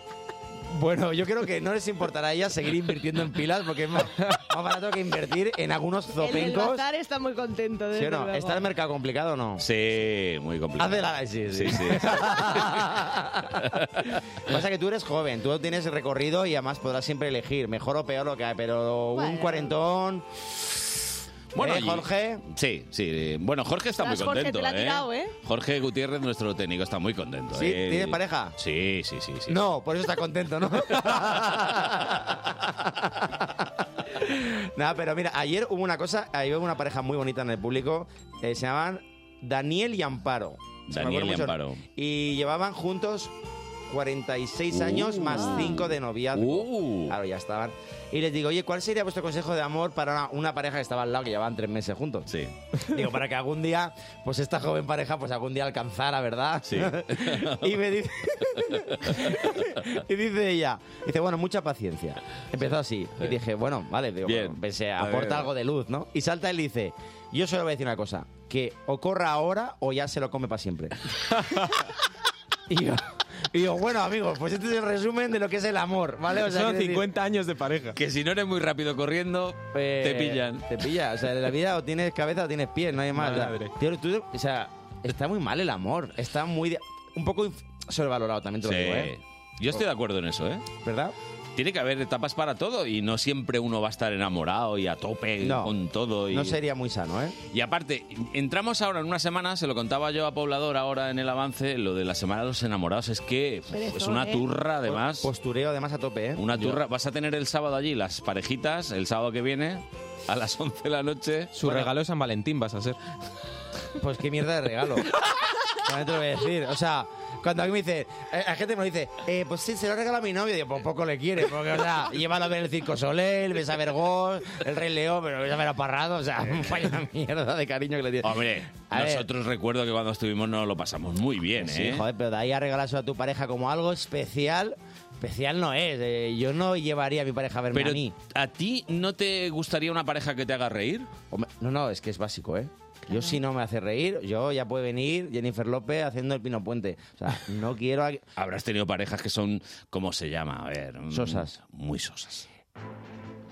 [SPEAKER 27] Bueno, yo creo que no les importará a ellas seguir invirtiendo en pilas, porque es más, más barato que invertir en algunos
[SPEAKER 12] El del
[SPEAKER 27] zopencos.
[SPEAKER 12] bazar está muy contento.
[SPEAKER 27] ¿Sí
[SPEAKER 12] desde
[SPEAKER 27] o no?
[SPEAKER 12] luego.
[SPEAKER 27] ¿Está el mercado complicado o no?
[SPEAKER 1] Sí, muy complicado.
[SPEAKER 27] Haz el análisis.
[SPEAKER 1] Sí, sí.
[SPEAKER 27] Pasa que tú eres joven, tú tienes recorrido y además podrás siempre elegir mejor o peor lo que hay, pero un
[SPEAKER 12] Bueno.
[SPEAKER 27] cuarentón... Bueno,
[SPEAKER 1] y-
[SPEAKER 27] ¿Eh, Jorge...
[SPEAKER 1] Sí, sí. eh, Bueno, Jorge está muy
[SPEAKER 27] Ostras, Jorge,
[SPEAKER 1] contento,
[SPEAKER 27] te la ha tirado, ¿eh?
[SPEAKER 1] Jorge Gutiérrez, nuestro técnico, está muy contento.
[SPEAKER 27] ¿Sí?
[SPEAKER 1] ¿eh?
[SPEAKER 27] ¿Tiene pareja?
[SPEAKER 1] Sí, sí, sí. sí.
[SPEAKER 27] No, por eso está contento, ¿no? Nada, pero mira, ayer hubo una cosa, ahí hubo una pareja muy bonita en el público, eh, se llamaban Daniel y Amparo. Se me
[SPEAKER 1] Daniel
[SPEAKER 27] acuerda
[SPEAKER 1] y
[SPEAKER 27] mucho.
[SPEAKER 1] Amparo.
[SPEAKER 27] Y llevaban juntos 46 años
[SPEAKER 1] Uh.
[SPEAKER 27] más 5 de noviazgo. Claro, ya estaban. Y les digo, oye, ¿cuál sería vuestro consejo de amor para una, una pareja que estaba al lado, que llevaban tres meses juntos?
[SPEAKER 1] Sí.
[SPEAKER 27] Digo, para que algún día, pues esta joven pareja, pues algún día alcanzara, ¿verdad? Sí. y me dice... Y dice ella, dice, bueno, mucha paciencia. Empezó así. Y dije, bueno, vale, digo,
[SPEAKER 1] Bien.
[SPEAKER 27] bueno, pensé,
[SPEAKER 1] A ver,
[SPEAKER 27] aporta
[SPEAKER 1] a ver.
[SPEAKER 27] algo de luz, ¿no? Y salta él y dice, yo solo voy a decir una cosa, que o corra ahora o ya se lo come para siempre. y yo... y yo, bueno, amigos, pues este es el resumen de lo que es el amor, ¿vale? O sea,
[SPEAKER 2] Son
[SPEAKER 27] quiero decir-
[SPEAKER 2] 50 años de pareja.
[SPEAKER 1] Que si no eres muy rápido corriendo,
[SPEAKER 27] eh,
[SPEAKER 1] te pillan.
[SPEAKER 27] Te pillan. O sea, en la vida o tienes cabeza o tienes pies, no hay más. O sea,
[SPEAKER 1] Madre.
[SPEAKER 27] tío, tú- o sea, está muy mal el amor. Está muy. de- un poco inf- sobrevalorado también, te lo
[SPEAKER 1] Sí.
[SPEAKER 27] digo, ¿eh?
[SPEAKER 1] Yo estoy de acuerdo en eso, ¿eh?
[SPEAKER 27] ¿Verdad?
[SPEAKER 1] Tiene que haber etapas para todo y no siempre uno va a estar enamorado y a tope
[SPEAKER 27] No.
[SPEAKER 1] con todo. Y...
[SPEAKER 27] No sería muy sano, ¿eh?
[SPEAKER 1] Y aparte, entramos ahora en una semana, se lo contaba yo a Poblador ahora en el avance, lo de la semana de los enamorados es que uf,
[SPEAKER 27] Perezón,
[SPEAKER 1] es una
[SPEAKER 27] ¿eh?
[SPEAKER 1] turra además.
[SPEAKER 27] Postureo además a tope, ¿eh?
[SPEAKER 1] Una turra. Vas a tener el sábado allí las parejitas, el sábado que viene, a las 11 de la noche.
[SPEAKER 2] Su regalo es San Valentín, vas a ser.
[SPEAKER 27] Pues qué mierda de regalo. También te lo voy a decir. O sea, cuando alguien me dice, eh, hay gente que me lo dice, eh, pues sí, se lo regala a mi novio. Digo, pues poco le quiere, porque, o sea, llévalo a ver el Circo Soleil, ves a ver Gol, el Rey León, pero ves a ver a Parrado, o sea, vaya mierda de cariño que le tiene.
[SPEAKER 1] Hombre,
[SPEAKER 27] A ver.
[SPEAKER 1] nosotros recuerdo que cuando estuvimos nos lo pasamos muy bien,
[SPEAKER 27] Sí,
[SPEAKER 1] ¿eh?
[SPEAKER 27] joder, pero de ahí a regalárselo a tu pareja como algo especial, especial no es. Eh, yo no llevaría a mi pareja a verme
[SPEAKER 1] Pero
[SPEAKER 27] a mí.
[SPEAKER 1] ¿a ti no te gustaría una pareja que te haga reír?
[SPEAKER 27] Hombre, no, no, es que es básico, ¿eh? Yo si no me hace reír, yo ya puede venir Jennifer López haciendo el Pino Puente. O sea, no quiero... a-
[SPEAKER 1] Habrás tenido parejas que son, ¿cómo se llama? A ver. mm,
[SPEAKER 27] Sosas.
[SPEAKER 1] Muy sosas.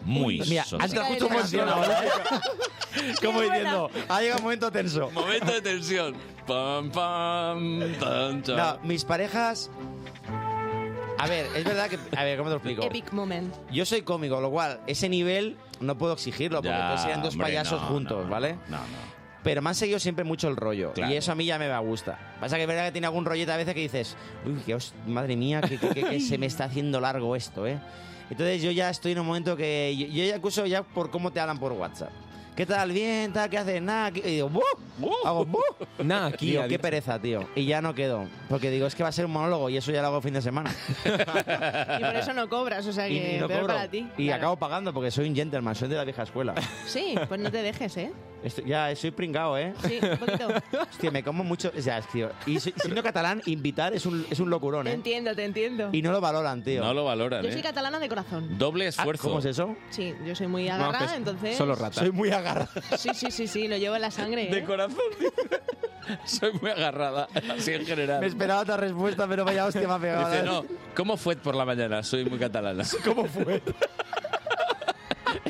[SPEAKER 1] Muy
[SPEAKER 27] Mira,
[SPEAKER 1] sosas.
[SPEAKER 27] has justo emocionado, ¿eh? Como diciendo, ha llegado un momento tenso.
[SPEAKER 1] Momento de tensión. Pam, pam, pam, cham.
[SPEAKER 27] No, mis parejas... A ver, es verdad que... A ver, ¿cómo te lo explico?
[SPEAKER 12] Epic moment.
[SPEAKER 27] Yo soy cómico, lo cual, ese nivel no puedo exigirlo, porque
[SPEAKER 1] Ya,
[SPEAKER 27] entonces serían dos
[SPEAKER 1] hombre,
[SPEAKER 27] payasos
[SPEAKER 1] no,
[SPEAKER 27] juntos, ¿vale?
[SPEAKER 1] No, no.
[SPEAKER 27] Pero me han seguido siempre mucho el rollo.
[SPEAKER 1] Claro.
[SPEAKER 27] Y eso a mí ya me va- gusta. Pasa que es verdad que tiene algún rollete a veces que dices, uy, que os- madre mía, que, que- que- que se me está haciendo largo esto, ¿eh? Entonces yo ya estoy en un momento que yo, yo ya acuso ya por cómo te hablan por WhatsApp. ¿Qué tal? ¿Bien? ¿Tal? ¿Qué haces? Nada. ¿qué-? Y digo, ¡buh! Hago, ¡buh!
[SPEAKER 2] Nada, aquí,
[SPEAKER 27] Digo, qué
[SPEAKER 2] adiós.
[SPEAKER 27] pereza, tío. Y ya no quedo. Porque digo, es que va a ser un monólogo y eso ya lo hago fin de semana.
[SPEAKER 12] Y por eso no cobras, o sea
[SPEAKER 27] Y-
[SPEAKER 12] que
[SPEAKER 27] y no
[SPEAKER 12] peor
[SPEAKER 27] cobro.
[SPEAKER 12] para ti.
[SPEAKER 27] Y acabo pagando porque soy un gentleman, soy de la vieja escuela.
[SPEAKER 12] Sí, pues no te dejes, ¿eh?
[SPEAKER 27] Estoy- ya, soy pringado, ¿eh?
[SPEAKER 12] Sí, un poquito.
[SPEAKER 27] Hostia, me como mucho. o sea, tío, Y si- siendo catalán, invitar es un, es un locurón,
[SPEAKER 12] Te
[SPEAKER 27] ¿eh?
[SPEAKER 12] entiendo, te entiendo.
[SPEAKER 27] Y no lo valoran, tío.
[SPEAKER 1] No lo valoran, ¿eh?
[SPEAKER 12] Yo soy catalana de corazón.
[SPEAKER 1] Doble pues,
[SPEAKER 27] esfuerzo. ¿Cómo es eso?
[SPEAKER 12] Sí, yo soy muy
[SPEAKER 27] pues,
[SPEAKER 12] agarrada, entonces...
[SPEAKER 27] Soy muy agarrado.
[SPEAKER 12] Sí, sí, sí, sí, lo llevo en la sangre,
[SPEAKER 1] De
[SPEAKER 12] ¿eh?
[SPEAKER 1] corazón, Soy muy agarrada, así en general.
[SPEAKER 27] Me esperaba otra respuesta, pero vaya hostia, me ha pegado. ¿eh?
[SPEAKER 1] Dice, no, ¿cómo fue por la mañana? Soy muy catalana.
[SPEAKER 27] ¿Cómo fue?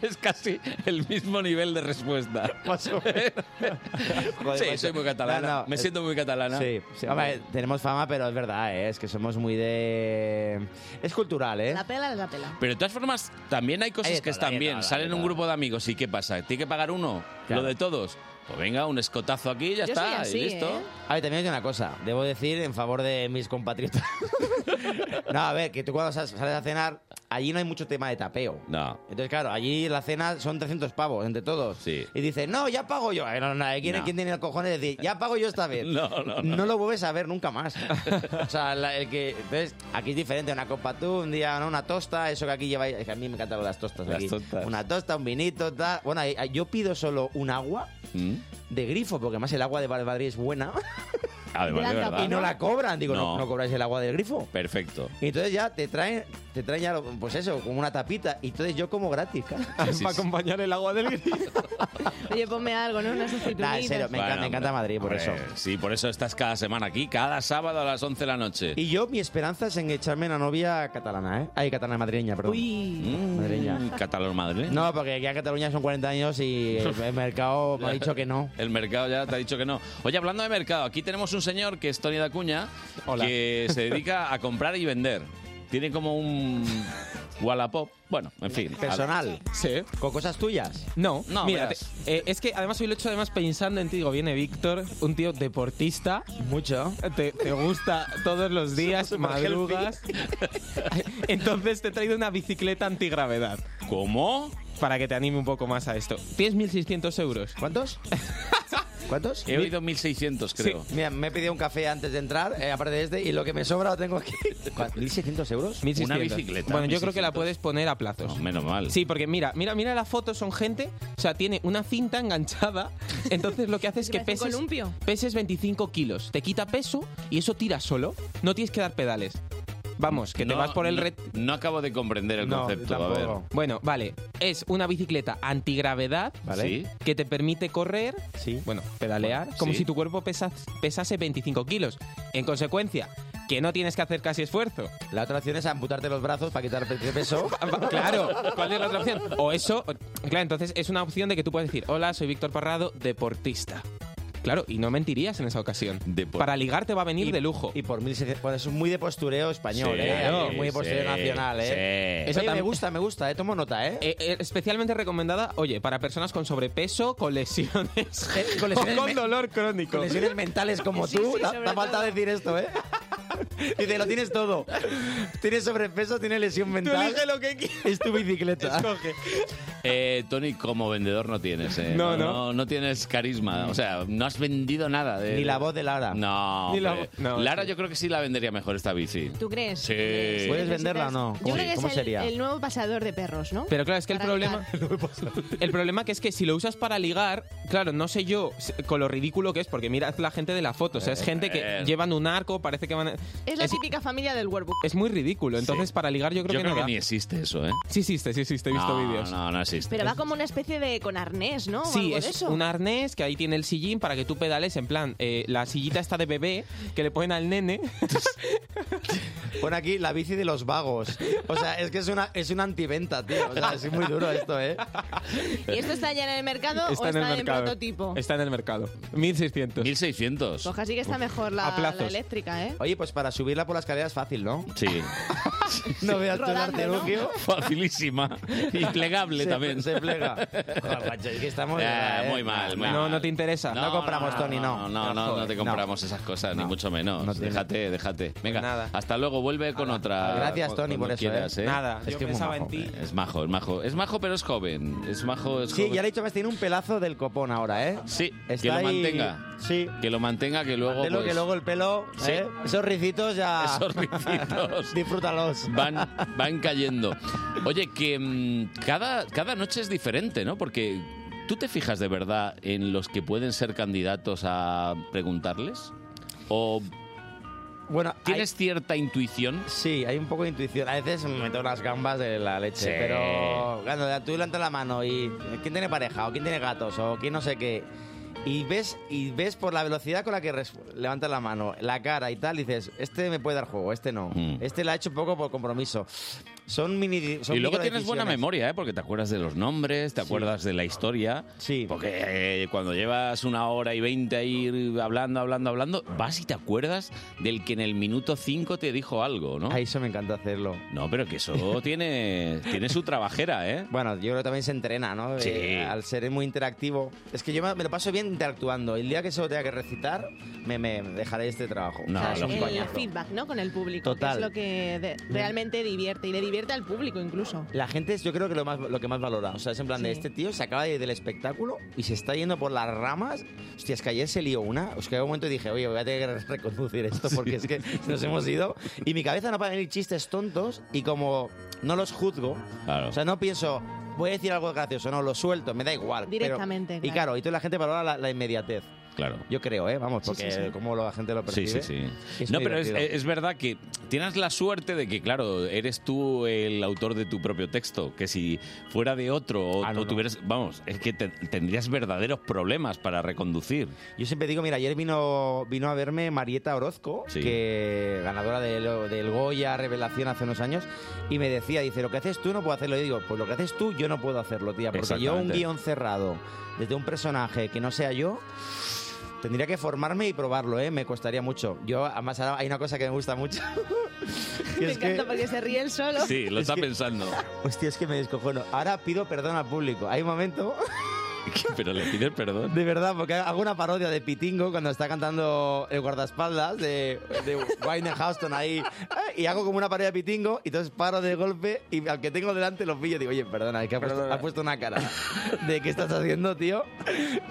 [SPEAKER 1] Es casi el mismo nivel de respuesta.
[SPEAKER 27] Joder,
[SPEAKER 1] sí,
[SPEAKER 27] macho.
[SPEAKER 1] soy muy catalana.
[SPEAKER 27] No, no,
[SPEAKER 1] Me
[SPEAKER 27] es-
[SPEAKER 1] siento muy catalana.
[SPEAKER 27] Sí, sí, hombre, tenemos fama, pero es verdad, ¿eh? es que somos muy de. Es cultural, ¿eh?
[SPEAKER 12] La pela es la pela.
[SPEAKER 1] Pero de todas formas, también hay cosas
[SPEAKER 27] Hay de
[SPEAKER 1] que
[SPEAKER 27] todo, hay
[SPEAKER 1] están
[SPEAKER 27] de
[SPEAKER 1] bien.
[SPEAKER 27] todo, hay
[SPEAKER 1] Salen
[SPEAKER 27] de
[SPEAKER 1] un
[SPEAKER 27] todo.
[SPEAKER 1] grupo de amigos y ¿qué pasa? ¿Tiene que pagar uno?
[SPEAKER 27] Claro.
[SPEAKER 1] ¿Lo de todos? Pues venga, un escotazo aquí y ya está. y listo.
[SPEAKER 27] A ver, también hay una cosa, debo decir en favor de mis compatriotas. no, a ver, que tú cuando sal- sales a cenar, allí no hay mucho tema de tapeo.
[SPEAKER 1] No.
[SPEAKER 27] Entonces, claro, allí la cena son 300 pavos entre todos. Y dices, no, ya pago yo. Eh, no, no, eh, ¿quién,
[SPEAKER 1] No.
[SPEAKER 27] quién tiene el cojones de decir, ya pago yo esta vez?
[SPEAKER 1] No, no, no.
[SPEAKER 27] lo vuelves a ver nunca más. o sea, la- el que. Entonces, aquí es diferente. Una copa tú, un día, ¿no? Una tosta, eso que aquí lleváis. es que A mí me encantan las tostas.
[SPEAKER 1] Las
[SPEAKER 27] aquí.
[SPEAKER 1] tostas.
[SPEAKER 27] Una tosta, un vinito, tal. Bueno, ahí- ahí yo pido solo un agua
[SPEAKER 1] ¿Mm?
[SPEAKER 27] de grifo, porque además el agua de Val- Madrid es buena.
[SPEAKER 1] Además, Ah, de verdad.
[SPEAKER 27] Y no la cobran. Digo, no,
[SPEAKER 1] No.
[SPEAKER 27] no cobráis el agua del grifo.
[SPEAKER 1] Perfecto.
[SPEAKER 27] Y entonces ya te traen, te traen ya, lo- pues eso, como una tapita. Y entonces yo como gratis, claro.
[SPEAKER 2] Para acompañar el agua del grifo.
[SPEAKER 12] Oye, ponme algo, ¿no? Unas aceitunitas.
[SPEAKER 27] Nah, en serio, me encanta, me encanta Madrid por eso.
[SPEAKER 1] Sí, por eso estás cada semana aquí, cada sábado a las 11 de la noche.
[SPEAKER 27] Y yo, mi esperanza es en echarme una novia catalana, ¿eh? Ay, catalana madrileña, perdón. Mm, Madrileña.
[SPEAKER 1] Mm, Catalán madre.
[SPEAKER 27] No, porque aquí a Cataluña son 40 años y el mercado me ha dicho que no.
[SPEAKER 1] El mercado ya te ha dicho que no. Oye, hablando de mercado, aquí tenemos un señor que es Tony da Cuña, que se dedica a comprar y vender. Tiene como un Wallapop, bueno, en fin.
[SPEAKER 27] Personal.
[SPEAKER 2] Sí.
[SPEAKER 27] ¿Con cosas tuyas?
[SPEAKER 2] No,
[SPEAKER 1] No,
[SPEAKER 2] mira,
[SPEAKER 1] verás.
[SPEAKER 2] te- eh, es que además hoy lo he hecho además pensando en ti. Digo, viene Víctor, un tío deportista.
[SPEAKER 27] Mucho.
[SPEAKER 2] Te, te gusta todos los días, madrugas. Entonces te he traído una bicicleta antigravedad.
[SPEAKER 1] ¿Cómo?
[SPEAKER 2] Para que te anime un poco más a esto. Tienes 1.600 euros.
[SPEAKER 27] ¿Cuántos? ¿Cuántos?
[SPEAKER 1] He oído 1.600, creo.
[SPEAKER 27] Mira, me he pedido un café antes de entrar, eh, aparte de este, y lo que me sobra lo tengo aquí. ¿1.600 euros?
[SPEAKER 2] 1.600.
[SPEAKER 1] Una bicicleta,
[SPEAKER 2] Bueno, yo creo que la
[SPEAKER 1] 1.600.
[SPEAKER 2] puedes poner a plazos.
[SPEAKER 1] menos mal.
[SPEAKER 2] Sí, porque mira, mira, mira la foto, son gente, o sea, tiene una cinta enganchada, entonces lo que hace es que
[SPEAKER 12] Parece un
[SPEAKER 2] peses,
[SPEAKER 12] columpio.
[SPEAKER 2] peses 25 kilos, te quita peso y eso tira solo, no tienes que dar pedales. Vamos, que te
[SPEAKER 1] No,
[SPEAKER 2] vas por el
[SPEAKER 1] no-
[SPEAKER 2] ret...
[SPEAKER 1] No acabo de comprender el concepto, a ver.
[SPEAKER 2] Bueno, vale, es una bicicleta antigravedad
[SPEAKER 1] Vale. Sí.
[SPEAKER 2] que te permite correr, bueno, pedalear,
[SPEAKER 1] Bueno,
[SPEAKER 2] como
[SPEAKER 1] sí.
[SPEAKER 2] si tu cuerpo pesa- pesase 25 kilos. En consecuencia, que no tienes que hacer casi esfuerzo.
[SPEAKER 27] La otra opción es amputarte los brazos para quitarte el peso.
[SPEAKER 2] Claro, ¿cuál es la otra opción? O eso, o- claro, entonces es una opción de que tú puedes decir, hola, soy Víctor Parrado, deportista. Claro, y no mentirías en esa ocasión. Para ligar te va a venir de lujo.
[SPEAKER 27] Y por 1.600... Bueno, eso es muy de postureo español,
[SPEAKER 2] Sí,
[SPEAKER 27] ¿eh?
[SPEAKER 2] claro.
[SPEAKER 27] Muy de postureo
[SPEAKER 2] sí,
[SPEAKER 27] nacional, ¿eh?
[SPEAKER 2] sí.
[SPEAKER 27] Eso
[SPEAKER 2] Eso
[SPEAKER 27] me
[SPEAKER 2] tam-
[SPEAKER 27] gusta, me gusta, ¿eh? Tomo nota, ¿eh?
[SPEAKER 2] Eh, eh, especialmente recomendada, oye, para personas con sobrepeso, con lesiones,
[SPEAKER 27] Eh, con lesiones
[SPEAKER 2] o con
[SPEAKER 27] me-
[SPEAKER 2] dolor crónico.
[SPEAKER 27] Con lesiones mentales como
[SPEAKER 2] Sí,
[SPEAKER 27] tú,
[SPEAKER 2] sí,
[SPEAKER 27] da,
[SPEAKER 2] sobre
[SPEAKER 27] da falta
[SPEAKER 2] todo.
[SPEAKER 27] decir esto, ¿eh? Dice, lo tienes todo. Tienes sobrepeso, tienes lesión mental.
[SPEAKER 2] elige lo que
[SPEAKER 27] Es tu bicicleta.
[SPEAKER 1] Eh, Tony, como vendedor no tienes, ¿eh?
[SPEAKER 27] No, no.
[SPEAKER 1] no. tienes carisma. O sea, no has vendido nada. De...
[SPEAKER 27] Ni la voz de Lara.
[SPEAKER 1] No.
[SPEAKER 27] Ni la
[SPEAKER 1] hombre.
[SPEAKER 27] voz- no,
[SPEAKER 1] Lara yo creo que sí la vendería mejor esta bici.
[SPEAKER 12] ¿Tú crees?
[SPEAKER 1] Sí.
[SPEAKER 27] ¿Puedes venderla o no?
[SPEAKER 12] Yo creo que es el, el nuevo pasador de perros, ¿no?
[SPEAKER 2] Pero claro, es que el
[SPEAKER 12] Para
[SPEAKER 2] problema. El problema que es que si lo usas para ligar, claro, no sé yo s- con lo ridículo que es, porque mirad la gente de la foto. O sea, es
[SPEAKER 1] Eh,
[SPEAKER 2] gente que
[SPEAKER 1] eh.
[SPEAKER 2] llevan un arco, parece que van. a-
[SPEAKER 12] Es la típica familia del workbook.
[SPEAKER 2] Es muy ridículo. Entonces, para ligar, yo creo
[SPEAKER 1] Yo
[SPEAKER 2] que
[SPEAKER 1] creo
[SPEAKER 2] no
[SPEAKER 1] que
[SPEAKER 2] da.
[SPEAKER 1] ni existe eso, ¿eh?
[SPEAKER 2] Sí existe, sí existe, he visto
[SPEAKER 1] No,
[SPEAKER 2] vídeos.
[SPEAKER 1] No, no existe.
[SPEAKER 12] Pero va como una especie de con arnés, ¿no? O
[SPEAKER 2] Sí,
[SPEAKER 12] algo de
[SPEAKER 2] es
[SPEAKER 12] eso.
[SPEAKER 2] un arnés que ahí tiene el sillín para que tú pedales. En plan, eh, la sillita está de bebé que le ponen al nene.
[SPEAKER 27] Pon aquí la bici de los vagos. O sea, es que es una, es una antiventa, tío. O sea, es muy duro esto, ¿eh?
[SPEAKER 12] ¿Y esto está ya en el mercado o está en, prototipo?
[SPEAKER 2] Está en el mercado. 1600.
[SPEAKER 1] 1600.
[SPEAKER 12] Pues así que está mejor la,
[SPEAKER 27] A plazos.
[SPEAKER 12] la eléctrica, ¿eh?
[SPEAKER 27] Oye, pues para subirla por las escaleras fácil, ¿no?
[SPEAKER 1] Sí.
[SPEAKER 27] no veas tú el
[SPEAKER 12] Rodando, ¿no?
[SPEAKER 27] artilugio.
[SPEAKER 1] Facilísima. Y plegable
[SPEAKER 27] Se-
[SPEAKER 1] también.
[SPEAKER 27] se plega. Joder, macho, es que estamos-
[SPEAKER 1] Ah,
[SPEAKER 27] eh,
[SPEAKER 1] muy mal, muy
[SPEAKER 27] no,
[SPEAKER 1] mal.
[SPEAKER 27] no te interesa. No compramos, Tony, no.
[SPEAKER 1] No, no,
[SPEAKER 27] No,
[SPEAKER 1] no,
[SPEAKER 27] joder,
[SPEAKER 1] te compramos esas cosas, ni mucho menos. déjate, déjate. Venga,
[SPEAKER 27] Pues nada.
[SPEAKER 1] hasta luego, vuelve con otra.
[SPEAKER 27] Gracias,
[SPEAKER 1] cu-
[SPEAKER 27] Tony,
[SPEAKER 1] cuando
[SPEAKER 27] por eso,
[SPEAKER 1] quieras,
[SPEAKER 27] ¿eh?
[SPEAKER 1] ¿eh?
[SPEAKER 27] Nada, yo
[SPEAKER 1] es muy
[SPEAKER 27] pensaba en
[SPEAKER 1] majo.
[SPEAKER 27] ti.
[SPEAKER 1] Es majo, es majo. Es majo, pero es joven. Es majo, es
[SPEAKER 27] Sí,
[SPEAKER 1] joven.
[SPEAKER 27] ya le he dicho más, tiene un pelazo del copón ahora, ¿eh?
[SPEAKER 1] Sí,
[SPEAKER 27] Está
[SPEAKER 1] que lo
[SPEAKER 27] ahí-
[SPEAKER 1] mantenga.
[SPEAKER 27] Sí.
[SPEAKER 1] Que lo mantenga, que luego.
[SPEAKER 27] Pelo
[SPEAKER 1] pues,
[SPEAKER 27] que luego el pelo,
[SPEAKER 1] Sí.
[SPEAKER 27] ¿eh? esos ricitos ya...
[SPEAKER 1] Esos ricitos.
[SPEAKER 27] Disfrútalos.
[SPEAKER 1] Van, van cayendo. Oye, que mm, cada, cada noche es diferente, ¿no? Porque tú te fijas de verdad en los que pueden ser candidatos a preguntarles. O
[SPEAKER 27] Bueno,
[SPEAKER 1] ¿Tienes cierta intuición?
[SPEAKER 27] Sí, hay un poco de intuición. A veces me meto unas gambas de la leche,
[SPEAKER 1] Sí.
[SPEAKER 27] pero cuando tú levantas la mano y quién tiene pareja o quién tiene gatos o quién no sé qué y ves y ves por la velocidad con la que res- levantas la mano, la cara y tal, dices, este me puede dar juego, este no.
[SPEAKER 1] Mm.
[SPEAKER 27] Este la ha hecho un poco por compromiso. Son mini son
[SPEAKER 1] y luego tienes
[SPEAKER 27] microdecisiones.
[SPEAKER 1] buena memoria, ¿eh? porque te acuerdas de los nombres, te acuerdas de la historia.
[SPEAKER 27] Sí.
[SPEAKER 1] Porque eh, cuando llevas una hora y veinte ahí hablando, hablando, hablando, vas y te acuerdas del que en el minuto cinco te dijo algo, ¿no?
[SPEAKER 27] Ahí eso me encanta hacerlo.
[SPEAKER 1] No, pero que eso tiene, tiene su trabajera, ¿eh?
[SPEAKER 27] Bueno, yo creo que también se entrena, ¿no?
[SPEAKER 1] Sí.
[SPEAKER 27] Eh, al ser muy interactivo. Es que yo me, me lo paso bien interactuando. El día que solo tenga que recitar, me, me dejaré este trabajo.
[SPEAKER 1] No,
[SPEAKER 27] O sea,
[SPEAKER 12] O
[SPEAKER 27] es
[SPEAKER 12] sea,
[SPEAKER 27] un
[SPEAKER 12] el
[SPEAKER 27] coñazo.
[SPEAKER 12] feedback, ¿no? Con el público. que
[SPEAKER 27] Total.
[SPEAKER 12] es lo que de- realmente divierte y le divierte al público incluso.
[SPEAKER 27] La gente es, yo creo que lo, más, lo que más valora. O sea, es en plan de este tío se acaba de ir del espectáculo y se está yendo por las ramas. Hostia, es que ayer se lió una. Os que un momento y dije, oye, voy a tener que re- reconducir esto porque es que nos hemos ido. Y mi cabeza no para venir chistes tontos y como no los juzgo, o sea, no pienso, voy a decir algo gracioso, no, lo suelto, me da igual. pero-
[SPEAKER 12] Directamente,
[SPEAKER 27] y
[SPEAKER 12] claro.
[SPEAKER 27] claro, y toda la gente valora la, la inmediatez.
[SPEAKER 1] Claro.
[SPEAKER 27] Yo creo, ¿eh? Vamos,
[SPEAKER 1] Sí, sí,
[SPEAKER 27] porque
[SPEAKER 1] sí.
[SPEAKER 27] como la gente lo
[SPEAKER 1] Sí,
[SPEAKER 27] percibe.
[SPEAKER 1] sí, sí.
[SPEAKER 27] es
[SPEAKER 1] no,
[SPEAKER 27] muy
[SPEAKER 1] pero es, eh,
[SPEAKER 27] divertido.
[SPEAKER 1] es verdad que tienes la suerte de que, claro, eres tú el autor de tu propio texto, que si fuera de otro o,
[SPEAKER 27] Ah,
[SPEAKER 1] o tuvieras, vamos, es que te- tendrías verdaderos problemas para reconducir.
[SPEAKER 27] Yo siempre digo, mira, ayer vino, vino a verme Marieta Orozco, que ganadora del, del Goya Revelación hace unos años, y me decía, dice, lo que haces tú no puedo hacerlo. Y digo, pues lo que haces tú yo no puedo hacerlo, tía, porque yo un
[SPEAKER 1] Exactamente.
[SPEAKER 27] guión cerrado desde un personaje que no sea yo... Tendría que formarme y probarlo, ¿eh? Me costaría mucho. Yo, además, ahora hay una cosa que me gusta mucho.
[SPEAKER 12] Me encanta porque se ríe él solo.
[SPEAKER 27] Es que-
[SPEAKER 1] pensando.
[SPEAKER 27] Hostia, es que me descojono. Ahora pido perdón al público. Hay un momento
[SPEAKER 1] Pero le pides perdón.
[SPEAKER 27] De verdad, porque hago una parodia de Pitingo cuando está cantando el guardaespaldas de, de Winehouston ahí. eh, Y hago como una parodia de Pitingo y entonces paro de golpe y al que tengo delante lo pillo y digo, oye, perdona, es que ha puesto,
[SPEAKER 3] Perdona.
[SPEAKER 27] ha puesto una cara de qué estás haciendo, tío.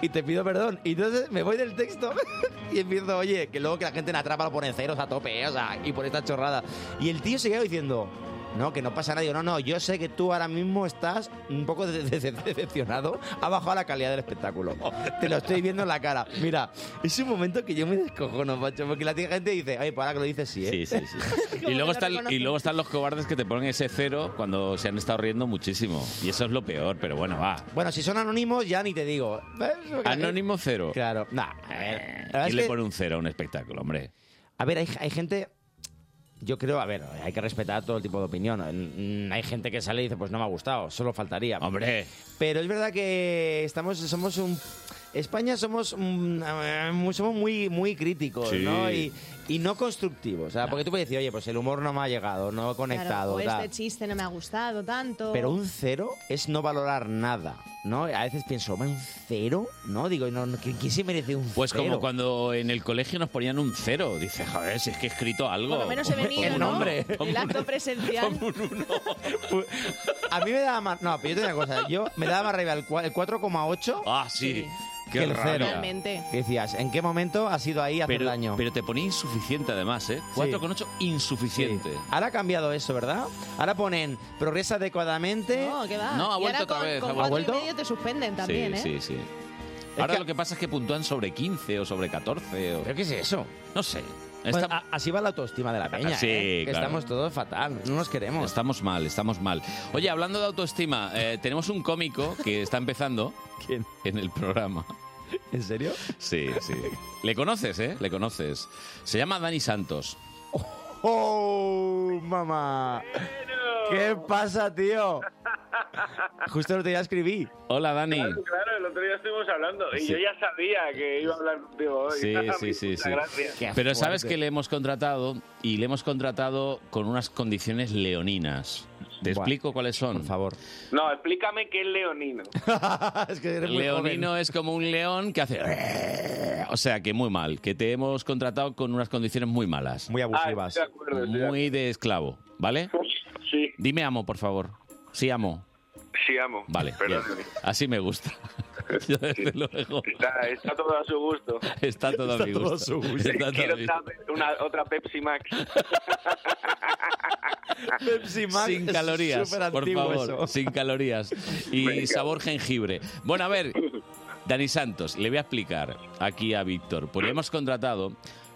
[SPEAKER 27] Y te pido perdón. Y entonces me voy del texto y empiezo, oye, que luego que la gente en atrapa lo pone en ceros a tope, eh, o sea, y por esta chorrada. Y el tío se quedó diciendo... No, que no pasa nada. Digo, no, no, yo sé que tú ahora mismo estás un poco de- de- de- decepcionado. Ha bajado la calidad del espectáculo. Te lo estoy viendo en la cara. Mira, es un momento que yo me descojono, macho, porque la tía- gente dice, ay, para que lo dices, sí, ¿eh?
[SPEAKER 1] Sí, sí, sí. Y luego, están, y luego están los cobardes que te ponen ese cero cuando se han estado riendo muchísimo. Y eso es lo peor, pero bueno, va.
[SPEAKER 27] Bueno, si son anónimos, ya ni te digo. ¿Ves? Porque-
[SPEAKER 1] Anónimo cero.
[SPEAKER 27] Claro, eh. verdad es
[SPEAKER 1] Y le
[SPEAKER 27] que-
[SPEAKER 1] pone un cero a un espectáculo, hombre.
[SPEAKER 27] A ver, hay, hay gente. Yo creo, a ver, hay que respetar todo tipo de opinión. Mm, Hay gente que sale y dice, pues no me ha gustado, solo faltaría.
[SPEAKER 1] Hombre.
[SPEAKER 27] Pero es verdad que estamos, somos un. España somos, un- eh, somos muy, muy críticos,
[SPEAKER 1] Sí.
[SPEAKER 27] ¿no? Y, y no constructivos. O sea, porque tú puedes decir, oye, pues el humor no me ha llegado, no he
[SPEAKER 12] Claro,
[SPEAKER 27] conectado.
[SPEAKER 12] o
[SPEAKER 27] tal.
[SPEAKER 12] este chiste no me ha gustado tanto.
[SPEAKER 27] Pero un cero es no valorar nada, ¿no? A veces pienso, hombre, un cero, ¿no? Digo, no, no, ¿quién quién se merece un
[SPEAKER 1] Pues
[SPEAKER 27] cero?
[SPEAKER 1] como cuando en el colegio nos ponían un cero. Dices, joder, si es que he escrito algo.
[SPEAKER 12] Por lo menos he
[SPEAKER 1] Hombre,
[SPEAKER 12] venido,
[SPEAKER 1] pon un
[SPEAKER 12] ¿no?
[SPEAKER 1] nombre.
[SPEAKER 12] El acto presencial.
[SPEAKER 27] A mí me daba más. No, pero yo tengo una cosa. Yo me daba más rabia el cua- el 4,8.
[SPEAKER 1] Ah, sí. Qué
[SPEAKER 27] que el
[SPEAKER 1] rabia.
[SPEAKER 27] cero.
[SPEAKER 1] Realmente.
[SPEAKER 27] ¿Qué decías? ¿En qué momento ha sido ahí hacer
[SPEAKER 1] Pero,
[SPEAKER 27] daño?
[SPEAKER 1] pero te ponía insuficiente además, ¿eh? 4,8 insuficiente.
[SPEAKER 27] Ahora ha cambiado eso, ¿verdad? Ahora ponen progresa adecuadamente.
[SPEAKER 12] No, que va.
[SPEAKER 1] No, ha
[SPEAKER 12] Y
[SPEAKER 1] vuelto
[SPEAKER 12] ahora
[SPEAKER 1] otra
[SPEAKER 12] con-
[SPEAKER 1] vez,
[SPEAKER 12] Con
[SPEAKER 1] ha
[SPEAKER 12] cuatro
[SPEAKER 1] vuelto.
[SPEAKER 12] y medio te suspenden también,
[SPEAKER 1] sí,
[SPEAKER 12] ¿eh?
[SPEAKER 1] sí, sí. Ahora lo que pasa es que puntúan sobre 15 o sobre 14. O...
[SPEAKER 27] ¿Pero qué es eso?
[SPEAKER 1] No sé.
[SPEAKER 27] Bueno, Pues a- así va la autoestima de la peña.
[SPEAKER 1] Sí,
[SPEAKER 27] ¿eh? Que
[SPEAKER 1] claro.
[SPEAKER 27] Estamos todos fatal, Ah, no nos queremos.
[SPEAKER 1] Estamos mal, estamos mal. Oye, hablando de autoestima, eh, tenemos un cómico que está empezando en el programa.
[SPEAKER 27] ¿En serio?
[SPEAKER 1] Sí, sí. Le conoces, ¿eh? Le conoces. Se llama Dani Santos.
[SPEAKER 27] ¡Oh, mamá! ¿Qué pasa, tío? Justo lo te ya escribí.
[SPEAKER 1] Hola, Dani.
[SPEAKER 26] Claro, claro, el otro día estuvimos hablando y
[SPEAKER 1] Sí.
[SPEAKER 26] yo ya sabía que iba a hablar contigo hoy.
[SPEAKER 1] Sí, sí, sí,
[SPEAKER 26] Muchas
[SPEAKER 1] sí.
[SPEAKER 26] gracias.
[SPEAKER 1] Pero sabes que le hemos contratado y le hemos contratado con unas condiciones leoninas. ¿Te explico cuáles son? Por
[SPEAKER 27] favor.
[SPEAKER 26] No, explícame qué es leonino.
[SPEAKER 27] es que
[SPEAKER 1] Leonino es como un león que
[SPEAKER 27] Eh,
[SPEAKER 1] hace... O sea, que muy mal, que te hemos contratado con unas condiciones muy malas.
[SPEAKER 27] Muy
[SPEAKER 26] abusivas. Ah, estoy de acuerdo, estoy de
[SPEAKER 1] muy de esclavo, ¿vale?
[SPEAKER 26] Sí.
[SPEAKER 1] Dime amo, por favor. Sí, amo.
[SPEAKER 26] Sí, amo.
[SPEAKER 1] Vale.
[SPEAKER 26] Perdón.
[SPEAKER 1] bien. Así me gusta. Yo desde luego.
[SPEAKER 26] Está, está todo a su gusto.
[SPEAKER 1] Está todo a Está mi todo a gusto. su gusto. Está todo
[SPEAKER 26] Quiero
[SPEAKER 1] a mi-
[SPEAKER 26] otra, una- otra Pepsi Max.
[SPEAKER 27] Pepsi Max
[SPEAKER 1] sin
[SPEAKER 27] es
[SPEAKER 1] calorías, por
[SPEAKER 27] superantiguo
[SPEAKER 1] favor,
[SPEAKER 27] eso.
[SPEAKER 1] sin calorías y sabor jengibre. Bueno, a ver, Dani Santos, le voy a explicar aquí a Víctor, pues le hemos contratado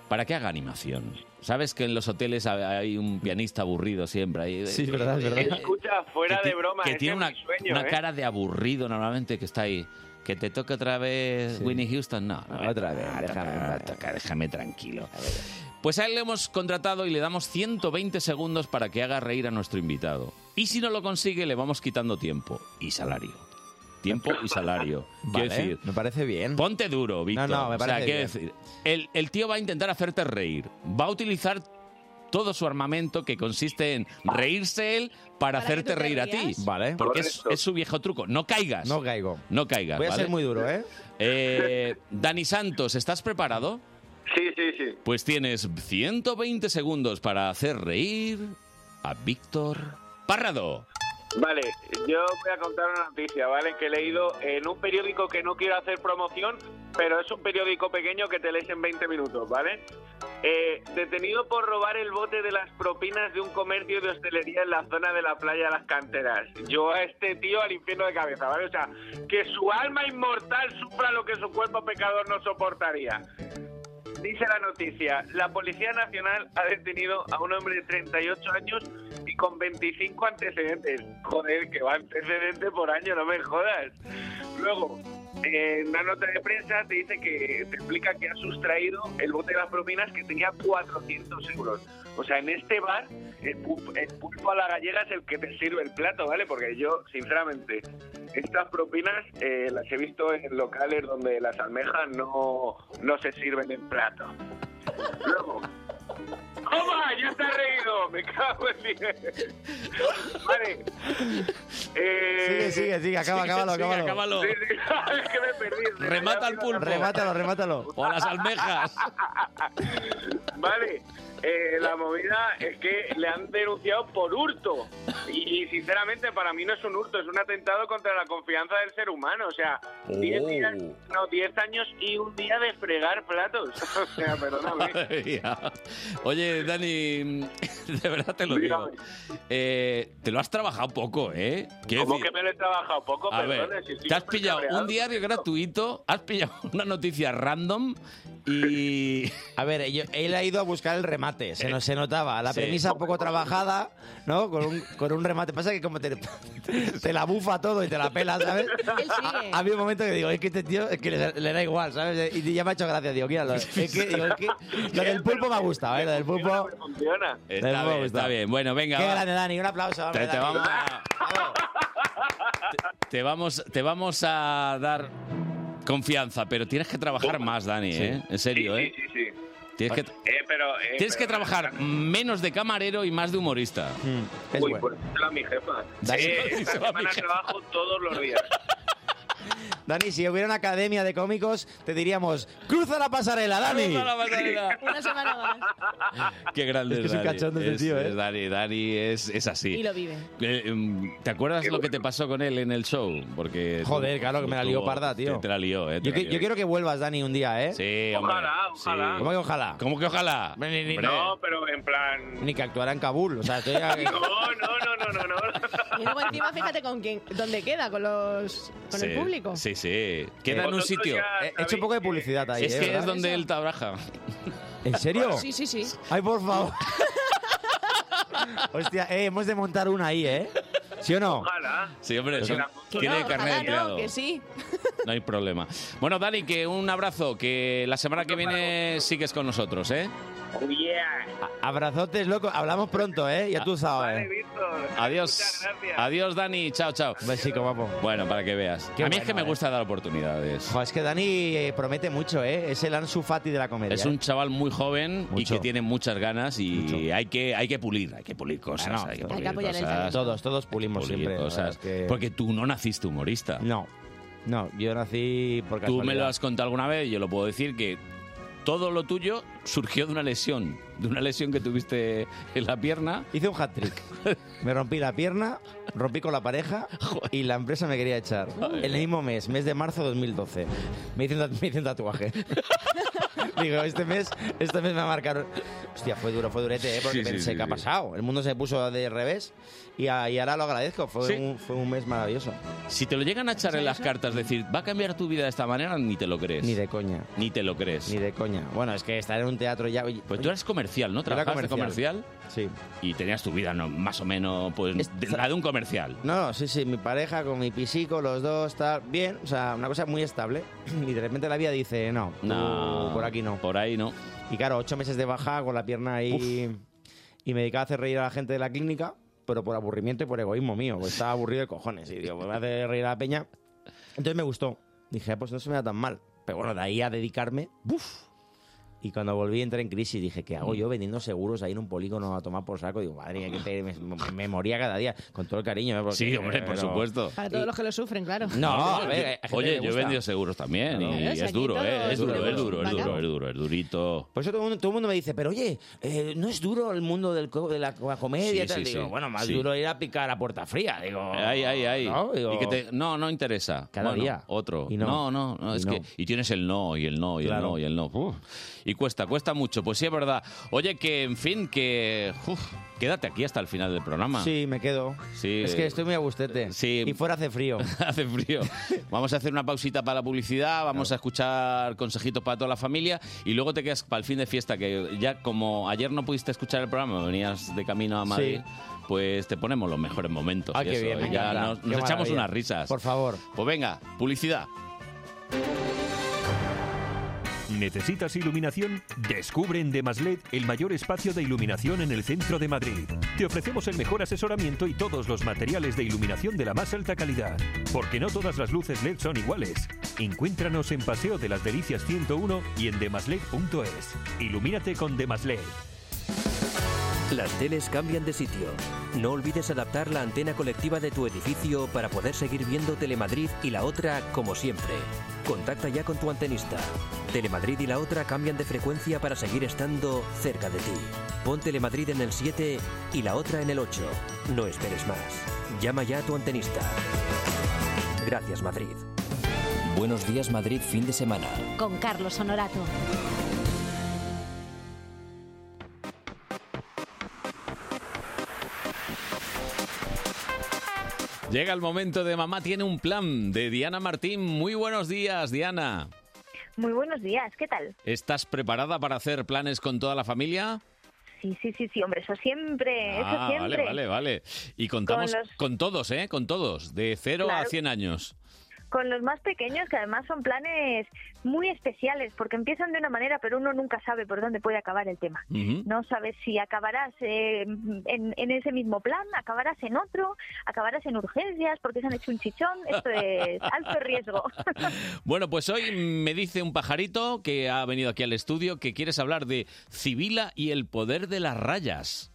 [SPEAKER 1] para que haga animación. Sabes que en los hoteles ha- hay un pianista aburrido siempre. ahí-
[SPEAKER 27] Sí, es verdad, es verdad.
[SPEAKER 26] Escucha, fuera
[SPEAKER 1] que
[SPEAKER 26] de
[SPEAKER 1] ti-
[SPEAKER 26] broma,
[SPEAKER 1] que
[SPEAKER 26] ese
[SPEAKER 1] tiene
[SPEAKER 26] es
[SPEAKER 1] una,
[SPEAKER 26] mi sueño,
[SPEAKER 1] una
[SPEAKER 26] ¿eh?
[SPEAKER 1] cara de aburrido normalmente que está ahí. Que te toque otra vez Winnie Houston, no. otra vez, déjame, déjame tranquilo. Pues a él le hemos contratado y le damos 120 segundos para que haga reír a nuestro invitado. Y si no lo consigue, le vamos quitando tiempo y salario. Tiempo y salario.
[SPEAKER 27] Vale,
[SPEAKER 1] Quiero decir,
[SPEAKER 27] me parece bien.
[SPEAKER 1] Ponte duro, Víctor.
[SPEAKER 27] no, me
[SPEAKER 1] o sea,
[SPEAKER 27] parece
[SPEAKER 1] quiero
[SPEAKER 27] bien.
[SPEAKER 1] decir, el, el tío va a intentar hacerte reír. Va a utilizar todo su armamento que consiste en reírse él para,
[SPEAKER 27] Para que
[SPEAKER 1] hacerte
[SPEAKER 27] tú te
[SPEAKER 1] reír a ti.
[SPEAKER 27] rías. Vale.
[SPEAKER 1] Porque es,
[SPEAKER 27] Correcto.
[SPEAKER 1] es su viejo truco. No caigas.
[SPEAKER 27] No caigo.
[SPEAKER 1] No caigas.
[SPEAKER 27] Voy a
[SPEAKER 1] ¿vale?
[SPEAKER 27] ser muy duro, ¿eh?
[SPEAKER 1] Eh, Dani Santos, ¿estás preparado?
[SPEAKER 26] Sí, sí, sí.
[SPEAKER 1] Pues tienes 120 segundos para hacer reír a Víctor Párrado.
[SPEAKER 26] Vale, yo voy a contar una noticia, ¿vale? Que he leído en un periódico que no quiero hacer promoción, pero es un periódico pequeño que te lees en 20 minutos, ¿vale? Eh, detenido por robar el bote de las propinas de un comercio de hostelería en la zona de la playa Las Canteras. Yo a este tío al infierno de cabeza, ¿vale? O sea, que su alma inmortal sufra lo que su cuerpo pecador no soportaría. Dice la noticia, la Policía Nacional ha detenido a un hombre de 38 años y con 25 antecedentes. Joder, que va antecedente por año, no me jodas. Luego, en una nota de prensa te dice que te explica que ha sustraído el bote de las propinas que tenía 400 euros. O sea, en este bar, el, pulpo- el pulpo a la gallega es el que te sirve el plato, ¿vale? Porque yo, sinceramente, estas propinas eh, las he visto en locales donde las almejas no, no se sirven en plato. Luego. ¡Toma! ¡Ya te has reído! ¡Me cago en diez! Vale. Eh,
[SPEAKER 27] Sigue, sigue, sigue, acaba,
[SPEAKER 26] sigue,
[SPEAKER 27] acábalo,
[SPEAKER 26] sigue,
[SPEAKER 27] acábalo.
[SPEAKER 26] Sí, sí, es que me perdí.
[SPEAKER 1] Remata al pulpo.
[SPEAKER 27] Remátalo, remátalo.
[SPEAKER 1] O a las almejas.
[SPEAKER 26] Vale, eh, la movida es que le han denunciado por hurto. Y, y, sinceramente para mí no es un hurto, es un atentado contra la confianza del ser humano. O sea, 10
[SPEAKER 1] Oh.
[SPEAKER 26] días- no, 10 años y un día de fregar platos. o sea, perdóname.
[SPEAKER 1] Madre mía. Oye, Dani, de verdad te lo digo. Eh, te lo has trabajado poco, ¿eh? Quiero
[SPEAKER 26] Como
[SPEAKER 1] decir,
[SPEAKER 26] que me lo he trabajado poco,
[SPEAKER 1] a ver,
[SPEAKER 26] perdona, si estoy
[SPEAKER 1] te has
[SPEAKER 26] súper
[SPEAKER 1] pillado
[SPEAKER 26] cabreado.
[SPEAKER 1] un diario gratuito, has pillado una noticia random y... Eh,
[SPEAKER 27] A ver, yo- él ha ido a buscar el remate, se, no, se notaba. La
[SPEAKER 1] Sí.
[SPEAKER 27] premisa poco trabajada, ¿no? Con un, con un remate. Pasa que como te, te la bufa todo y te la pela, ¿sabes? Ha, ha habido un momento que digo, es que este tío es que le, le da igual, ¿sabes? Y ya me ha hecho gracia, digo, míralo. Es que, digo, es que lo del pulpo me ha gustado, ¿eh? Lo del pulpo.
[SPEAKER 26] Funciona.
[SPEAKER 1] Está bien, está bien. Bueno, venga,
[SPEAKER 27] Qué
[SPEAKER 1] va.
[SPEAKER 27] grande, Dani, un aplauso. hombre,
[SPEAKER 1] Te- te
[SPEAKER 27] Dani.
[SPEAKER 1] vamos a- te, vamos, te vamos a dar confianza, pero tienes que trabajar más, Dani, ¿eh? En serio, ¿eh?
[SPEAKER 26] Sí, sí, sí.
[SPEAKER 1] Tienes que,
[SPEAKER 26] Eh, pero, eh,
[SPEAKER 1] tienes que
[SPEAKER 26] pero-
[SPEAKER 1] trabajar menos de camarero y más de humorista.
[SPEAKER 27] Mm,
[SPEAKER 26] Uy, por eso a mi jefa.
[SPEAKER 1] Dale.
[SPEAKER 26] Eh, esta semana trabajo todos los días.
[SPEAKER 27] Dani, si hubiera una academia de cómicos, te diríamos, cruza la pasarela, Dani.
[SPEAKER 1] Cruza la pasarela.
[SPEAKER 3] Una semana más.
[SPEAKER 1] Qué grande
[SPEAKER 27] Es que es un
[SPEAKER 1] Dani.
[SPEAKER 27] cachondo este
[SPEAKER 1] Es-
[SPEAKER 27] tío, ¿eh?
[SPEAKER 1] es Dani, Dani es, es así.
[SPEAKER 3] Y lo vive.
[SPEAKER 1] Eh, em, ¿Te acuerdas lo que te pasó con él en el show? Porque
[SPEAKER 27] Joder,
[SPEAKER 1] tú-
[SPEAKER 27] claro, que me la
[SPEAKER 1] tú-
[SPEAKER 27] lió parda, tío.
[SPEAKER 1] Te, te la lió, eh. te
[SPEAKER 27] Yo,
[SPEAKER 1] la
[SPEAKER 27] que-
[SPEAKER 1] lió.
[SPEAKER 27] yo quiero que vuelvas, Dani, un día, ¿eh?
[SPEAKER 1] Sí, hombre.
[SPEAKER 26] ojalá.
[SPEAKER 27] ¿Cómo que ojalá?
[SPEAKER 1] ¿Cómo que ojalá?
[SPEAKER 26] No, pero en plan.
[SPEAKER 27] Ni que actuara en Kabul, o sea, estoy a-
[SPEAKER 3] Y luego encima fíjate con quién, dónde queda, con los con
[SPEAKER 1] Sí,
[SPEAKER 3] el público.
[SPEAKER 1] Sí, sí. Queda en un
[SPEAKER 27] Vosotros
[SPEAKER 1] sitio.
[SPEAKER 27] ya He- he hecho un poco de publicidad ahí,
[SPEAKER 1] Es
[SPEAKER 27] ¿eh?
[SPEAKER 1] que es
[SPEAKER 27] ¿verdad?
[SPEAKER 1] donde él trabaja.
[SPEAKER 27] ¿En serio?
[SPEAKER 12] Sí, sí, sí.
[SPEAKER 27] Ay, por favor. Hostia, eh, hemos de montar una ahí, ¿eh? ¿Sí o no? Pues
[SPEAKER 1] Sí, hombre, eso
[SPEAKER 12] Que
[SPEAKER 1] tiene
[SPEAKER 12] no,
[SPEAKER 1] carnet
[SPEAKER 12] ojalá
[SPEAKER 1] de empleado.
[SPEAKER 12] no, que sí.
[SPEAKER 1] No hay problema. Bueno, Dani, que un abrazo, que la semana que viene sigues con nosotros, ¿eh?
[SPEAKER 27] Abrazotes, loco. Hablamos pronto, ¿eh? Ya tú sabes.
[SPEAKER 1] Adiós. Adiós, Dani. Chao, chao.
[SPEAKER 27] Besico, guapo.
[SPEAKER 1] Bueno, para que veas.
[SPEAKER 27] Qué
[SPEAKER 1] a mí es
[SPEAKER 27] bueno,
[SPEAKER 1] que me
[SPEAKER 27] eh.
[SPEAKER 1] gusta dar oportunidades.
[SPEAKER 27] Jo, es que Dani eh, promete mucho, ¿eh? Es el Ansu Fati de la comedia. ¿eh?
[SPEAKER 1] Es un chaval muy joven y que tiene muchas ganas y hay que hay que pulir, hay que pulir cosas,
[SPEAKER 27] Bueno,
[SPEAKER 1] hay que
[SPEAKER 27] hay
[SPEAKER 1] pulir
[SPEAKER 27] que apoyar el
[SPEAKER 1] cosas.
[SPEAKER 27] talento. Todos, todos
[SPEAKER 1] Hay que
[SPEAKER 27] pulimos
[SPEAKER 1] pulir
[SPEAKER 27] siempre, la verdad
[SPEAKER 1] cosas.
[SPEAKER 27] es que-
[SPEAKER 1] Porque tú no naciste humorista.
[SPEAKER 27] No, no, yo nací por
[SPEAKER 1] Tú
[SPEAKER 27] casualidad.
[SPEAKER 1] me lo has contado alguna vez y yo lo puedo decir que todo lo tuyo surgió de una lesión, de una lesión que tuviste en la pierna.
[SPEAKER 27] Hice un hat-trick. Me rompí la pierna, rompí con la pareja y la empresa me quería echar. El mismo mes, mes de marzo de 2012. Me hice un, tat- me hice un tatuaje. Digo, este mes, este mes me marcaron. Hostia, fue duro, fue durete, ¿eh? porque
[SPEAKER 13] Sí, sí,
[SPEAKER 27] pensé,
[SPEAKER 13] sí,
[SPEAKER 27] ¿qué ha
[SPEAKER 13] sí.
[SPEAKER 27] pasado? El mundo se puso de revés y, a- y ahora lo agradezco. Fue,
[SPEAKER 1] Sí.
[SPEAKER 27] un, fue un mes maravilloso.
[SPEAKER 1] Si te lo llegan a echar en las cartas, decir, va a cambiar tu vida de esta manera, ni te lo crees. Ni
[SPEAKER 27] de coña.
[SPEAKER 1] Ni te lo crees. Ni
[SPEAKER 27] de coña. Bueno, es que estar en un teatro ya...
[SPEAKER 1] pues tú eres comercial, ¿no?
[SPEAKER 27] Yo era
[SPEAKER 1] Trabajaste comercial.
[SPEAKER 27] comercial. Sí.
[SPEAKER 1] Y tenías tu vida, ¿no? Más o menos, pues, de- la de un comercial.
[SPEAKER 27] No, sí, sí, mi pareja con mi pisico, los dos, tal, bien, o sea, una cosa muy estable. Y de repente la vida dice, no, tú
[SPEAKER 1] No,
[SPEAKER 27] por aquí no.
[SPEAKER 1] Por ahí no.
[SPEAKER 27] Y claro, ocho meses de baja con la pierna ahí. Y me dedicaba a hacer reír a la gente de la clínica, pero por aburrimiento y por egoísmo mío, porque estaba aburrido de cojones. Y digo, pues voy a hacer reír a la peña. Entonces me gustó. Dije, "Ah, pues no se me da tan mal. Pero bueno, de ahí a dedicarme, ¡buf! Y cuando volví entré en crisis, dije, ¿qué hago yo vendiendo seguros ahí en un polígono a tomar por saco? Digo, madre mía, que pe- me, me moría cada día, con todo el cariño. ¿eh? Porque-
[SPEAKER 1] Sí, hombre, por
[SPEAKER 27] pero-
[SPEAKER 1] supuesto.
[SPEAKER 12] Para todos los que lo sufren, claro.
[SPEAKER 27] No, a ver, hay gente que
[SPEAKER 1] Oye,
[SPEAKER 27] le
[SPEAKER 1] yo he
[SPEAKER 27] gusta.
[SPEAKER 1] vendido seguros también
[SPEAKER 27] Claro.
[SPEAKER 1] y
[SPEAKER 27] Claro, si
[SPEAKER 1] es
[SPEAKER 27] aquí
[SPEAKER 1] duro,
[SPEAKER 27] todo
[SPEAKER 1] ¿eh? Es
[SPEAKER 27] es
[SPEAKER 1] duro,
[SPEAKER 27] duro,
[SPEAKER 1] es duro, es
[SPEAKER 27] bacán.
[SPEAKER 1] duro, es duro, es durito.
[SPEAKER 27] Por eso Pues todo el mundo, todo el mundo me dice, pero oye, eh, ¿no es duro el mundo del co- de la, la comedia? y
[SPEAKER 1] Sí,
[SPEAKER 27] tal?
[SPEAKER 1] sí,
[SPEAKER 27] digo,
[SPEAKER 1] sí.
[SPEAKER 27] bueno, más
[SPEAKER 1] Sí.
[SPEAKER 27] duro ir a picar a puerta fría. Digo,
[SPEAKER 1] Eh, Ay, ay, ay.
[SPEAKER 27] No, digo,
[SPEAKER 1] Y que te- no, no interesa.
[SPEAKER 27] Cada
[SPEAKER 1] Bueno,
[SPEAKER 27] día.
[SPEAKER 1] Otro.
[SPEAKER 27] Y no.
[SPEAKER 1] no, no, no,
[SPEAKER 27] Y
[SPEAKER 1] es
[SPEAKER 27] no.
[SPEAKER 1] que. Y tienes el no, y el no, y
[SPEAKER 27] Claro.
[SPEAKER 1] el no, y el no. Uf. Y cuesta, cuesta mucho. Pues sí, es verdad. Oye, que en fin, que. uf, quédate aquí hasta el final del programa.
[SPEAKER 27] Sí, me quedo.
[SPEAKER 1] Sí.
[SPEAKER 27] Es que estoy muy a gustete.
[SPEAKER 1] Sí.
[SPEAKER 27] Y fuera hace frío.
[SPEAKER 1] hace frío. Vamos a hacer una pausita para la publicidad, vamos a escuchar consejitos para toda la familia y luego te quedas para el fin de fiesta, que ya como ayer no pudiste escuchar el programa, venías de camino a Madrid, pues te ponemos los mejores momentos.
[SPEAKER 27] Ah,
[SPEAKER 1] y
[SPEAKER 27] qué
[SPEAKER 1] eso,
[SPEAKER 27] bien, me
[SPEAKER 1] y ya
[SPEAKER 27] encanta.
[SPEAKER 1] nos,
[SPEAKER 27] Qué
[SPEAKER 1] nos echamos
[SPEAKER 27] maravilla.
[SPEAKER 1] unas risas.
[SPEAKER 27] Por favor.
[SPEAKER 1] Pues venga, publicidad.
[SPEAKER 10] ¿Necesitas iluminación? Descubre en Demasled el mayor espacio de iluminación en el centro de Madrid. Te ofrecemos el mejor asesoramiento y todos los materiales de iluminación de la más alta calidad, porque no todas las luces LED son iguales. Encuéntranos en Paseo de las Delicias 101 y en demasled.es. Ilumínate con Demasled.
[SPEAKER 5] Las teles cambian de sitio. No olvides adaptar la antena colectiva de tu edificio para poder seguir viendo Telemadrid y la otra como siempre. Contacta ya con tu antenista. Telemadrid y la otra cambian de frecuencia para seguir estando cerca de ti. Pon Telemadrid en el 7 y la otra en el 8. No esperes más. Llama ya a tu antenista. Gracias Madrid. Buenos días Madrid fin de semana.
[SPEAKER 11] Con Carlos Honorato.
[SPEAKER 1] Llega el momento de Mamá tiene un plan de Diana Martín. Muy buenos días, Diana.
[SPEAKER 14] Muy buenos días, ¿qué tal?
[SPEAKER 1] ¿Estás preparada para hacer planes con toda la familia?
[SPEAKER 14] Sí, sí, sí, sí, hombre, eso siempre, eso
[SPEAKER 1] Ah, vale,
[SPEAKER 14] siempre.
[SPEAKER 1] vale, vale. Y contamos con,
[SPEAKER 14] los-
[SPEAKER 1] todos, ¿eh? Con todos, de 0 a
[SPEAKER 14] Claro.
[SPEAKER 1] 100 años.
[SPEAKER 14] Con los más pequeños, que además son planes muy especiales, porque empiezan de una manera, pero uno nunca sabe por dónde puede acabar el tema.
[SPEAKER 16] Ujú.
[SPEAKER 14] No sabes si acabarás eh, en, en ese mismo plan, acabarás en otro, acabarás en urgencias porque se han hecho un chichón. Esto es alto riesgo.
[SPEAKER 1] Bueno, pues hoy me dice un pajarito que ha venido aquí al estudio que quieres hablar de Civila y el poder de las rayas.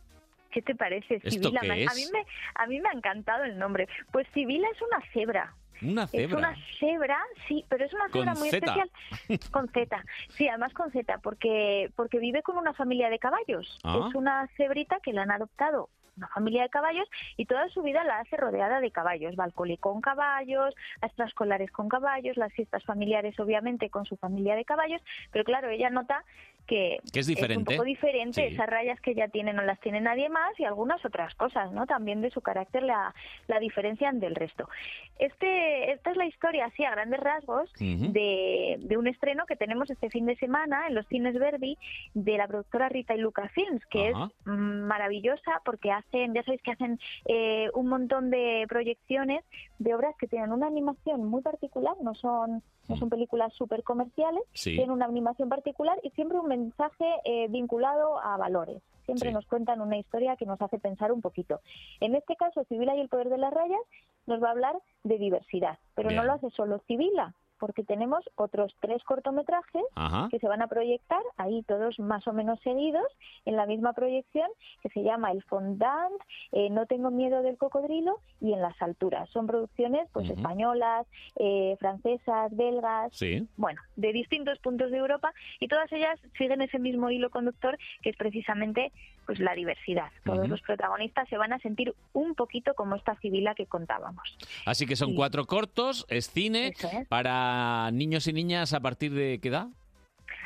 [SPEAKER 14] ¿Qué te parece,
[SPEAKER 1] ¿Esto
[SPEAKER 14] Sibila?
[SPEAKER 1] qué
[SPEAKER 14] Me- A,
[SPEAKER 1] es?
[SPEAKER 14] mí me, a mí me ha encantado el nombre. Pues Sibila es una cebra.
[SPEAKER 1] Una
[SPEAKER 14] Es una
[SPEAKER 1] cebra.
[SPEAKER 14] cebra, sí, pero es una
[SPEAKER 1] Con
[SPEAKER 14] cebra muy
[SPEAKER 1] zeta.
[SPEAKER 14] especial. Con Z. Sí, además con Z, porque, porque vive con una familia de caballos.
[SPEAKER 17] Ah.
[SPEAKER 14] Es una cebrita que la han adoptado una familia de caballos y toda su vida la hace rodeada de caballos. Va al cole con caballos, a extraescolares con caballos, las fiestas familiares obviamente con su familia de caballos, pero claro, ella nota que,
[SPEAKER 1] Que es diferente.
[SPEAKER 14] un poco diferente.
[SPEAKER 1] Sí.
[SPEAKER 14] Esas rayas que ya tiene no las tiene nadie más y algunas otras cosas, ¿no? También de su carácter la, la diferencian del resto. Este, esta es la historia, así a grandes rasgos,
[SPEAKER 13] Ujú.
[SPEAKER 14] de, de un estreno que tenemos este fin de semana en los cines Verdi de la productora Rita y Luca Films, que
[SPEAKER 13] Ajá.
[SPEAKER 14] es mm, maravillosa porque hacen, ya sabéis que hacen eh, un montón de proyecciones de obras que tienen una animación muy particular, no son, no son películas súper comerciales,
[SPEAKER 13] Mm. Sí.
[SPEAKER 14] tienen una animación particular y siempre un mensaje eh, vinculado a valores. Siempre
[SPEAKER 13] Sí.
[SPEAKER 14] nos cuentan una historia que nos hace pensar un poquito. En este caso, Sibila y el poder de las rayas nos va a hablar de diversidad, pero no
[SPEAKER 13] Bien.
[SPEAKER 14] lo hace solo Sibila, porque tenemos otros tres cortometrajes
[SPEAKER 13] Ajá.
[SPEAKER 14] que se van a proyectar ahí todos más o menos seguidos en la misma proyección que se llama El Fondant, eh, No tengo miedo del cocodrilo y En las alturas. Son producciones pues
[SPEAKER 13] Ujú.
[SPEAKER 14] españolas, eh, francesas, belgas,
[SPEAKER 13] Sí.
[SPEAKER 14] bueno, de distintos puntos de Europa y todas ellas siguen ese mismo hilo conductor que es precisamente pues la diversidad. Todos
[SPEAKER 1] Ujú.
[SPEAKER 14] los protagonistas se van a sentir un poquito como esta civila que contábamos.
[SPEAKER 1] Así que son
[SPEAKER 14] Sí.
[SPEAKER 1] cuatro cortos, es cine, para niños y niñas a partir de qué edad?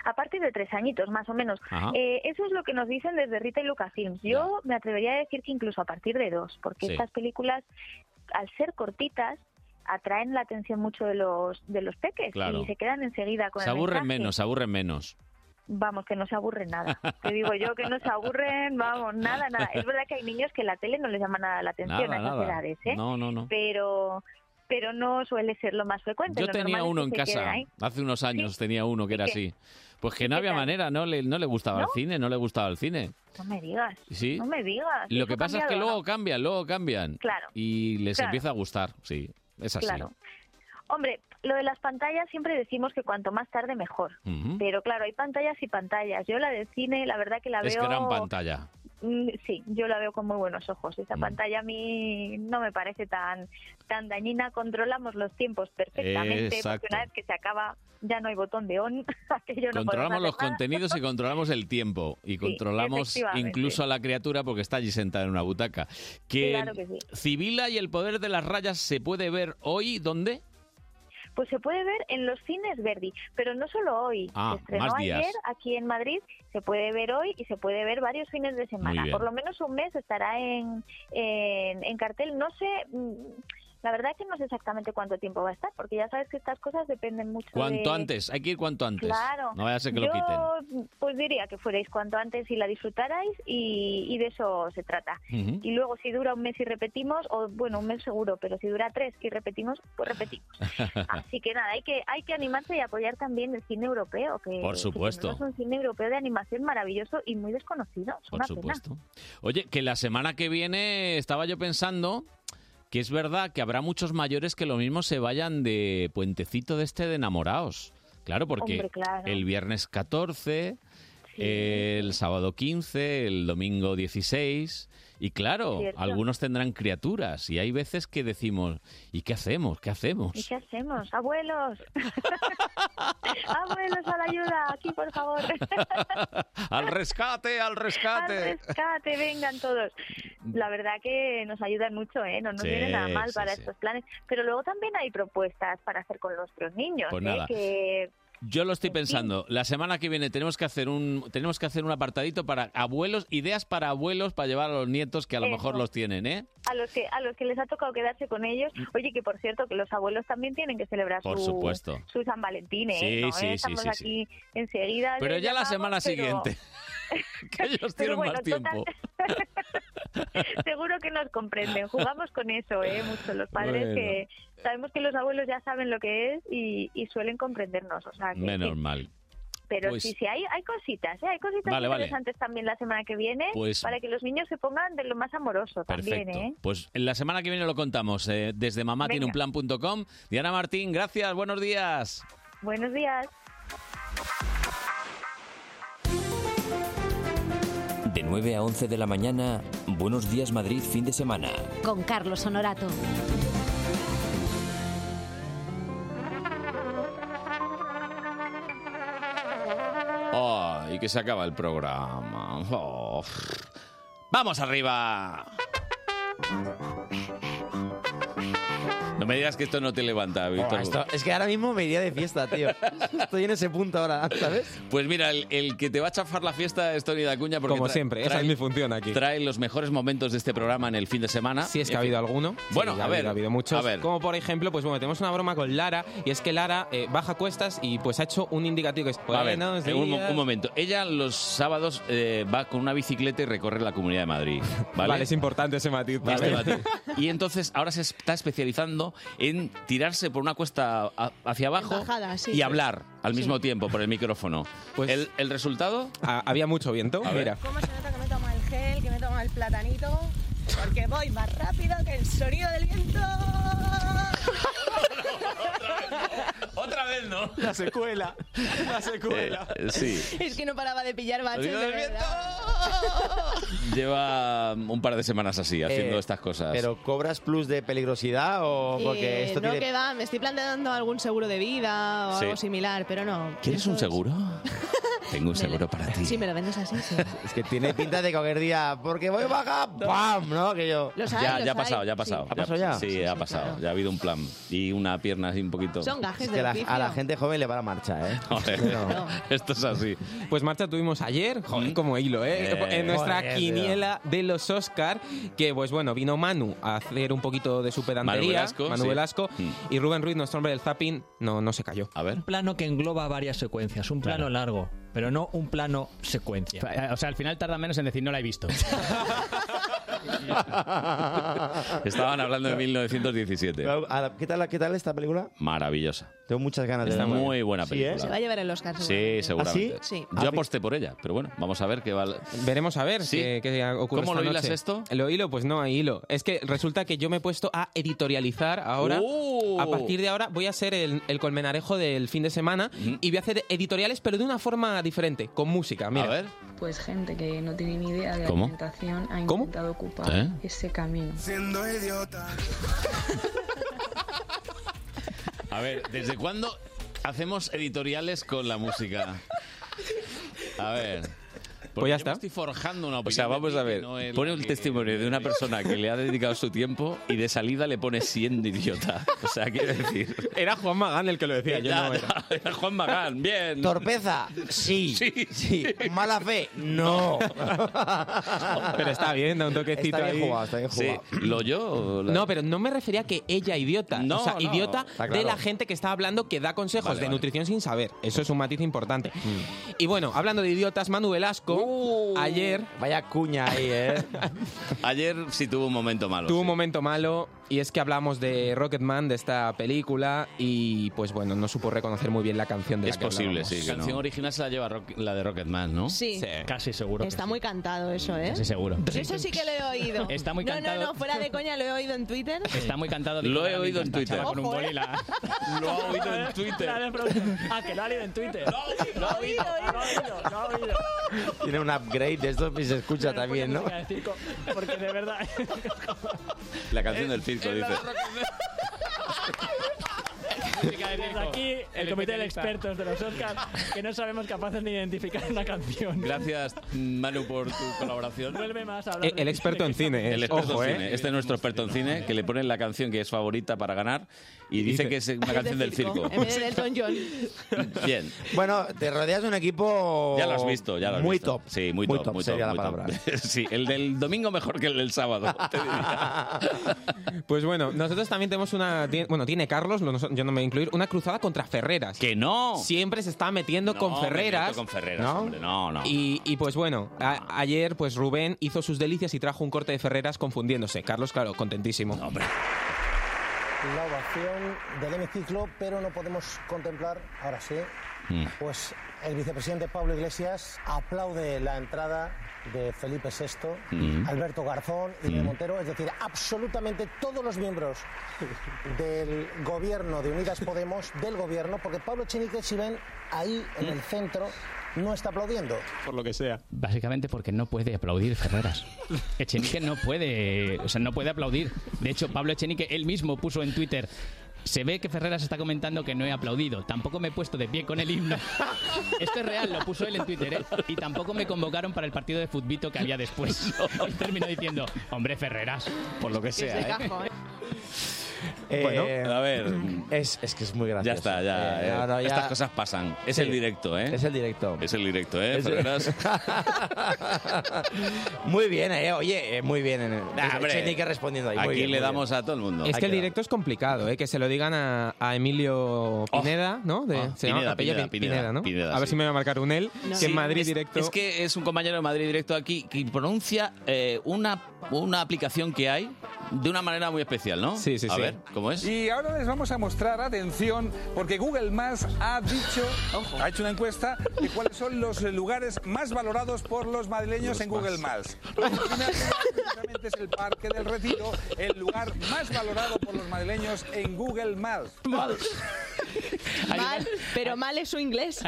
[SPEAKER 14] a partir de tres añitos más o menos.
[SPEAKER 1] Ajá.
[SPEAKER 14] Eh, eso es lo que nos dicen desde Rita y Lucasfilms. Yo me atrevería a decir que incluso a partir de dos, porque
[SPEAKER 13] Sí.
[SPEAKER 14] estas películas, al ser cortitas, atraen la atención mucho de los de los peques
[SPEAKER 1] Claro.
[SPEAKER 14] y se quedan enseguida con
[SPEAKER 1] Se
[SPEAKER 14] el
[SPEAKER 1] aburren
[SPEAKER 14] mensaje.
[SPEAKER 1] menos, se aburren menos.
[SPEAKER 14] Vamos, que no se aburren nada. Te digo yo que no se aburren, vamos, nada, nada. Es verdad que hay niños que la tele no les llama nada la atención
[SPEAKER 1] Nada,
[SPEAKER 14] a esas
[SPEAKER 1] nada.
[SPEAKER 14] edades, ¿eh?
[SPEAKER 1] No, no, no.
[SPEAKER 14] Pero pero no suele ser lo más frecuente.
[SPEAKER 1] Yo
[SPEAKER 14] Lo
[SPEAKER 1] tenía
[SPEAKER 14] normal es
[SPEAKER 1] uno en
[SPEAKER 14] que se
[SPEAKER 1] casa,
[SPEAKER 14] queden ahí.
[SPEAKER 1] hace unos años tenía uno que era
[SPEAKER 14] qué?
[SPEAKER 1] así. Pues que no había manera, no le, no le gustaba el
[SPEAKER 14] ¿No?
[SPEAKER 1] cine, no le gustaba el cine.
[SPEAKER 14] No me digas.
[SPEAKER 1] Sí.
[SPEAKER 14] No me digas. Ah,
[SPEAKER 1] Lo
[SPEAKER 14] ¿Eso
[SPEAKER 1] que
[SPEAKER 14] ha
[SPEAKER 1] pasa es que
[SPEAKER 14] cambiado o
[SPEAKER 1] luego
[SPEAKER 14] no?
[SPEAKER 1] cambian, luego cambian.
[SPEAKER 14] Claro.
[SPEAKER 1] Y les
[SPEAKER 14] Claro.
[SPEAKER 1] empieza a gustar, sí, es así.
[SPEAKER 14] Claro. Hombre, lo de las pantallas siempre decimos que cuanto más tarde mejor.
[SPEAKER 1] Ujú.
[SPEAKER 14] Pero claro, hay pantallas y pantallas. Yo la del cine, la verdad que la
[SPEAKER 1] es
[SPEAKER 14] veo.
[SPEAKER 1] gran pantalla. Mm.
[SPEAKER 14] Mm, Sí, yo la veo con muy buenos ojos. Esa pantalla a mí no me parece tan tan dañina. Controlamos los tiempos perfectamente.
[SPEAKER 1] Exacto.
[SPEAKER 14] Porque una vez que se acaba, ya no hay botón de on. aquello no podemos
[SPEAKER 1] controlamos
[SPEAKER 14] hacer
[SPEAKER 1] los
[SPEAKER 14] nada.
[SPEAKER 1] contenidos y controlamos el tiempo. Y controlamos
[SPEAKER 14] efectivamente.
[SPEAKER 1] incluso a la criatura porque está allí sentada en una butaca. Que,
[SPEAKER 14] Claro que sí.
[SPEAKER 1] Civila y el poder de las rayas se puede ver hoy, ¿dónde?
[SPEAKER 14] Pues se puede ver en los cines Verdi, pero no solo hoy.
[SPEAKER 1] Ah,
[SPEAKER 14] se estrenó
[SPEAKER 1] más días.
[SPEAKER 14] ayer aquí en Madrid, se puede ver hoy y se puede ver varios fines de semana.
[SPEAKER 1] bien.
[SPEAKER 14] Por lo menos un mes estará en, en, en cartel. No sé, mm, la verdad es que no sé exactamente cuánto tiempo va a estar, porque ya sabes que estas cosas dependen mucho
[SPEAKER 1] Cuanto
[SPEAKER 14] de-
[SPEAKER 1] antes, hay que ir cuanto antes.
[SPEAKER 14] Pues Claro.
[SPEAKER 1] No vaya a ser que
[SPEAKER 14] Yo,
[SPEAKER 1] lo quiten.
[SPEAKER 14] Pues diría que fuerais cuanto antes y la disfrutarais y, y de eso se trata.
[SPEAKER 1] Ujú.
[SPEAKER 14] Y luego si dura un mes y repetimos, o bueno, un mes seguro, pero si dura tres y repetimos, pues repetimos. Así que nada, hay que hay que animarse y apoyar también el cine europeo, que
[SPEAKER 1] Por
[SPEAKER 14] que
[SPEAKER 1] supuesto.
[SPEAKER 14] tenemos un cine europeo de animación maravilloso y muy desconocido. Es
[SPEAKER 1] Por
[SPEAKER 14] una pena.
[SPEAKER 1] supuesto. Oye, que la semana que viene estaba yo pensando que es verdad que habrá muchos mayores que lo mismo se vayan de puentecito de este de enamorados. Claro, porque
[SPEAKER 13] Hombre, claro.
[SPEAKER 1] el viernes 14, el sábado 15, el domingo 16. Y claro,
[SPEAKER 14] Cierto.
[SPEAKER 1] algunos tendrán criaturas y hay veces que decimos, ¿y qué hacemos? ¿Qué hacemos?
[SPEAKER 14] ¿Y qué hacemos? Abuelos. Abuelos a la ayuda, aquí por favor.
[SPEAKER 1] ¡Al rescate, al
[SPEAKER 14] Al
[SPEAKER 1] rescate!
[SPEAKER 14] rescate, vengan todos. La verdad que nos ayudan mucho, ¿eh? No nos
[SPEAKER 1] Sí,
[SPEAKER 14] viene nada mal
[SPEAKER 1] sí,
[SPEAKER 14] para
[SPEAKER 1] sí.
[SPEAKER 14] estos planes. Pero luego también hay propuestas para hacer con nuestros niños,
[SPEAKER 1] Pues
[SPEAKER 14] ¿eh?
[SPEAKER 1] nada.
[SPEAKER 14] Que
[SPEAKER 1] Yo lo estoy pensando. La semana que viene tenemos que hacer un tenemos que hacer un apartadito para abuelos, ideas para abuelos para llevar a los nietos que a lo
[SPEAKER 14] Eso.
[SPEAKER 1] mejor los tienen, ¿eh?
[SPEAKER 14] a los que a los que les ha tocado quedarse con ellos. Oye, que por cierto, que los abuelos también tienen que celebrar
[SPEAKER 1] Mm. Por
[SPEAKER 14] su,
[SPEAKER 1] supuesto.
[SPEAKER 14] su San Valentín, ¿eh?
[SPEAKER 1] Sí,
[SPEAKER 14] ¿No, eh?
[SPEAKER 1] sí, sí,
[SPEAKER 14] Estamos
[SPEAKER 1] sí, sí.
[SPEAKER 14] aquí enseguida.
[SPEAKER 1] Pero
[SPEAKER 14] les
[SPEAKER 1] ya la
[SPEAKER 14] llamamos,
[SPEAKER 1] semana
[SPEAKER 14] pero-
[SPEAKER 1] siguiente. que ellos tienen
[SPEAKER 14] bueno,
[SPEAKER 1] más
[SPEAKER 14] total-
[SPEAKER 1] tiempo.
[SPEAKER 14] Seguro que nos comprenden. Jugamos con eso, ¿eh? Mucho los padres
[SPEAKER 1] Bueno.
[SPEAKER 14] que sabemos que los abuelos ya saben lo que es y, y suelen comprendernos. O sea, que-
[SPEAKER 1] Menos
[SPEAKER 14] que-
[SPEAKER 1] mal.
[SPEAKER 14] Pero
[SPEAKER 1] Pues-
[SPEAKER 14] sí, sí, hay, hay cositas, ¿eh? Hay cositas
[SPEAKER 1] Vale, vale.
[SPEAKER 14] interesantes también la semana que viene
[SPEAKER 1] Pues-
[SPEAKER 14] para que los niños se pongan de lo más amoroso también,
[SPEAKER 1] Perfecto.
[SPEAKER 14] ¿eh?
[SPEAKER 1] Pues la semana que viene lo contamos eh, desde mamá tiene un plan.com. Diana Martín, gracias, buenos días.
[SPEAKER 14] Buenos días.
[SPEAKER 5] De 9 a 11 de la mañana, Buenos Días Madrid, fin de semana.
[SPEAKER 11] Con Carlos Honorato.
[SPEAKER 1] Ay, que se acaba el programa. Oh. Vamos arriba. No me digas que esto no te
[SPEAKER 2] Oh,
[SPEAKER 1] levanta, Víctor.
[SPEAKER 27] Buah, Ah, esto- es que ahora mismo me iría de fiesta, tío. Estoy en ese punto ahora, ¿sabes?
[SPEAKER 1] Pues mira, el, el que te va a chafar la fiesta es Tony de Acuña. Porque
[SPEAKER 2] Como
[SPEAKER 1] tra-
[SPEAKER 2] siempre, esa
[SPEAKER 1] trae-
[SPEAKER 2] es mi función aquí.
[SPEAKER 1] Trae los mejores momentos de este programa en el fin de semana.
[SPEAKER 2] Si es que ha habido alguno.
[SPEAKER 1] Bueno,
[SPEAKER 2] Sí,
[SPEAKER 1] a
[SPEAKER 2] ha
[SPEAKER 1] ver.
[SPEAKER 2] habido, ha habido muchos.
[SPEAKER 1] A ver.
[SPEAKER 2] Como por ejemplo, pues bueno, tenemos una broma con Lara y es que Lara eh, baja cuestas y pues ha hecho un indicativo que es
[SPEAKER 1] a ver,
[SPEAKER 2] "Buenos
[SPEAKER 1] eh, un, mo-
[SPEAKER 2] días".
[SPEAKER 1] un momento. Ella los sábados eh, va con una bicicleta y recorre la Comunidad de Madrid. Vale,
[SPEAKER 2] Vale, es importante ese matiz.
[SPEAKER 1] Este
[SPEAKER 2] ¿vale?
[SPEAKER 1] matiz. Y entonces ahora se está especializando en tirarse por una cuesta a- hacia abajo
[SPEAKER 3] Bajada, sí.
[SPEAKER 1] y hablar al
[SPEAKER 3] Sí.
[SPEAKER 1] mismo tiempo por el micrófono. ¿El, el resultado?
[SPEAKER 2] Pues Ah, había mucho viento.
[SPEAKER 1] Mira.
[SPEAKER 28] que me toma el gel, que me toma el platanito, porque voy más rápido que el sonido del viento.
[SPEAKER 1] Otra vez no.
[SPEAKER 2] La secuela. La secuela.
[SPEAKER 1] Eh, sí.
[SPEAKER 3] Es que no paraba de pillar baches,
[SPEAKER 1] Sonido
[SPEAKER 3] de
[SPEAKER 1] del
[SPEAKER 3] verdad.
[SPEAKER 1] Lleva un par de semanas así, haciendo
[SPEAKER 27] Eh,
[SPEAKER 1] estas cosas.
[SPEAKER 27] Pero ¿cobras plus de peligrosidad o porque
[SPEAKER 3] Eh,
[SPEAKER 27] esto
[SPEAKER 3] no
[SPEAKER 27] tiene...
[SPEAKER 3] que va, me estoy planteando algún seguro de vida o
[SPEAKER 1] Sí.
[SPEAKER 3] algo similar, pero no.
[SPEAKER 1] ¿Quieres un seguro? Tengo un seguro para ti.
[SPEAKER 3] Si me lo vendes así, sí.
[SPEAKER 27] Es que tiene pinta de cualquier día, porque voy baja, ¡pam! ¿No? Que yo...
[SPEAKER 3] Los hay,
[SPEAKER 1] Ya,
[SPEAKER 3] los
[SPEAKER 1] ya ha
[SPEAKER 3] hay,
[SPEAKER 1] pasado, ya ha
[SPEAKER 3] sí.
[SPEAKER 1] pasado.
[SPEAKER 27] ¿Ha pasado ya?
[SPEAKER 1] Sí,
[SPEAKER 27] Sí,
[SPEAKER 1] ha pasado. Ya ha habido un plan. Y una pierna así un poquito.
[SPEAKER 3] Son gajes
[SPEAKER 27] Es
[SPEAKER 3] del
[SPEAKER 27] que la- a la
[SPEAKER 3] oficio.
[SPEAKER 27] gente joven le va la marcha, ¿eh?
[SPEAKER 1] Joder, Esto es así.
[SPEAKER 2] Pues marcha tuvimos ayer, joder, como hilo, ¿eh?
[SPEAKER 1] Mm. Eh,
[SPEAKER 2] en nuestra
[SPEAKER 1] joder,
[SPEAKER 2] quiniela de los Oscar, que pues bueno, vino Manu a hacer un poquito de su pedantería,
[SPEAKER 29] Manu Velasco, sí.
[SPEAKER 2] Velasco, y Rubén Ruiz, nuestro hombre del zapping, no, no se cayó.
[SPEAKER 1] Mm. A ver.
[SPEAKER 29] Un plano que engloba varias secuencias, un plano largo, pero no un plano secuencia.
[SPEAKER 5] eh, O sea, al final tarda menos en decir no la he visto.
[SPEAKER 1] Estaban hablando de 1917.
[SPEAKER 27] Pero, a la- ¿Qué tal, qué tal esta película?
[SPEAKER 1] Maravillosa.
[SPEAKER 27] Tengo muchas ganas de
[SPEAKER 1] Está
[SPEAKER 27] verla.
[SPEAKER 1] muy buena
[SPEAKER 27] ¿Sí,
[SPEAKER 1] película.
[SPEAKER 27] eh?
[SPEAKER 3] Se va a llevar el Oscar.
[SPEAKER 1] Sí, seguramente.
[SPEAKER 3] ¿Ah, sí? Sí.
[SPEAKER 1] Yo aposté por ella, pero bueno, vamos a ver qué va.
[SPEAKER 2] Veremos a ver
[SPEAKER 1] Sí.
[SPEAKER 2] qué, qué ocurre
[SPEAKER 1] ¿Cómo
[SPEAKER 2] esta
[SPEAKER 1] lo hilas
[SPEAKER 2] noche.
[SPEAKER 1] esto?
[SPEAKER 2] Lo hilo, pues no hay hilo. Es que resulta que yo me he puesto a editorializar ahora.
[SPEAKER 1] ¡Oh!
[SPEAKER 2] A partir de ahora voy a ser el, el colmenarejo del fin de semana y voy a hacer editoriales, pero de una forma diferente, con música. Mira.
[SPEAKER 1] A ver.
[SPEAKER 19] Pues gente que no tiene ni idea de
[SPEAKER 2] ¿Cómo?
[SPEAKER 19] alimentación ha
[SPEAKER 2] ¿Cómo?
[SPEAKER 19] intentado ocupar
[SPEAKER 2] ¿Eh?
[SPEAKER 19] ese camino. Siendo idiota.
[SPEAKER 1] A ver, ¿desde cuándo hacemos editoriales con la música? A ver. Porque
[SPEAKER 2] ya
[SPEAKER 1] yo
[SPEAKER 2] está.
[SPEAKER 1] me Estoy forjando una
[SPEAKER 2] O
[SPEAKER 1] opinión.
[SPEAKER 2] sea, vamos
[SPEAKER 1] de
[SPEAKER 2] a
[SPEAKER 1] mí que
[SPEAKER 2] ver,
[SPEAKER 1] no es
[SPEAKER 2] pone
[SPEAKER 1] la
[SPEAKER 2] un
[SPEAKER 1] que-
[SPEAKER 2] testimonio
[SPEAKER 1] de una persona que le ha dedicado su tiempo y de salida le pone siendo idiota. O sea, quiero decir.
[SPEAKER 2] Era Juan Magán el que lo decía, yo
[SPEAKER 1] Ya,
[SPEAKER 2] no era.
[SPEAKER 1] ya, era Juan Magán, bien.
[SPEAKER 27] Torpeza, sí. sí. Mala fe, no.
[SPEAKER 2] Pero está bien, da un toquecito
[SPEAKER 27] Está bien
[SPEAKER 2] ahí.
[SPEAKER 27] jugado, está bien jugado.
[SPEAKER 1] ¿Lo yo?
[SPEAKER 2] No, pero no me refería a que ella idiota.
[SPEAKER 1] No,
[SPEAKER 2] o sea,
[SPEAKER 1] no.
[SPEAKER 2] idiota
[SPEAKER 1] Está
[SPEAKER 2] de
[SPEAKER 1] claro.
[SPEAKER 2] la gente que está hablando que da consejos
[SPEAKER 1] Vale,
[SPEAKER 2] de
[SPEAKER 1] vale. Mm.
[SPEAKER 2] nutrición sin saber. Eso es un matiz importante. Y bueno, hablando de idiotas, Manu Velasco, ayer...
[SPEAKER 1] Uh,
[SPEAKER 27] Vaya cuña ahí, ¿eh?
[SPEAKER 1] Ayer sí tuvo un momento malo.
[SPEAKER 2] Tuvo un momento malo y es que hablamos de Rocketman, de esta película, y pues bueno, no supo reconocer muy bien la canción de la
[SPEAKER 1] Es
[SPEAKER 2] que
[SPEAKER 1] posible,
[SPEAKER 2] hablábamos.
[SPEAKER 1] sí. La canción original se la lleva Rock- la de Rocketman, ¿no?
[SPEAKER 3] Sí. Sí.
[SPEAKER 1] Casi seguro.
[SPEAKER 3] Está muy cantado eso, ¿eh?
[SPEAKER 1] seguro.
[SPEAKER 3] Yo eso sí que lo he oído.
[SPEAKER 5] Está muy
[SPEAKER 3] no,
[SPEAKER 5] cantado.
[SPEAKER 3] No, no, fuera de coña, lo he oído en Twitter.
[SPEAKER 5] Está muy cantado.
[SPEAKER 1] Lo he
[SPEAKER 5] Ahora mismo
[SPEAKER 1] oído en
[SPEAKER 5] está
[SPEAKER 1] Twitter.
[SPEAKER 5] Chava con un
[SPEAKER 1] Ojo,
[SPEAKER 5] boli y la-
[SPEAKER 1] Lo ha oído en Twitter.
[SPEAKER 5] eh. La de producto. Ah, que lo ha oído en Twitter. Lo ha oído, lo ha oído, lo ha oído.
[SPEAKER 27] Tiene un upgrade de estos y se escucha también, ¿no?
[SPEAKER 5] Música de circo, Porque de verdad.
[SPEAKER 1] La canción del circo, dice.
[SPEAKER 5] Desde aquí, el comité de
[SPEAKER 1] especialista.
[SPEAKER 5] expertos de los Oscars, que no sabemos capaces ni identificar una canción.
[SPEAKER 1] Gracias, Manu, por tu colaboración.
[SPEAKER 5] Vuelve más a hablar.
[SPEAKER 2] Eh, El experto en cine,
[SPEAKER 1] El
[SPEAKER 2] es.
[SPEAKER 1] experto
[SPEAKER 2] ojo,
[SPEAKER 1] en
[SPEAKER 2] ¿eh?
[SPEAKER 1] cine. Este es nuestro experto en cine, que le ponen la canción que es favorita para ganar y dice que es una
[SPEAKER 3] Es
[SPEAKER 1] canción del circo.
[SPEAKER 3] En vez de eh. Elton John.
[SPEAKER 1] Bien.
[SPEAKER 27] Bueno, te rodeas de un equipo...
[SPEAKER 1] Ya lo has visto, ya lo
[SPEAKER 27] Oh,
[SPEAKER 1] has
[SPEAKER 27] muy
[SPEAKER 1] visto.
[SPEAKER 27] Top.
[SPEAKER 1] Sí, muy, top, muy
[SPEAKER 27] sería
[SPEAKER 1] top,
[SPEAKER 27] la
[SPEAKER 1] muy top.
[SPEAKER 27] palabra.
[SPEAKER 1] Sí, el del domingo mejor que el del sábado. te diría.
[SPEAKER 2] Pues bueno, nosotros también tenemos una. ti- Bueno, tiene Carlos, lo- yo no me voy a incluir, una cruzada contra Ferreras.
[SPEAKER 1] ¡Que no!
[SPEAKER 2] Siempre se está metiendo
[SPEAKER 1] No,
[SPEAKER 2] con
[SPEAKER 1] me
[SPEAKER 2] Ferreras.
[SPEAKER 1] meto con Ferreras, hombre, no, no.
[SPEAKER 2] Y, y pues bueno, a- ayer pues Rubén hizo sus delicias y trajo un corte de Ferreras confundiéndose. Carlos, claro, contentísimo.
[SPEAKER 1] hombre.
[SPEAKER 30] La ovación del hemiciclo, pero no podemos contemplar, ahora sí,
[SPEAKER 1] Mm.
[SPEAKER 30] pues el vicepresidente Pablo Iglesias aplaude la entrada de Felipe VI,
[SPEAKER 31] Mm.
[SPEAKER 30] Alberto Garzón y de
[SPEAKER 31] Mm.
[SPEAKER 30] Montero, es decir, absolutamente todos los miembros del gobierno de Unidas Podemos, del gobierno, porque Pablo Echenique, si ven ahí en
[SPEAKER 31] Mm.
[SPEAKER 30] el centro, no está aplaudiendo.
[SPEAKER 2] Por lo que sea.
[SPEAKER 5] Básicamente porque no puede aplaudir Ferreras. Echenique no puede, o sea, no puede aplaudir. De hecho, Pablo Echenique él mismo puso en Twitter. Se ve que Ferreras está comentando que no he aplaudido. Tampoco me he puesto de pie con el himno. Esto es real, lo puso él en Twitter, ¿eh? Y tampoco me convocaron para el partido de futbito que había
[SPEAKER 27] ¿eh?
[SPEAKER 2] ¿eh?
[SPEAKER 5] después. Y terminó diciendo, hombre, Ferreras, por lo que sea, ¿eh?
[SPEAKER 1] Bueno, a ver.
[SPEAKER 27] Es, es que es muy gracioso.
[SPEAKER 1] Ya está, ya,
[SPEAKER 27] Eh,
[SPEAKER 1] eh.
[SPEAKER 27] no, no, ya-
[SPEAKER 1] Estas cosas pasan. Es
[SPEAKER 27] Sí.
[SPEAKER 1] el directo, ¿eh? Es el
[SPEAKER 27] directo.
[SPEAKER 1] Es el directo, ¿eh?
[SPEAKER 27] Es-
[SPEAKER 1] Ferreras?
[SPEAKER 27] Muy bien, eh. Oye, eh, muy bien. eh.
[SPEAKER 1] Ah, hombre.
[SPEAKER 27] Echenique respondiendo ahí. muy
[SPEAKER 1] Aquí
[SPEAKER 27] bien,
[SPEAKER 1] le
[SPEAKER 27] muy
[SPEAKER 1] damos a todo el mundo.
[SPEAKER 2] Es que el
[SPEAKER 1] Aquí.
[SPEAKER 2] directo es complicado, ¿eh? que se lo digan a, a Emilio Pineda, ¿no? De,
[SPEAKER 1] Oh. Ah,
[SPEAKER 2] se llama
[SPEAKER 1] Pineda,
[SPEAKER 2] Capella
[SPEAKER 1] Pineda,
[SPEAKER 2] Pin-
[SPEAKER 1] Pineda,
[SPEAKER 2] ¿no?
[SPEAKER 1] Pineda,
[SPEAKER 2] a ver
[SPEAKER 1] sí.
[SPEAKER 2] si me va a marcar un él, que
[SPEAKER 1] Sí,
[SPEAKER 2] en Madrid
[SPEAKER 1] es,
[SPEAKER 2] directo.
[SPEAKER 1] Es que es un compañero de Madrid directo aquí que pronuncia eh, una, una aplicación que hay de una manera muy especial, ¿no? Sí, sí, a
[SPEAKER 2] sí.
[SPEAKER 1] ver, ¿cómo es?
[SPEAKER 12] Y ahora les vamos a mostrar, atención, porque Google Maps ha dicho, ha hecho una encuesta de cuáles son los lugares más valorados por los madrileños en Google Maps. Precisamente es el Parque del Retiro, el lugar más valorado por los madrileños en Google Maps.
[SPEAKER 3] Mal, pero mal es su inglés.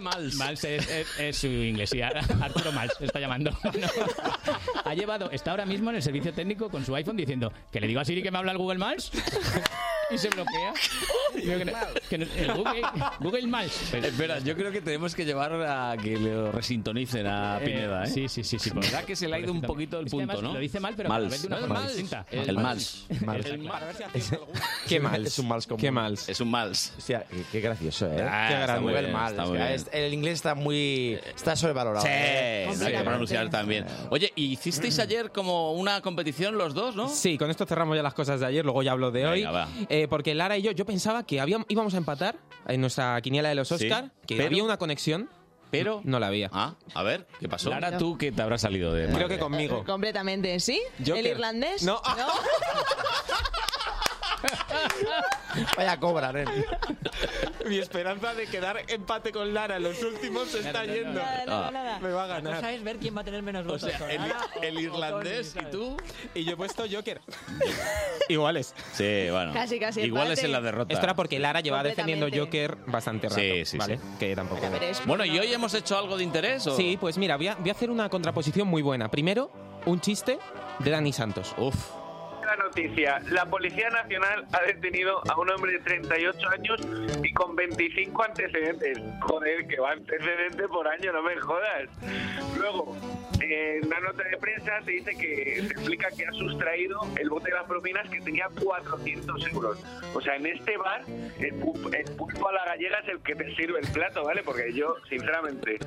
[SPEAKER 32] Mals. es, es- es su inglés, sí. Ar- Arturo Mals está llamando. No. Ha llevado, está ahora mismo en el servicio técnico con su iPhone diciendo que le digo a Siri que me habla el Google Mals y se bloquea. Yo creo que no- el Google, Google Mals. Pues,
[SPEAKER 1] Espera, yo creo que tenemos que llevar a que lo resintonicen a
[SPEAKER 32] Eh,
[SPEAKER 1] Pineda, ¿eh?
[SPEAKER 32] sí, sí, sí, sí, por-
[SPEAKER 1] ¿Verdad que se le ha ido un poquito el
[SPEAKER 32] Es que además
[SPEAKER 1] punto, no?
[SPEAKER 32] lo dice mal, pero cada vez de una
[SPEAKER 1] No, el
[SPEAKER 32] forma
[SPEAKER 1] mals.
[SPEAKER 32] distinta.
[SPEAKER 1] El mals.
[SPEAKER 27] Mals.
[SPEAKER 1] El mals.
[SPEAKER 2] Qué mal. Es un mal
[SPEAKER 27] común.
[SPEAKER 2] Qué mal.
[SPEAKER 1] Es un mals.
[SPEAKER 27] Hostia, qué, qué gracioso, ¿eh?
[SPEAKER 1] Ah,
[SPEAKER 27] qué
[SPEAKER 1] está
[SPEAKER 27] grande.
[SPEAKER 1] muy bien,
[SPEAKER 27] Google Maps,
[SPEAKER 1] está
[SPEAKER 27] o
[SPEAKER 1] muy
[SPEAKER 27] sea,
[SPEAKER 1] bien.
[SPEAKER 27] es- el inglés está muy... Está sobrevalorado.
[SPEAKER 1] Sí,
[SPEAKER 27] ¿eh?
[SPEAKER 1] no hay que pronunciar también. Oye, ¿y hicisteis ayer como una competición los dos, no?
[SPEAKER 2] Sí, con esto cerramos ya las cosas de ayer, luego ya hablo de hoy.
[SPEAKER 1] Venga, va.
[SPEAKER 2] Eh, porque Lara y yo, yo pensaba que habíamos, íbamos a empatar en nuestra quiniela de los
[SPEAKER 1] Sí,
[SPEAKER 2] Oscar, que
[SPEAKER 1] pero-
[SPEAKER 2] había una conexión,
[SPEAKER 1] pero
[SPEAKER 2] no la había.
[SPEAKER 1] Ah, a ver, ¿qué pasó?
[SPEAKER 2] Lara,
[SPEAKER 1] tú que te habrás salido de.
[SPEAKER 2] Creo que conmigo.
[SPEAKER 3] Completamente, ¿sí?
[SPEAKER 2] Joker.
[SPEAKER 3] ¿El irlandés?
[SPEAKER 2] No.
[SPEAKER 27] Vaya cobra, ¿eh?
[SPEAKER 2] Mi esperanza de quedar empate con Lara en los últimos se está yendo.
[SPEAKER 1] Ah.
[SPEAKER 2] Me va a ganar.
[SPEAKER 5] Pues, sabes ver quién va a tener menos votos.
[SPEAKER 2] sea, el-
[SPEAKER 5] Lara o-
[SPEAKER 2] el
[SPEAKER 5] o
[SPEAKER 2] irlandés
[SPEAKER 5] Tony,
[SPEAKER 2] y tú. Y yo he puesto Joker. Iguales.
[SPEAKER 1] Sí, bueno.
[SPEAKER 3] Casi, casi
[SPEAKER 1] Iguales
[SPEAKER 3] empate.
[SPEAKER 1] en la derrota.
[SPEAKER 2] Esto era porque Lara llevaba defendiendo
[SPEAKER 3] Completamente.
[SPEAKER 2] Joker bastante rato.
[SPEAKER 1] Sí, sí,
[SPEAKER 2] ¿vale?
[SPEAKER 1] sí.
[SPEAKER 2] Que tampoco.
[SPEAKER 1] Bueno, ¿y hoy hemos hecho algo de interés? O?
[SPEAKER 2] Sí, pues mira, voy a, voy a hacer una contraposición muy buena. Primero, un chiste de Dani Santos.
[SPEAKER 1] Uf.
[SPEAKER 26] La noticia, la Policía Nacional ha detenido a un hombre de 38 años y con 25 antecedentes. Joder, que va antecedente por año, no me jodas. Luego, eh, en una nota de prensa se dice que se explica que ha sustraído el bote de las propinas que tenía 400 euros. O sea, en este bar, el, pu- el pulpo a la gallega es el que te sirve el plato, ¿vale? Porque yo, sinceramente,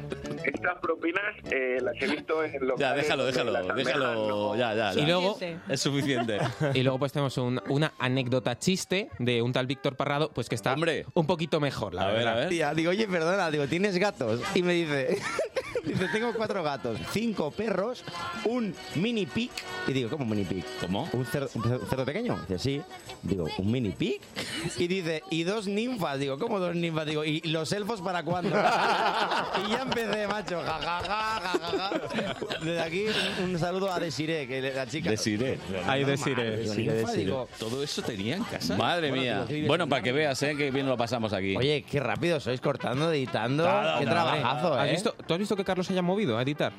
[SPEAKER 26] estas propinas eh, las he visto en los...
[SPEAKER 1] Ya,
[SPEAKER 26] bares
[SPEAKER 1] déjalo,
[SPEAKER 26] de
[SPEAKER 1] déjalo,
[SPEAKER 26] las almejas,
[SPEAKER 1] déjalo. Ya, ya, ya.
[SPEAKER 2] Y luego-
[SPEAKER 1] Es suficiente.
[SPEAKER 2] Y luego pues tenemos un- una anécdota chiste de un tal Víctor Parrado, pues que está un poquito mejor, la verdad.
[SPEAKER 27] Tía, digo, oye, perdona, digo, ¿tienes gatos? Y me dice, dice, tengo cuatro gatos, cinco perros, un mini pig. Y digo, ¿cómo mini pig?
[SPEAKER 1] ¿Cómo?
[SPEAKER 27] ¿Un cerdo, un cerdo- cerdo pequeño? Dice, sí. Digo, ¿un mini pig? Y dice, ¿y dos ninfas? Digo, ¿cómo dos ninfas? Digo, ¿y los elfos para cuándo? y ya empecé, macho. Ja, ja, ja, ja, ja, ja. Desde aquí, un, un saludo a Desiree, que le- la chica.
[SPEAKER 1] Desiree.
[SPEAKER 27] Ay, Desiree. Desiree, Desiree.
[SPEAKER 1] Todo eso tenía en casa. Madre
[SPEAKER 27] Bueno,
[SPEAKER 1] mía.
[SPEAKER 27] tío, sí,
[SPEAKER 1] Bueno, para que veas, ¿eh? Que bien lo pasamos aquí.
[SPEAKER 27] Oye, qué rápido sois cortando, editando.
[SPEAKER 1] Claro,
[SPEAKER 27] qué
[SPEAKER 1] hombre.
[SPEAKER 27] trabajazo, ¿eh?
[SPEAKER 2] ¿Has visto, ¿Tú has visto que Carlos se haya movido a editar?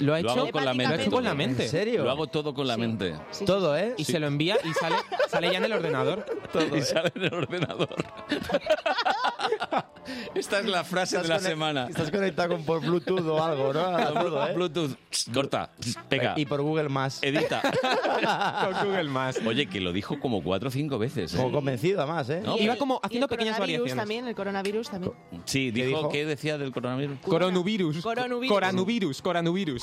[SPEAKER 2] Lo ha
[SPEAKER 1] Lo
[SPEAKER 2] hecho
[SPEAKER 1] hago con la mente.
[SPEAKER 2] Lo ha hecho con la mente.
[SPEAKER 1] ¿En serio? Lo hago todo con la mente.
[SPEAKER 27] Todo, ¿eh?
[SPEAKER 2] Y se lo envía y sale, sale ya en el ordenador.
[SPEAKER 1] y sale en el ordenador. Esta es la frase de la
[SPEAKER 27] Estás conec-
[SPEAKER 1] semana.
[SPEAKER 27] Estás conectado con por Bluetooth o algo, ¿no? A todo, ¿eh?
[SPEAKER 1] Bluetooth, tss, corta, tss, pega,
[SPEAKER 27] Y por Google más.
[SPEAKER 1] edita.
[SPEAKER 2] Con Google más.
[SPEAKER 1] Oye, que lo dijo como cuatro o cinco veces. ¿eh?
[SPEAKER 27] Como convencido, además, ¿eh?
[SPEAKER 1] No,
[SPEAKER 3] Y-
[SPEAKER 1] Iba
[SPEAKER 2] como
[SPEAKER 3] y el coronavirus también, el coronavirus también.
[SPEAKER 1] Sí, dijo,
[SPEAKER 2] dijo?
[SPEAKER 1] que decía del coronavirus.
[SPEAKER 2] Coronavirus.
[SPEAKER 3] Coronavirus.
[SPEAKER 2] Coronavirus. Coronavirus.
[SPEAKER 1] Coronavirus.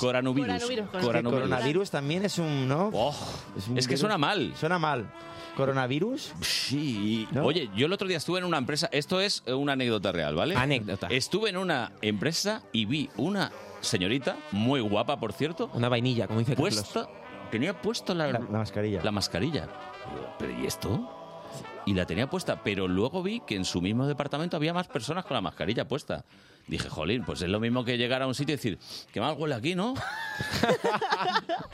[SPEAKER 1] Oh,
[SPEAKER 27] Coronavirus. coronavirus también es un, ¿no?
[SPEAKER 1] es que suena mal.
[SPEAKER 27] Suena mal. ¿Coronavirus?
[SPEAKER 1] Sí. Oye, yo el otro día estuve en una empresa. Esto es eh, una anécdota real, ¿vale?
[SPEAKER 2] Anécdota.
[SPEAKER 1] Estuve en una empresa y vi una señorita, muy guapa, por cierto,
[SPEAKER 2] Una vainilla, como dice Carlos.
[SPEAKER 1] puesta. Tenía puesto la,
[SPEAKER 27] mascarilla.
[SPEAKER 1] La mascarilla. Pero ¿y esto? Y la tenía puesta, pero luego vi que en su mismo departamento había más personas con la mascarilla puesta. Dije, jolín, pues es lo mismo que llegar a un sitio y decir, que mal huele aquí, ¿no?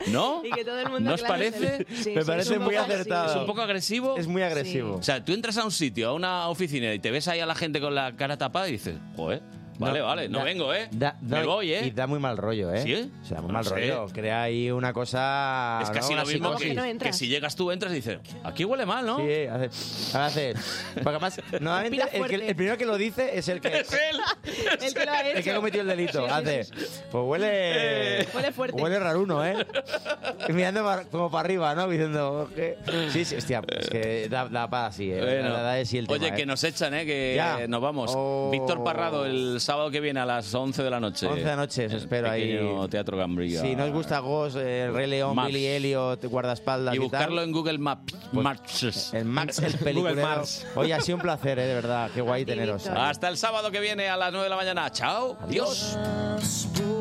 [SPEAKER 1] ¿No?
[SPEAKER 3] Y que todo el mundo
[SPEAKER 1] ¿No os
[SPEAKER 3] aclare
[SPEAKER 1] parece?
[SPEAKER 3] ese- sí, Me sí, parece es un muy poco así. acertado.
[SPEAKER 1] ¿Es un poco agresivo? Es
[SPEAKER 27] muy agresivo.
[SPEAKER 1] O sea, tú entras a un sitio, a una oficina, y te ves ahí a la gente con la cara tapada y dices, joder, Vale, vale, no vengo, ¿eh?
[SPEAKER 27] Da- da-
[SPEAKER 1] Me voy, ¿eh?
[SPEAKER 27] Y da muy mal rollo, ¿eh?
[SPEAKER 1] ¿Sí?
[SPEAKER 27] O sea, muy
[SPEAKER 1] No
[SPEAKER 27] mal
[SPEAKER 1] sé.
[SPEAKER 27] rollo. Crea ahí una cosa.
[SPEAKER 1] Es casi
[SPEAKER 27] ¿no?
[SPEAKER 1] lo
[SPEAKER 27] Una
[SPEAKER 1] mismo que,
[SPEAKER 27] psicosis.
[SPEAKER 1] que si llegas tú, entras y dices, aquí huele mal, ¿no?
[SPEAKER 27] Sí, hace. ahora hace- Porque además, normalmente
[SPEAKER 1] Respira
[SPEAKER 27] el, que-
[SPEAKER 1] fuerte.
[SPEAKER 27] el primero que lo dice es el que.
[SPEAKER 1] Es él.
[SPEAKER 12] El que lo ha hecho.
[SPEAKER 27] El que cometió el delito. Hace. Pues
[SPEAKER 12] Eh,
[SPEAKER 27] huele.
[SPEAKER 12] huele fuerte.
[SPEAKER 27] Huele raruno, ¿eh? Y Mirando pa- como para arriba, ¿no? Diciendo. "Oh, ¿qué? Sí, sí, hostia. Es que da, da para así, ¿eh?
[SPEAKER 1] Bueno.
[SPEAKER 27] Da- da de sí el tema,
[SPEAKER 1] Oye,
[SPEAKER 27] ¿eh?
[SPEAKER 1] que nos echan, ¿eh? Que
[SPEAKER 27] Ya.
[SPEAKER 1] nos vamos.
[SPEAKER 27] Oh.
[SPEAKER 1] Víctor Parrado, el sábado que viene a las 11 de la noche.
[SPEAKER 27] 11 de la noche, os
[SPEAKER 1] El
[SPEAKER 27] espero ahí.
[SPEAKER 1] pequeño Teatro Gambria.
[SPEAKER 27] Si no os gusta Ghost, eh, Rey León,
[SPEAKER 1] Maps.
[SPEAKER 27] Billy Elliot, guardaespaldas
[SPEAKER 1] Y
[SPEAKER 27] y,
[SPEAKER 1] buscarlo
[SPEAKER 27] tal. Pues
[SPEAKER 1] en Google Maps. Maps.
[SPEAKER 27] El Max, el
[SPEAKER 1] Google
[SPEAKER 27] peliculero.
[SPEAKER 1] Maps.
[SPEAKER 27] Oye, ha sido un placer, eh, de verdad. Qué guay teneros.
[SPEAKER 1] Hasta el sábado que viene a las 9 de la mañana. Chao. Adiós.
[SPEAKER 20] Just do